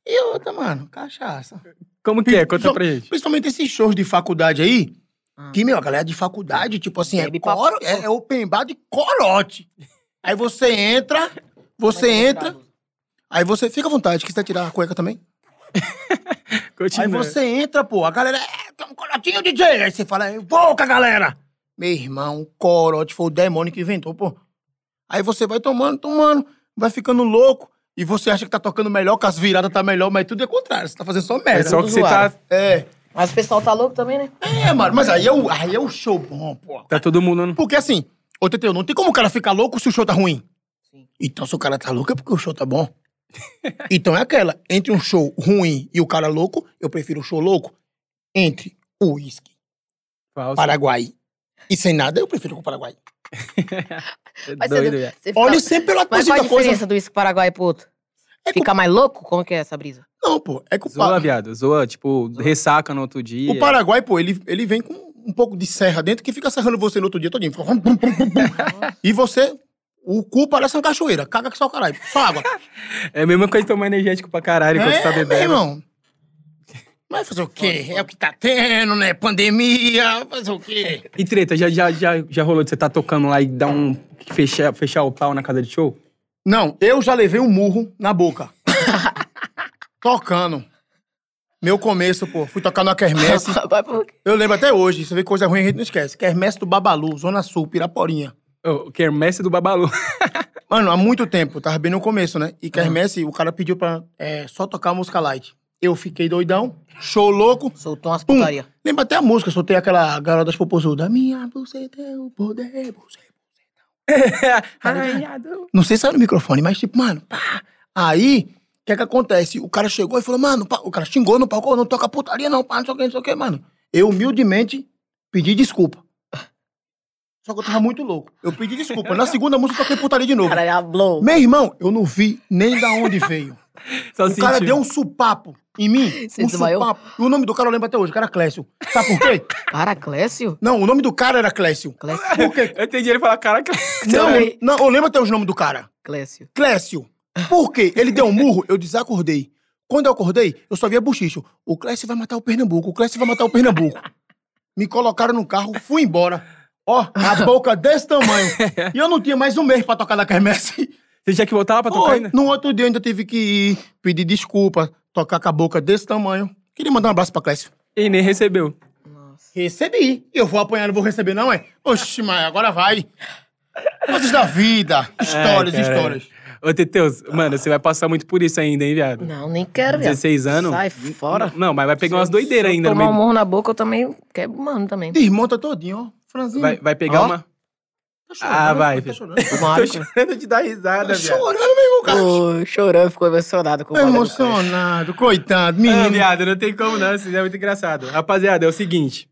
S2: e outra, mano, cachaça.
S1: Como que é? Conta
S2: Só-
S1: pra gente.
S2: Principalmente esses shows de faculdade aí,
S3: Ah.
S2: que, meu, a galera de faculdade, tipo assim, é,
S3: Bebe pra
S2: coro,
S3: porra.
S2: é, é open bar de corote. Aí você entra, você entra, aí você... Fica à vontade, quiser tirar a cueca também?
S1: Continua.
S2: Aí você entra, pô, a galera... É, tem um corotinho, DJ! Aí você fala, "É, eu vou com a galera! Meu irmão, o corote foi o demônio que inventou, pô. Aí você vai tomando, tomando, vai ficando louco, e você acha que tá tocando melhor, que as viradas tá melhor, mas tudo é contrário, você tá fazendo só merda.
S1: é só
S3: tudo
S1: que você tá,
S3: zoado.
S2: É,
S3: Mas o pessoal tá louco também, né?
S2: é, mano, mas aí é o, aí é o show bom, pô.
S1: tá todo mundo... no-
S2: Porque assim, ô Teteu, não tem como o cara ficar louco se o show tá ruim.
S3: Sim.
S2: Então, se o cara tá louco é porque o show tá bom. então é aquela, entre um show ruim e o cara louco, eu prefiro o show louco. Entre o uísque,
S1: Falso.
S2: Paraguai e sem nada, eu prefiro com o Paraguai.
S1: É
S3: Mas
S1: doido,
S3: você,
S1: velho.
S3: você fica-
S2: Olha sempre pela
S3: Mas qual a
S2: coisa da coisa.
S3: diferença do uísque Paraguai pro outro?
S2: É
S3: Fica mais louco? Como que é essa brisa?
S2: Não, pô, é que o,
S1: Zoa, é.
S2: pa...
S1: viado. Zoa, tipo, ressaca no outro dia.
S2: o Paraguai, pô, ele, ele vem com um pouco de serra dentro que fica serrando você no outro dia todinho. Fica... rum, pum, pum, pum, pum. e você, o cu parece uma cachoeira, caga que só o caralho, só água.
S1: É a mesma coisa tomar energético pra caralho quando você tá
S2: meu
S1: bebendo.
S2: É, irmão. Mas fazer o quê? É o que tá tendo, né? Pandemia, fazer o quê?
S1: E treta, já, já, já, já rolou de você tá tocando lá e dar um. fechar, fechar o pau na casa de show?
S2: Não, eu já levei um murro na boca. Tocando. Meu começo, pô. Fui tocar na quermesse.
S3: Vai pro-
S2: Eu lembro até hoje. Você vê coisa ruim, a gente não esquece. Quermesse do Babalu, Zona Sul, Piraporinha.
S1: Ô, quermesse do Babalu.
S2: Mano, há muito tempo. Tava bem no começo, né? E quermesse, o cara pediu pra é, só tocar música light. Eu fiquei doidão. Show louco.
S3: Soltou umas
S2: Pum.
S3: putaria.
S2: Lembra até a música, soltei aquela garota das popozudas. Minha buceta é o poder, buceta. Não sei se saiu no microfone, mas tipo, mano, pá. Aí, o que é que acontece? O cara chegou e falou, mano, pá, o cara xingou no palco, "Ô, não toca putaria não, pá, não sei o que, não sei o que, mano. Eu humildemente pedi desculpa. Só que eu tava muito louco. Eu pedi desculpa. Na segunda música eu toquei putaria de novo.
S3: Caralho, é a blow.
S2: Meu irmão, eu não vi nem da onde veio.
S1: Só
S2: O cara
S1: sentiu.
S2: deu um supapo em mim.
S3: Você
S2: um
S3: desmaiou?
S2: supapo. E o nome do cara eu lembro até hoje, o cara é Clécio. Sabe por quê?
S3: Cara, Clécio?
S2: Não, o nome do cara era Clécio.
S3: Clécio.
S2: Por quê?
S1: Eu entendi ele falar, caraca.
S2: Não,
S3: Também.
S2: não, eu lembro até os nomes do cara.
S3: Clécio.
S2: Clécio. Por quê? Ele deu um murro, eu desacordei. Quando eu acordei, eu só via bochicho. O Clécio vai matar o Pernambuco, o Clécio vai matar o Pernambuco. Me colocaram no carro, fui embora. Ó, a boca desse tamanho. E eu não tinha mais um mês pra tocar na quermesse.
S1: Você tinha que voltar lá pra tocar
S2: Foi.
S1: ainda?
S2: No outro dia eu ainda tive que ir, pedir desculpa, tocar com a boca desse tamanho. Queria mandar um abraço pra Clécio.
S1: E nem recebeu.
S3: Nossa.
S2: Recebi. Eu vou apanhar, não vou receber, não, é? Oxi, mas agora vai. Coisas da vida. Histórias,
S1: Ai, caralho.
S2: histórias.
S1: Ô, Teteus, mano, você vai passar muito por isso ainda, hein, viado?
S3: Não, nem quero, viado.
S1: 16 anos?
S3: Sai fora.
S1: Não, mas vai pegar umas doideiras
S3: Se eu
S1: ainda no
S3: tomar um
S1: meio.
S3: morro na boca, eu também quebro, mano, também.
S2: Desmonta todinho, ó. Franzinho.
S1: Vai, vai pegar
S3: um Ó.
S1: uma.
S2: Tá
S1: Ah,
S2: né?
S1: vai,
S2: Tá
S1: filho.
S2: chorando.
S3: Uma
S1: Tô
S3: água.
S1: chorando de dar risada,
S2: Tá
S1: viado.
S2: chorando, meu irmão, cara.
S3: Ô, chorando, ficou emocionado com o
S2: Tá
S3: bagulho.
S2: emocionado, coitado,
S1: Ah,
S2: menino.
S1: viado, não tem como não, isso é muito engraçado. Rapaziada, é o seguinte.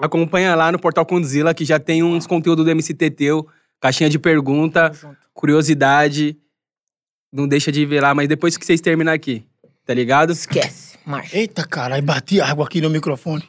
S1: Acompanha lá no Portal Condzilla, que já tem uns conteúdos do MCT teu, caixinha de pergunta, curiosidade. Não deixa de ver lá, mas depois que vocês terminarem aqui, tá ligado?
S3: Esquece, marcha.
S2: Eita, caralho, bati água aqui no microfone.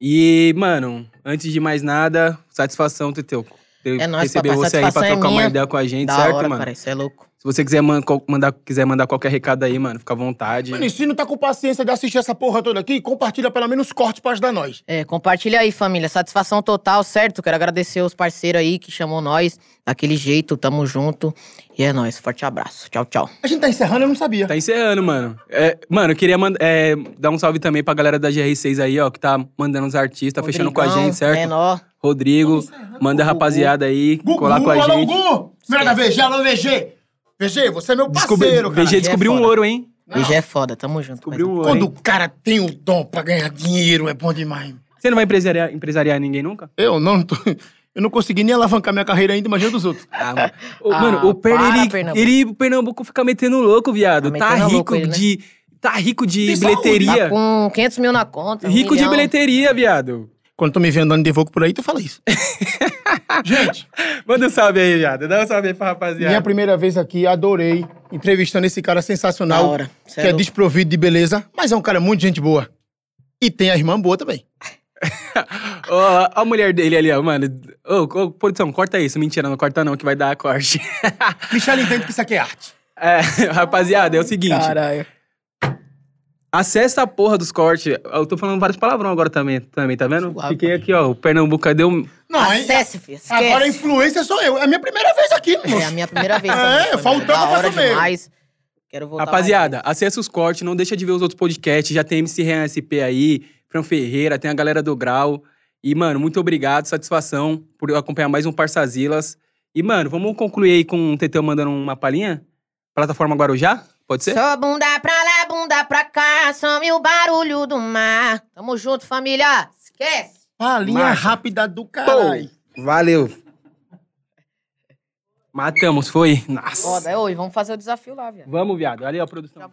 S1: E, mano, antes de mais nada, satisfação, Teteu. ter-
S3: É nóis,
S1: receber
S3: papai,
S1: você aí pra
S3: satisfação é
S1: trocar uma
S3: minha.
S1: ideia com a gente,
S3: Da
S1: certo,
S3: hora,
S1: mano?
S3: cara, isso é louco.
S1: Se você quiser man- co- mandar, quiser mandar qualquer recado aí, mano, fica à vontade.
S2: Mano, e se não tá com paciência de assistir essa porra toda aqui, compartilha pelo menos corte pra ajudar nós.
S3: É, compartilha aí, família. Satisfação total, certo? Quero agradecer os parceiros aí que chamou nós daquele jeito. Tamo junto. E é nóis. Forte abraço. Tchau, tchau.
S2: A gente tá encerrando, eu não sabia.
S1: Tá encerrando, mano. É, mano, eu queria mand- é, dar um salve também pra galera da GR6 aí, ó, que tá mandando os artistas, fechando com a
S3: Rodrigão, é
S1: gente, certo?
S3: Menor.
S1: Rodrigo, manda a rapaziada aí,
S2: Gugu,
S1: colar com a
S2: alô,
S1: gente.
S2: Gugu! Vira da VG, alô, VG! VG, você é meu
S1: Descobri,
S2: parceiro, cara.
S1: VG descobriu
S3: É
S1: um
S3: foda.
S1: ouro, hein?
S2: Não.
S3: Hoje é foda. Tamo junto.
S1: Descobriu um
S3: paizão.
S1: ouro.
S2: Quando
S1: hein?
S2: o cara tem o dom pra ganhar dinheiro, é bom demais.
S1: Você não vai empresariar, empresariar ninguém nunca?
S2: Eu não, tô- eu não consegui nem alavancar minha carreira ainda, imagina dos outros.
S1: Ah, mano. Ô,
S3: Ah,
S1: mano, o Perna,
S3: para,
S1: ele,
S3: Pernambuco.
S1: ele, o Pernambuco fica metendo louco, viado.
S3: Tá
S1: Tá,
S3: metendo
S1: rico
S3: louco ele, né?
S1: de. Tá rico de
S2: De saúde.
S1: bilheteria.
S3: Tá com 500 mil na conta. um
S1: rico de
S3: milhão.
S1: bilheteria, viado.
S2: Quando tu me vê andando de vogo por aí, tu fala isso. gente, é.
S1: Manda um salve aí, viado. Dá um salve aí pra rapaziada.
S2: minha primeira vez aqui, adorei. Entrevistando esse cara
S3: Da
S2: sensacional,
S3: hora.
S2: que
S3: Cê
S2: é
S3: louco.
S2: desprovido de beleza, mas é um cara muito gente boa. E tem a irmã boa também.
S1: Ó, ó a mulher dele ali, ó, mano. Ô, ô, produção, corta isso. Mentira, não corta não, que vai dar corte.
S2: Michel entende que isso aqui é arte.
S1: É, rapaziada, é o seguinte.
S3: Caralho.
S1: Acessa a porra dos cortes. Eu tô falando vários palavrão agora também, também tá vendo?
S3: Suave.
S1: Fiquei aqui, ó. O Pernambuco deu um...
S2: Não, hein?
S3: Acesse, filho. Esquece.
S2: Agora a influência sou eu. É a minha primeira vez aqui, moço.
S3: É a minha primeira vez.
S2: É,
S3: também, foi
S2: faltando
S3: da
S2: eu faço
S3: hora
S2: mesmo.
S3: demais. Quero voltar.
S1: Rapaziada, acessa os cortes, não deixa de ver os outros podcasts. Já tem MC Rean SP aí, Fran Ferreira, tem a galera do Grau. E, mano, muito obrigado, satisfação por acompanhar mais um Parçazilas. E, mano, vamos concluir aí com o Teteu mandando uma palhinha? Plataforma Guarujá? Pode ser?
S4: Só bunda pra lá, bunda pra cá, some o barulho do mar.
S3: mais. Tamo junto, família. Esquece.
S2: Palinha
S1: Marcha.
S2: rápida do caralho.
S1: Valeu. Matamos, foi? Nossa.
S3: Foda, é, oi, vamos fazer o desafio lá, viado.
S1: Vamos, viado. Ali, ó, a produção.